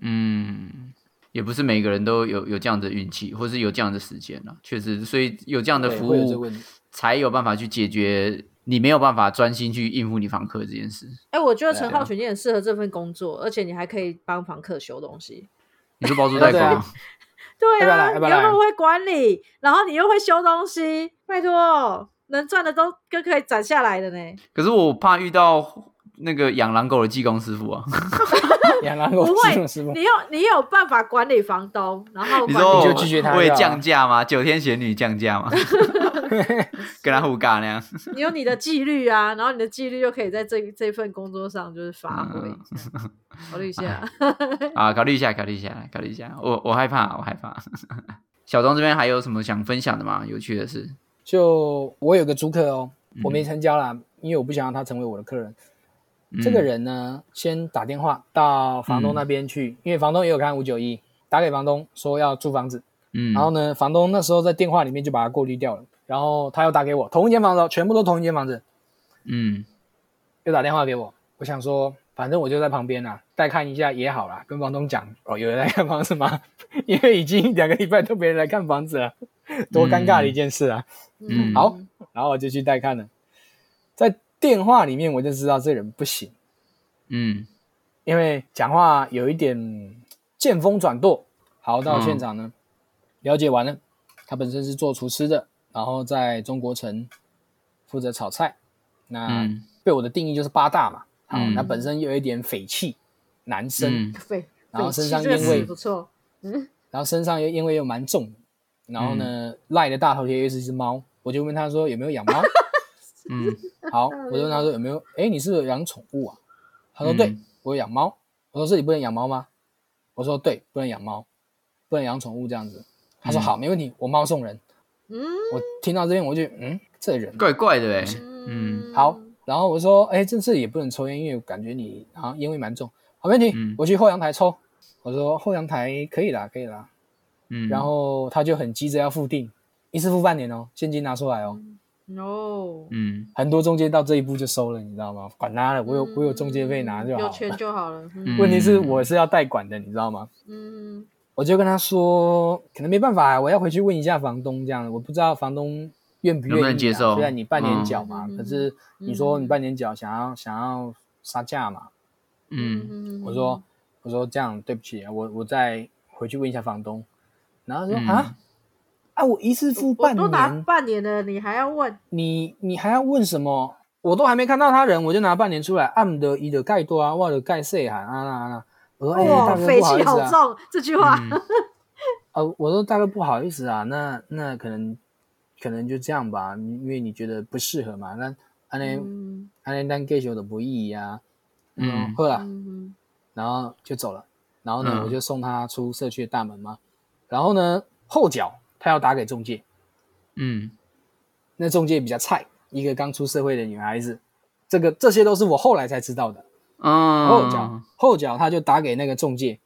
[SPEAKER 3] 嗯，也不是每个人都有有这样的运气，或是有这样的时间了。确实，所以有这样的
[SPEAKER 4] 对
[SPEAKER 3] 服
[SPEAKER 4] 会有这个
[SPEAKER 3] 务
[SPEAKER 4] 问题，
[SPEAKER 3] 才有办法去解决你没有办法专心去应付你房客这件事。
[SPEAKER 2] 哎、我觉得
[SPEAKER 4] 对
[SPEAKER 2] 陈
[SPEAKER 4] 啊
[SPEAKER 2] 浩群你很适合这份工作，而且你还可以帮房客修东西。
[SPEAKER 3] 你说包租代
[SPEAKER 4] 对
[SPEAKER 3] 管
[SPEAKER 4] 啊
[SPEAKER 3] 吗？
[SPEAKER 2] 对
[SPEAKER 4] 要不要
[SPEAKER 2] 啊，你
[SPEAKER 4] 来要
[SPEAKER 2] 又
[SPEAKER 4] 不要来
[SPEAKER 2] 那么会管理，然后你又会修东西，拜托，能赚的都都可以攒下来的呢。
[SPEAKER 3] 可是我怕遇到那个养狼狗的技工师傅啊，
[SPEAKER 4] 养狼
[SPEAKER 2] 不
[SPEAKER 4] 狗
[SPEAKER 2] 会
[SPEAKER 4] 是吗？师傅
[SPEAKER 2] 你有你有办法管理房东，然后
[SPEAKER 3] 你
[SPEAKER 2] 管
[SPEAKER 3] 说
[SPEAKER 2] 理
[SPEAKER 4] 你
[SPEAKER 3] 我
[SPEAKER 4] 就拒绝他就好
[SPEAKER 3] 我也降价吗？九天玄女降
[SPEAKER 4] [LAUGHS]
[SPEAKER 3] 价吗？跟他互尬那样。
[SPEAKER 2] 你有你的纪律啊，然后你的纪律又可以在这这份工作上就是发挥
[SPEAKER 3] 嗯。
[SPEAKER 2] 考虑一下，
[SPEAKER 4] [LAUGHS]
[SPEAKER 3] 啊，考虑一下，考虑一下，考虑一下。我我害怕，我害怕。 [LAUGHS] 小东这边还有什么想分享的吗？有趣的事？
[SPEAKER 4] 就我有个租客哦，我没
[SPEAKER 3] 嗯
[SPEAKER 4] 成交啦，因为我不想让他成为我的客人。
[SPEAKER 3] 嗯
[SPEAKER 4] 这个人呢，先打电话到房
[SPEAKER 2] 嗯
[SPEAKER 4] 东那边去，因为房东也有看五九一，打给房东说要租房子，
[SPEAKER 3] 嗯，
[SPEAKER 4] 然后呢，房东那时候在电话里面就把它过滤掉了，然后他又打给我，同一间房子哦，全部都同一间房子，
[SPEAKER 3] 嗯
[SPEAKER 4] 又打电话给我，我想说，反正我就在旁边啦、啊带看一下也好啦，跟房东讲哦，有人来看房子吗？ [LAUGHS] 因为已经两个礼拜都没人来看房子了，多尴尬的一件事啊！
[SPEAKER 3] 嗯
[SPEAKER 4] 好，然后我就去带看了，在电话里面我就知道这人不行。
[SPEAKER 3] 嗯
[SPEAKER 4] 因为讲话有一点嗯见风转舵。好，到
[SPEAKER 3] 嗯
[SPEAKER 4] 现场呢，了解完了，他本身是做厨师的，然后在中国城负责炒菜。那
[SPEAKER 3] 嗯
[SPEAKER 4] 对我的定义就是八大嘛。好，
[SPEAKER 3] 嗯
[SPEAKER 4] 那本身又有一点匪气，男生，
[SPEAKER 3] 嗯
[SPEAKER 2] 费
[SPEAKER 4] 然后身上
[SPEAKER 2] 这个
[SPEAKER 4] 烟味
[SPEAKER 2] 词不错，
[SPEAKER 4] 然后身上又因为又蛮重的，然后呢，赖的大头贴又是一只猫，我就问他说有没有养猫？ [LAUGHS]
[SPEAKER 3] 嗯
[SPEAKER 4] 好，我就问他说有没有？哎，你是不是有养宠物啊？他说
[SPEAKER 3] 嗯
[SPEAKER 4] 对，我有养猫。我说这里不能养猫吗？我说对，不能养猫，不能养宠物这样子。他说
[SPEAKER 3] 嗯
[SPEAKER 4] 好，没问题，我猫送人。
[SPEAKER 2] 嗯
[SPEAKER 4] 我听到这边我就嗯，这人
[SPEAKER 3] 怪怪的哎、嗯
[SPEAKER 4] 好。然后我说哎，这次也不能抽烟，因为我感觉你好像烟味蛮重。好，没问题
[SPEAKER 3] 嗯，
[SPEAKER 4] 我去后阳台抽。我说后阳台可以啦，可以啦。
[SPEAKER 3] 嗯，
[SPEAKER 4] 然后他就很急着要付定，一次付半年哦，现金拿出来哦。
[SPEAKER 2] 哦，
[SPEAKER 3] 嗯
[SPEAKER 4] 很多中介到这一步就收了，你知道吗？管他了，我有我有中介费拿就好
[SPEAKER 2] 嗯有
[SPEAKER 4] 了。
[SPEAKER 2] 钱就好了。嗯
[SPEAKER 3] 嗯
[SPEAKER 4] 问题是我是要代管的，你知道吗？
[SPEAKER 2] 嗯
[SPEAKER 4] 我就跟他说，可能没办法，啊我要回去问一下房东，这样我不知道房东愿不愿
[SPEAKER 3] 能
[SPEAKER 4] 意、啊、
[SPEAKER 3] 不能接受
[SPEAKER 4] 虽然你半年缴嘛，
[SPEAKER 2] 嗯
[SPEAKER 4] 可是你说你半年缴，想要想要杀价嘛？
[SPEAKER 3] 嗯
[SPEAKER 2] 嗯
[SPEAKER 4] 我说我说这样对不起，啊我我再回去问一下房东。然后他说、
[SPEAKER 3] 嗯
[SPEAKER 4] 啊啊，我一次付
[SPEAKER 2] 我
[SPEAKER 4] 半
[SPEAKER 2] 都拿
[SPEAKER 4] 年，
[SPEAKER 2] 半年了，你还要问？
[SPEAKER 4] 你你还要问什么？我都还没看到他人，我就拿半年出来，按的一的盖多啊，哇的盖谁啊啊啊啊！我说哎、
[SPEAKER 2] 哇，
[SPEAKER 4] 大哥
[SPEAKER 2] 匪
[SPEAKER 4] 不好
[SPEAKER 2] 气
[SPEAKER 4] 意思
[SPEAKER 2] 哦好
[SPEAKER 4] 啊，
[SPEAKER 2] 重，这句话。
[SPEAKER 3] 嗯
[SPEAKER 4] 呃，我说大哥不好意思啊，那那可能可能就这样吧，因为你觉得不适合嘛，那安尼
[SPEAKER 2] 嗯
[SPEAKER 4] 安尼单 g 修的不意义啊，
[SPEAKER 3] 嗯
[SPEAKER 4] 后来
[SPEAKER 2] 嗯
[SPEAKER 4] 然后就走了，然后呢、
[SPEAKER 3] 嗯
[SPEAKER 4] 我就送他出社区的大门嘛，然后呢后脚他要打给中介，
[SPEAKER 3] 嗯
[SPEAKER 4] 那中介比较菜，一个刚出社会的女孩子，这个这些都是我后来才知道的，
[SPEAKER 3] 嗯，
[SPEAKER 4] 后脚后脚他就打给那个中介，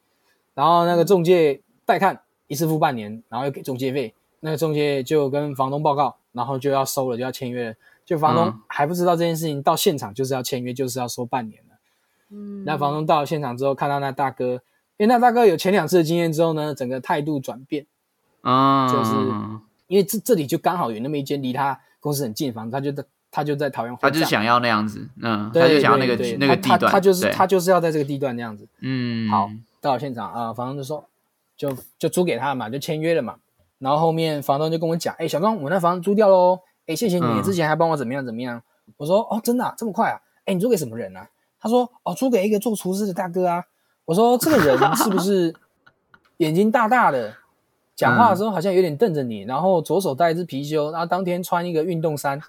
[SPEAKER 4] 然后那个中介带看一次付半年，然后又给中介费，那个中介就跟房东报告，然后就要收了，就要签约了。就房东
[SPEAKER 3] 嗯
[SPEAKER 4] 还不知道这件事情，到现场就是要签约，就是要收半年了。
[SPEAKER 2] 嗯
[SPEAKER 4] 那房东到了现场之后，看到那大哥，因为那大哥有前两次的经验之后呢，整个态度转变，
[SPEAKER 3] 嗯，
[SPEAKER 4] 就是因为这这里就刚好有那么一间离他公司很近的房子，他就在他就在桃园，
[SPEAKER 3] 他就是想要那样子，嗯，
[SPEAKER 4] 对，
[SPEAKER 3] 他就想要那个
[SPEAKER 4] 对对
[SPEAKER 3] 那个
[SPEAKER 4] 他
[SPEAKER 3] 地
[SPEAKER 4] 他
[SPEAKER 3] 段，
[SPEAKER 4] 他就是
[SPEAKER 3] 对
[SPEAKER 4] 他就是要在这个地段那样子。
[SPEAKER 3] 嗯
[SPEAKER 4] 好，到了现场啊、房东就说就就租给他嘛，就签约了嘛。然后后面房东就跟我讲，哎，小庄，我那房租掉喽，哎，谢谢你，
[SPEAKER 3] 嗯
[SPEAKER 4] 你之前还帮我怎么样怎么样。我说哦，真的、啊、这么快啊？哎，你租给什么人啊？他说哦，租给一个做厨师的大哥啊。我说这个
[SPEAKER 3] [LAUGHS]
[SPEAKER 4] 人是不是眼睛大大的，讲话的时候好像有点瞪着你，然后左手戴一只貔貅，然后当天穿一个运动衫，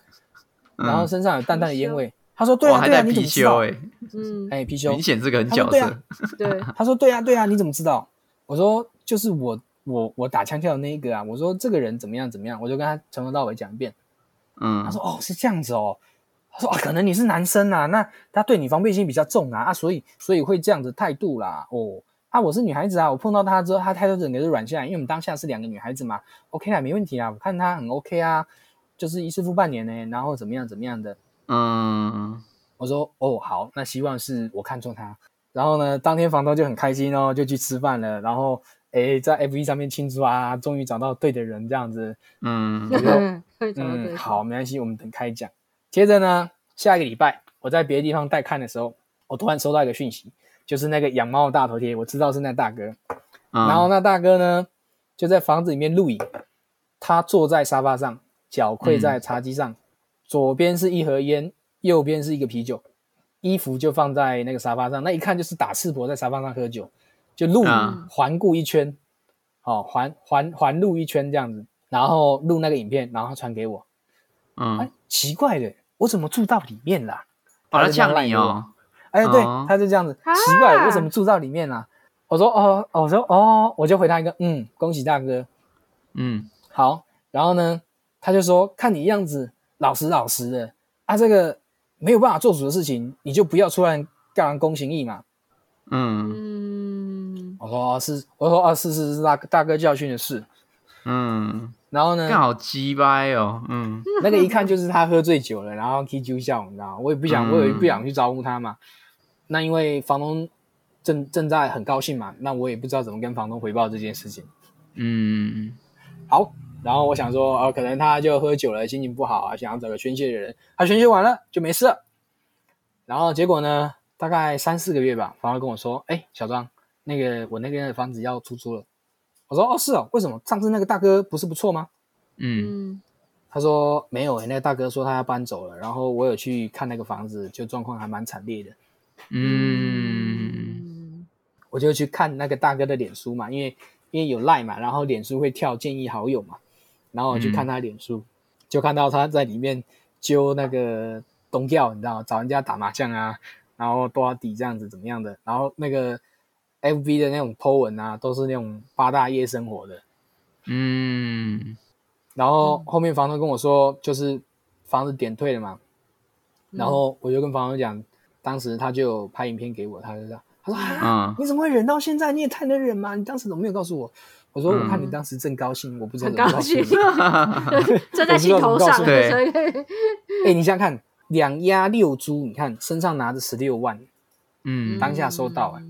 [SPEAKER 3] 嗯
[SPEAKER 4] 然后身上有淡淡的烟
[SPEAKER 2] 貔貅
[SPEAKER 4] 味。他说对
[SPEAKER 3] 哇，
[SPEAKER 4] 啊
[SPEAKER 3] 还
[SPEAKER 4] 对啊，
[SPEAKER 3] 带
[SPEAKER 4] 你怎
[SPEAKER 3] 貔
[SPEAKER 4] 么知道
[SPEAKER 3] 貅？哎，
[SPEAKER 2] 嗯，
[SPEAKER 4] 哎，貔貅
[SPEAKER 3] 明显是个很
[SPEAKER 4] 他说
[SPEAKER 3] 角
[SPEAKER 4] 对啊
[SPEAKER 3] 色，
[SPEAKER 2] 对，
[SPEAKER 4] 他说：“对呀、对呀、啊你怎么知道？”我说：“就是我，我，我打枪跳的那一个啊。”我说：“这个人怎么样怎么样？”我就跟他从头到尾讲一遍。
[SPEAKER 3] 嗯
[SPEAKER 4] 他，说：“哦，是这样子哦。”他说：“啊，可能你是男生啊，那他对你防备心比较重啊，啊，所以所以会这样子态度啦。哦，啊，我是女孩子啊，我碰到她之后，她态度整个就软下来，因为我们当下是两个女孩子嘛，OK 啊，没问题啊，我看她很 OK 啊，就是一次付半年呢、然后怎么样怎么样的，
[SPEAKER 3] 嗯，
[SPEAKER 4] 我说哦好，那希望是我看中他。然后呢，当天房东就很开心哦，就去吃饭了。然后诶，在 F 1上面庆祝啊，终于找到对的人这样子。 [LAUGHS]
[SPEAKER 3] 嗯，
[SPEAKER 2] 嗯，
[SPEAKER 4] 嗯，好，没关系，我们等开讲。接着呢，下一个礼拜我在别的地方带看的时候，我突然收到一个讯息，就是那个养猫的大头贴，我知道是那大哥。然后
[SPEAKER 3] 呢？
[SPEAKER 4] 那大哥呢，就在房子里面录影，他坐在沙发上，脚跪在茶几
[SPEAKER 3] 嗯
[SPEAKER 4] 上，左边是一盒烟，右边是一个啤酒，衣服就放在那个沙发上，那一看就是打赤膊在沙发上喝酒，就录影
[SPEAKER 3] 嗯
[SPEAKER 4] 环顾一圈，哦，环环环路一圈这样子，然后录那个影片，然后他传给我，哎
[SPEAKER 3] 嗯，，
[SPEAKER 4] 奇怪的，我怎么住到里面啦、
[SPEAKER 3] 把
[SPEAKER 4] 他
[SPEAKER 3] 他
[SPEAKER 4] 就这样
[SPEAKER 3] 呛
[SPEAKER 4] 赖
[SPEAKER 3] 你
[SPEAKER 4] 着我
[SPEAKER 3] 哦，
[SPEAKER 4] 哎，对
[SPEAKER 3] 哦，
[SPEAKER 4] 他就这样子，
[SPEAKER 2] 啊
[SPEAKER 4] 奇怪，为什么住到里面啦、我说哦，哦我说哦，我就回他一个嗯，恭喜大哥，
[SPEAKER 3] 嗯，
[SPEAKER 4] 好。然后呢，他就说看你样子老实老实的啊，这个没有办法做主的事情，你就不要出来干公行义嘛。
[SPEAKER 3] 嗯，
[SPEAKER 2] 嗯，
[SPEAKER 4] 我说哦是，我说哦是是是大哥大哥教训的事。
[SPEAKER 3] 嗯，
[SPEAKER 4] 然后呢
[SPEAKER 3] 更，好鸡掰哦，嗯，
[SPEAKER 4] 那个一看就是他喝醉酒了，然后 K 揪笑，你知道吗？我也不想，
[SPEAKER 3] 嗯
[SPEAKER 4] 我也不想去招呼他嘛。那因为房东正正在很高兴嘛，那我也不知道怎么跟房东回报这件事情。
[SPEAKER 3] 嗯，
[SPEAKER 4] 好，然后我想说，哦，可能他就喝酒了，心情不好啊，想要找个宣泄的人。他宣泄完了就没事了。然后结果呢，大概三四个月吧，房东跟我说，哎，小张，那个我那边的房子要出租了。我说，哦，是哦，为什么？上次那个大哥不是不错吗？
[SPEAKER 3] 嗯，
[SPEAKER 2] 嗯，
[SPEAKER 4] 他说没有、欸，那个大哥说他要搬走了。然后我有去看那个房子，就状况还蛮惨烈的。
[SPEAKER 3] 嗯，
[SPEAKER 4] 我就去看那个大哥的脸书嘛，因为因为有赖嘛，然后脸书会跳建议好友嘛，然后我去看他脸书，就看到他在里面揪那个东调，你知道吗，找人家打麻将啊，然后多少底这样子怎么样的，然后那个 FB 的那种 po 文啊，都是那种八大夜生活的。
[SPEAKER 3] 嗯，
[SPEAKER 4] 然后后面房东跟我说，就是房子点退了嘛，然后我就跟房东讲，当时他就有拍影片给我，他就这样，他说
[SPEAKER 3] 嗯，
[SPEAKER 4] 啊，你怎么会忍到现在？你也太能忍嘛！你当时怎么没有告诉我？我说
[SPEAKER 3] 嗯
[SPEAKER 4] 我看你当时正高兴，我不知道
[SPEAKER 2] 很
[SPEAKER 4] 怎么
[SPEAKER 2] 高
[SPEAKER 4] 告诉
[SPEAKER 2] 兴
[SPEAKER 4] 你。，
[SPEAKER 2] [LAUGHS] 这在心头上，所以
[SPEAKER 4] 哎、你想想看，两押六租，你看身上拿着十六万，
[SPEAKER 3] 嗯，
[SPEAKER 4] 当下收到哎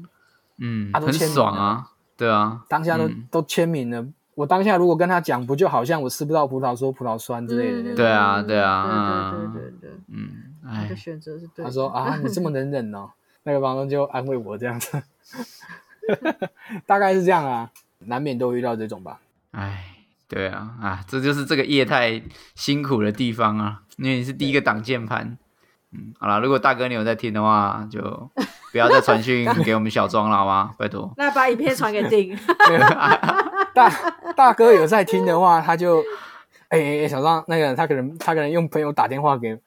[SPEAKER 3] 嗯，
[SPEAKER 4] 他都
[SPEAKER 3] 很
[SPEAKER 4] 签名
[SPEAKER 3] 爽
[SPEAKER 4] 了
[SPEAKER 3] 啊，对啊，
[SPEAKER 4] 当下都、
[SPEAKER 3] 嗯
[SPEAKER 4] 都签名了。我当下如果跟他讲，不就好像我吃不到葡萄说葡萄酸之类的？
[SPEAKER 3] 对啊对啊嗯
[SPEAKER 2] 对对对对对，
[SPEAKER 3] 嗯，
[SPEAKER 2] 你的
[SPEAKER 3] 哎，
[SPEAKER 2] 选择是嗯对的。
[SPEAKER 4] 他说啊，你这么能忍哦。那个房东就安慰我这样子， [LAUGHS] 大概是这样啊，难免都会遇到这种吧。
[SPEAKER 3] 哎，对啊，啊，这就是这个业态辛苦的地方啊，因为你是第一个挡键盘。嗯，好了，如果大哥你有在听的话，就不要再传
[SPEAKER 4] [LAUGHS]
[SPEAKER 3] 讯给我们小庄了，好吗？拜托。
[SPEAKER 2] 那把影片传给丁，
[SPEAKER 4] [LAUGHS] 大大哥有在听的话，他就，哎、哎哎，小张，那个他可能他可能用朋友打电话给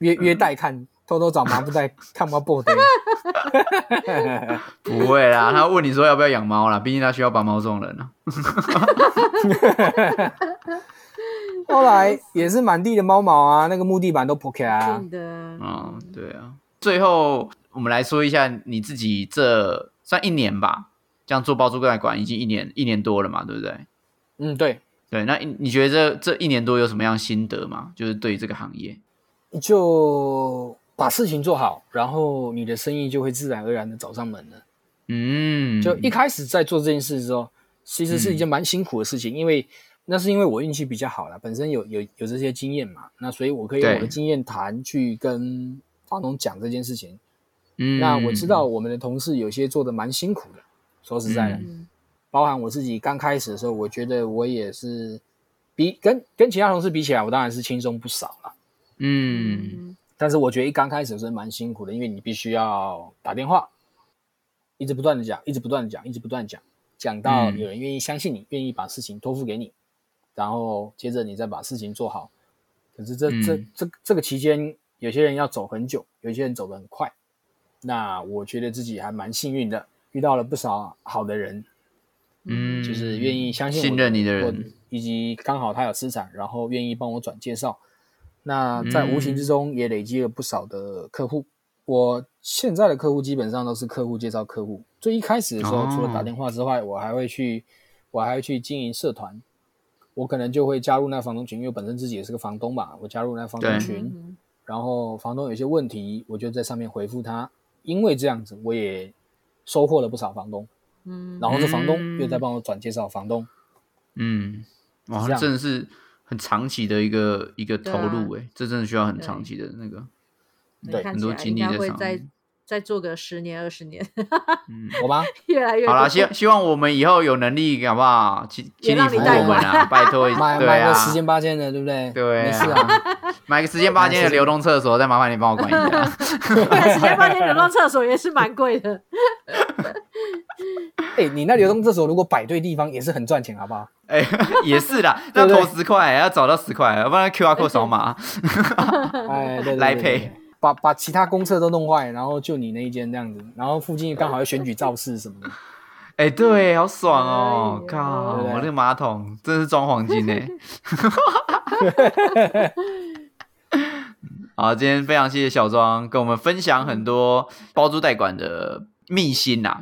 [SPEAKER 4] 约约代看，偷偷找麻布袋看猫布袋。
[SPEAKER 3] 不会啦，他问你说要不要养猫啦，毕竟他需要把猫送人啊。
[SPEAKER 4] 后来也是满地的猫毛啊，那个木地板都破开啊
[SPEAKER 2] 定。的，
[SPEAKER 3] 嗯，对啊。最后我们来说一下你自己这算一年吧，这样做包租代管已经一年一年多了嘛，对不对？
[SPEAKER 4] 嗯，对，
[SPEAKER 3] 对，那你你觉得这这一年多有什么样的心得吗？就是对于这个行业，
[SPEAKER 4] 就把事情做好，然后你的生意就会自然而然的找上门了。
[SPEAKER 3] 嗯，
[SPEAKER 4] 就一开始在做这件事的时候，其实是一件蛮辛苦的事情，因为那是因为我运气比较好啦，本身有有有这些经验嘛，那所以我可以用
[SPEAKER 3] 对
[SPEAKER 4] 我的经验谈去跟房东讲这件事情。
[SPEAKER 3] 嗯，
[SPEAKER 4] 那我知道我们的同事有些做的蛮辛苦的，说实在的，
[SPEAKER 2] 嗯
[SPEAKER 4] 包含我自己刚开始的时候，我觉得我也是比跟跟其他同事比起来，我当然是轻松不少啦。
[SPEAKER 3] 嗯，
[SPEAKER 4] 但是我觉得一刚开始的时候蛮辛苦的，因为你必须要打电话，一直不断的讲，一直不断的讲，一直不断的讲，讲到
[SPEAKER 3] 嗯
[SPEAKER 4] 有人愿意相信你，愿意把事情托付给你，然后接着你再把事情做好。可是这、这
[SPEAKER 3] 嗯
[SPEAKER 4] 这这个期间，有些人要走很久，有些人走得很快。那我觉得自己还蛮幸运的，遇到了不少好的人，
[SPEAKER 3] 嗯，
[SPEAKER 4] 就是愿意相信我
[SPEAKER 3] 信任你的
[SPEAKER 4] 我
[SPEAKER 3] 人，
[SPEAKER 4] 以及刚好他有资产，然
[SPEAKER 3] 嗯
[SPEAKER 4] 后愿意帮我转介绍。那在无形之中也累积了不少的客户，我现在的客户基本上都是客户介绍客户。最一开始的时候，
[SPEAKER 3] 哦
[SPEAKER 4] 除了打电话之外，我还会去，我还会去经营社团。我可能就会加入那房东群，因为我本身自己也是个房东嘛，我加入那房东
[SPEAKER 3] 对
[SPEAKER 4] 群，
[SPEAKER 2] 嗯
[SPEAKER 4] 然后房东有些问题，我就在上面回复他。因为这样子，我也收获了不少房东，
[SPEAKER 2] 嗯，
[SPEAKER 4] 然后这房东
[SPEAKER 3] 嗯
[SPEAKER 4] 又在帮我转介绍房东。
[SPEAKER 3] 嗯，哇，
[SPEAKER 4] 这
[SPEAKER 3] 这
[SPEAKER 4] 样
[SPEAKER 3] 真的是很长期的一个一个
[SPEAKER 2] 对
[SPEAKER 3] 投
[SPEAKER 2] 啊
[SPEAKER 3] 入哎、这真的需要很
[SPEAKER 2] 对
[SPEAKER 3] 长期的那个，
[SPEAKER 4] 对
[SPEAKER 2] 看
[SPEAKER 3] 很
[SPEAKER 2] 起
[SPEAKER 3] 多
[SPEAKER 2] 来
[SPEAKER 3] 精
[SPEAKER 2] 应
[SPEAKER 3] 力
[SPEAKER 2] 该
[SPEAKER 3] 在
[SPEAKER 2] 会
[SPEAKER 3] 上
[SPEAKER 2] 再
[SPEAKER 3] 面
[SPEAKER 2] 再做个十年二十年， [LAUGHS]
[SPEAKER 3] 嗯，
[SPEAKER 4] 好吧，
[SPEAKER 2] 越来越
[SPEAKER 3] 好
[SPEAKER 2] 多
[SPEAKER 3] 啦，希希望我们以后有能力，好不好？请
[SPEAKER 2] 也
[SPEAKER 3] 请
[SPEAKER 2] 让
[SPEAKER 3] 服务
[SPEAKER 2] 你代
[SPEAKER 3] 我们啊，拜
[SPEAKER 4] [LAUGHS]
[SPEAKER 3] 托，
[SPEAKER 4] 买
[SPEAKER 3] 对
[SPEAKER 4] 买
[SPEAKER 3] 啊
[SPEAKER 4] 个，十间八间的，对不对？
[SPEAKER 3] 对啊
[SPEAKER 4] 没
[SPEAKER 3] [LAUGHS]
[SPEAKER 4] 事啊。
[SPEAKER 3] 买个时间八间的流动厕所，再麻烦你帮我管一下。
[SPEAKER 2] 时间发现流浪厕所也是蛮贵的。
[SPEAKER 4] 哎、你那流动厕所如果摆对地方也是很赚钱，好不好？
[SPEAKER 3] [LAUGHS] 哎、也是啦，
[SPEAKER 4] 对
[SPEAKER 3] 要
[SPEAKER 4] 不对
[SPEAKER 3] 投十块，要找到十块，要不然 QR code 扫码。
[SPEAKER 4] 哎，对对对
[SPEAKER 3] 来
[SPEAKER 4] 对
[SPEAKER 3] 配
[SPEAKER 4] 对把把其他公厕都弄坏，然后就你那一间这样子，然后附近刚好要选举造势什么的，
[SPEAKER 3] 哎、对，好爽哦！
[SPEAKER 2] 哎呦
[SPEAKER 3] 靠，
[SPEAKER 4] 对
[SPEAKER 3] 我那个马桶真是装黄金呢。 [LAUGHS] 好，今天非常谢谢小庄跟我们分享很多包租代管的秘辛呐、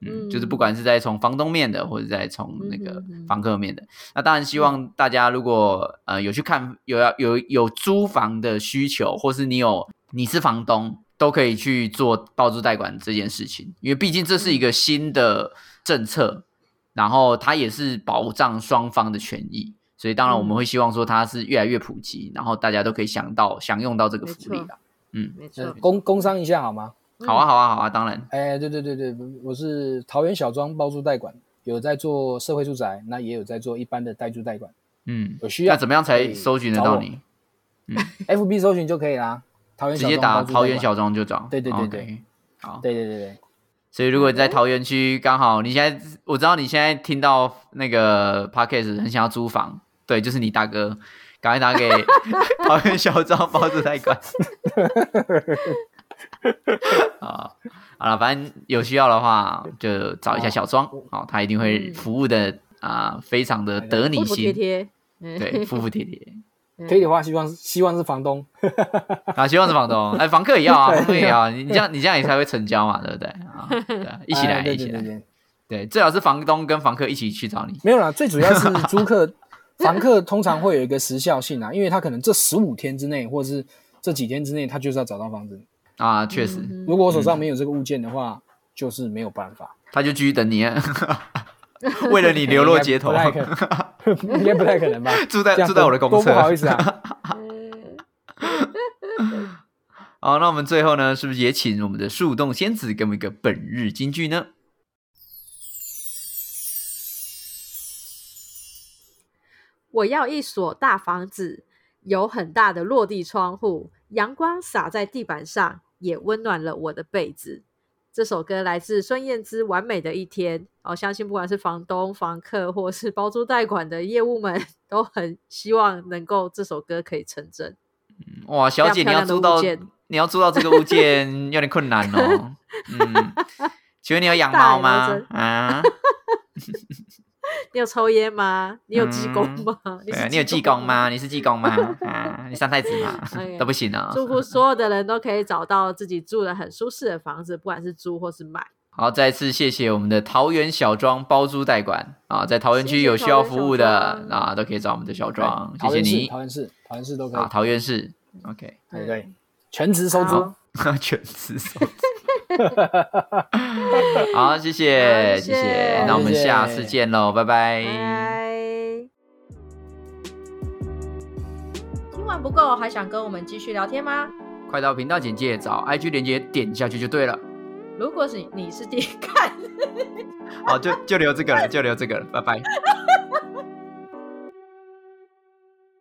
[SPEAKER 3] 嗯，
[SPEAKER 2] 嗯
[SPEAKER 3] 就是不管是在从房东面的，或者在从那个
[SPEAKER 2] 嗯哼哼
[SPEAKER 3] 房客面的，那当然
[SPEAKER 4] 嗯
[SPEAKER 3] 希望大家如果呃有去看有要有有租房的需求，或是你有你是房东，都可以去做包租代管这件事情，因为毕竟这是一
[SPEAKER 4] 嗯
[SPEAKER 3] 个新的政策，然后它也是保障双方的权益，所以当然我们
[SPEAKER 2] 嗯
[SPEAKER 3] 会希望说它是越来越普及，然后大家都可以享到享用到这个
[SPEAKER 2] 没
[SPEAKER 3] 福利
[SPEAKER 2] 错
[SPEAKER 3] 啦。
[SPEAKER 2] 没
[SPEAKER 3] 嗯
[SPEAKER 2] 错
[SPEAKER 4] 呃，工工商一下好吗？
[SPEAKER 3] 好啊，好啊，好啊，当然，
[SPEAKER 4] 哎，对对对对，我是桃园小庄包租代管，有在做社会住宅，那也有在做一般的代租代管，
[SPEAKER 3] 嗯，
[SPEAKER 4] 有需要
[SPEAKER 3] 那怎么样才搜寻得
[SPEAKER 4] 找
[SPEAKER 3] 到
[SPEAKER 4] 我
[SPEAKER 3] 你？
[SPEAKER 4] ？FB 搜寻就可以啦。桃园
[SPEAKER 3] 直
[SPEAKER 4] 小
[SPEAKER 3] 接
[SPEAKER 4] 庄
[SPEAKER 3] 打
[SPEAKER 4] 包租代
[SPEAKER 3] 桃园
[SPEAKER 4] 管
[SPEAKER 3] 小庄就找。
[SPEAKER 4] 对对对
[SPEAKER 3] OK
[SPEAKER 4] 对，
[SPEAKER 3] 好。
[SPEAKER 4] 对对对对，
[SPEAKER 3] 所以如
[SPEAKER 2] 嗯
[SPEAKER 3] 果你在桃园区，刚好你现在我知道你现在听到那个 podcast 很想要租房，对，就是你大哥，赶快打
[SPEAKER 2] [LAUGHS]
[SPEAKER 3] 给桃园小庄包租贷款。啊，好了，反正有需要的话就找一下小庄，
[SPEAKER 2] 哦
[SPEAKER 3] 好、他一定会服务的啊、非常的得你
[SPEAKER 2] 嗯哎服服帖
[SPEAKER 3] 心，
[SPEAKER 2] 帖，嗯
[SPEAKER 3] 对，服服帖帖。
[SPEAKER 4] 可以的话，希望希望是房东，
[SPEAKER 3] 啊，希望是房东，哎，房客也要
[SPEAKER 2] [LAUGHS]
[SPEAKER 3] 啊，房客也要啊，你这样你这样你才会成交嘛，对不对？啊，对
[SPEAKER 2] [LAUGHS]
[SPEAKER 3] 啊，一起来，
[SPEAKER 4] 哎对
[SPEAKER 3] 一
[SPEAKER 4] 对
[SPEAKER 3] 起
[SPEAKER 4] 对
[SPEAKER 3] 来，
[SPEAKER 4] 对，
[SPEAKER 3] 对，最好是房东跟房客一起去找你。
[SPEAKER 4] 没有
[SPEAKER 3] [LAUGHS]
[SPEAKER 4] 啦，最主要是租客、房客通常会有一个时效性啊，因为他可能这十五天之内，或者是这几天之内，他就是要找到房子。
[SPEAKER 3] 啊，确实，
[SPEAKER 2] 嗯
[SPEAKER 4] 如果我手上没有这个物件的话，就是没有办法。
[SPEAKER 3] 他就继续等你啊，为了你嗯流落街头
[SPEAKER 4] 应，该哎不太可 [LAUGHS] 能，应该不太可能吧？
[SPEAKER 3] [LAUGHS] 住在
[SPEAKER 4] 这样
[SPEAKER 3] 住在我的公
[SPEAKER 4] 多不好
[SPEAKER 3] 厕
[SPEAKER 4] 意。思
[SPEAKER 3] [LAUGHS]
[SPEAKER 4] 啊。
[SPEAKER 2] 嗯
[SPEAKER 3] 好，那我们最后呢，是不是也请我们的树洞仙子给我们一个本日金句呢？
[SPEAKER 2] 我要一所大房子，有很大的落地窗户，阳光洒在地板上，也温暖了我的被子。这首歌来自孙燕姿《完美的一天》哦，相信不管是房东、房客，或是包租代管的业务们， [LAUGHS] 都很希望能够这首歌可以成真。
[SPEAKER 3] 哇，小姐，
[SPEAKER 2] 非常
[SPEAKER 3] 你要
[SPEAKER 2] 漂亮的
[SPEAKER 3] 租到
[SPEAKER 2] 物件
[SPEAKER 3] 你要租到这个物件有点困难哦。嗯，请问你有养
[SPEAKER 2] 大海
[SPEAKER 3] 猫
[SPEAKER 2] 捞
[SPEAKER 3] 吗
[SPEAKER 2] 针？
[SPEAKER 3] 啊，
[SPEAKER 2] 你有抽烟吗？你有济公
[SPEAKER 3] 嗯
[SPEAKER 2] 吗？
[SPEAKER 3] 对
[SPEAKER 2] 是
[SPEAKER 3] 啊，你有济公？吗？你是济公吗？啊，你三太子吗
[SPEAKER 2] 哎呀？
[SPEAKER 3] 都不行啊。
[SPEAKER 2] 祝福所有的人都可以找到自己住的很舒适的房子，不管是租或是买。
[SPEAKER 3] 好，再次谢谢我们的桃园小庄包租代管啊，在桃园
[SPEAKER 2] 谢
[SPEAKER 3] 区
[SPEAKER 2] 谢
[SPEAKER 3] 有需要服
[SPEAKER 2] 桃
[SPEAKER 3] 务的
[SPEAKER 2] 园小庄
[SPEAKER 3] 啊，都可以找我们的小庄，谢
[SPEAKER 4] 桃
[SPEAKER 3] 谢
[SPEAKER 4] 园市
[SPEAKER 3] 你
[SPEAKER 4] 桃园市，桃园市都可
[SPEAKER 3] 啊，
[SPEAKER 4] 以，
[SPEAKER 3] 桃园市，OK， [LAUGHS]
[SPEAKER 4] 对对，全职收租
[SPEAKER 2] 嗯好。
[SPEAKER 3] 全吃手指好，谢谢，
[SPEAKER 2] 好谢
[SPEAKER 3] 谢
[SPEAKER 2] 谢
[SPEAKER 3] 谢，那我们
[SPEAKER 4] 谢谢
[SPEAKER 3] 下次见喽，拜拜。
[SPEAKER 2] 拜。听完不够，还想跟我们继续聊天吗？
[SPEAKER 3] 快到频道简介找 IG 连接点下去就对了，
[SPEAKER 2] 如果是你是第一看， [LAUGHS]
[SPEAKER 3] 好，就就留这个了，就留这个了，拜拜。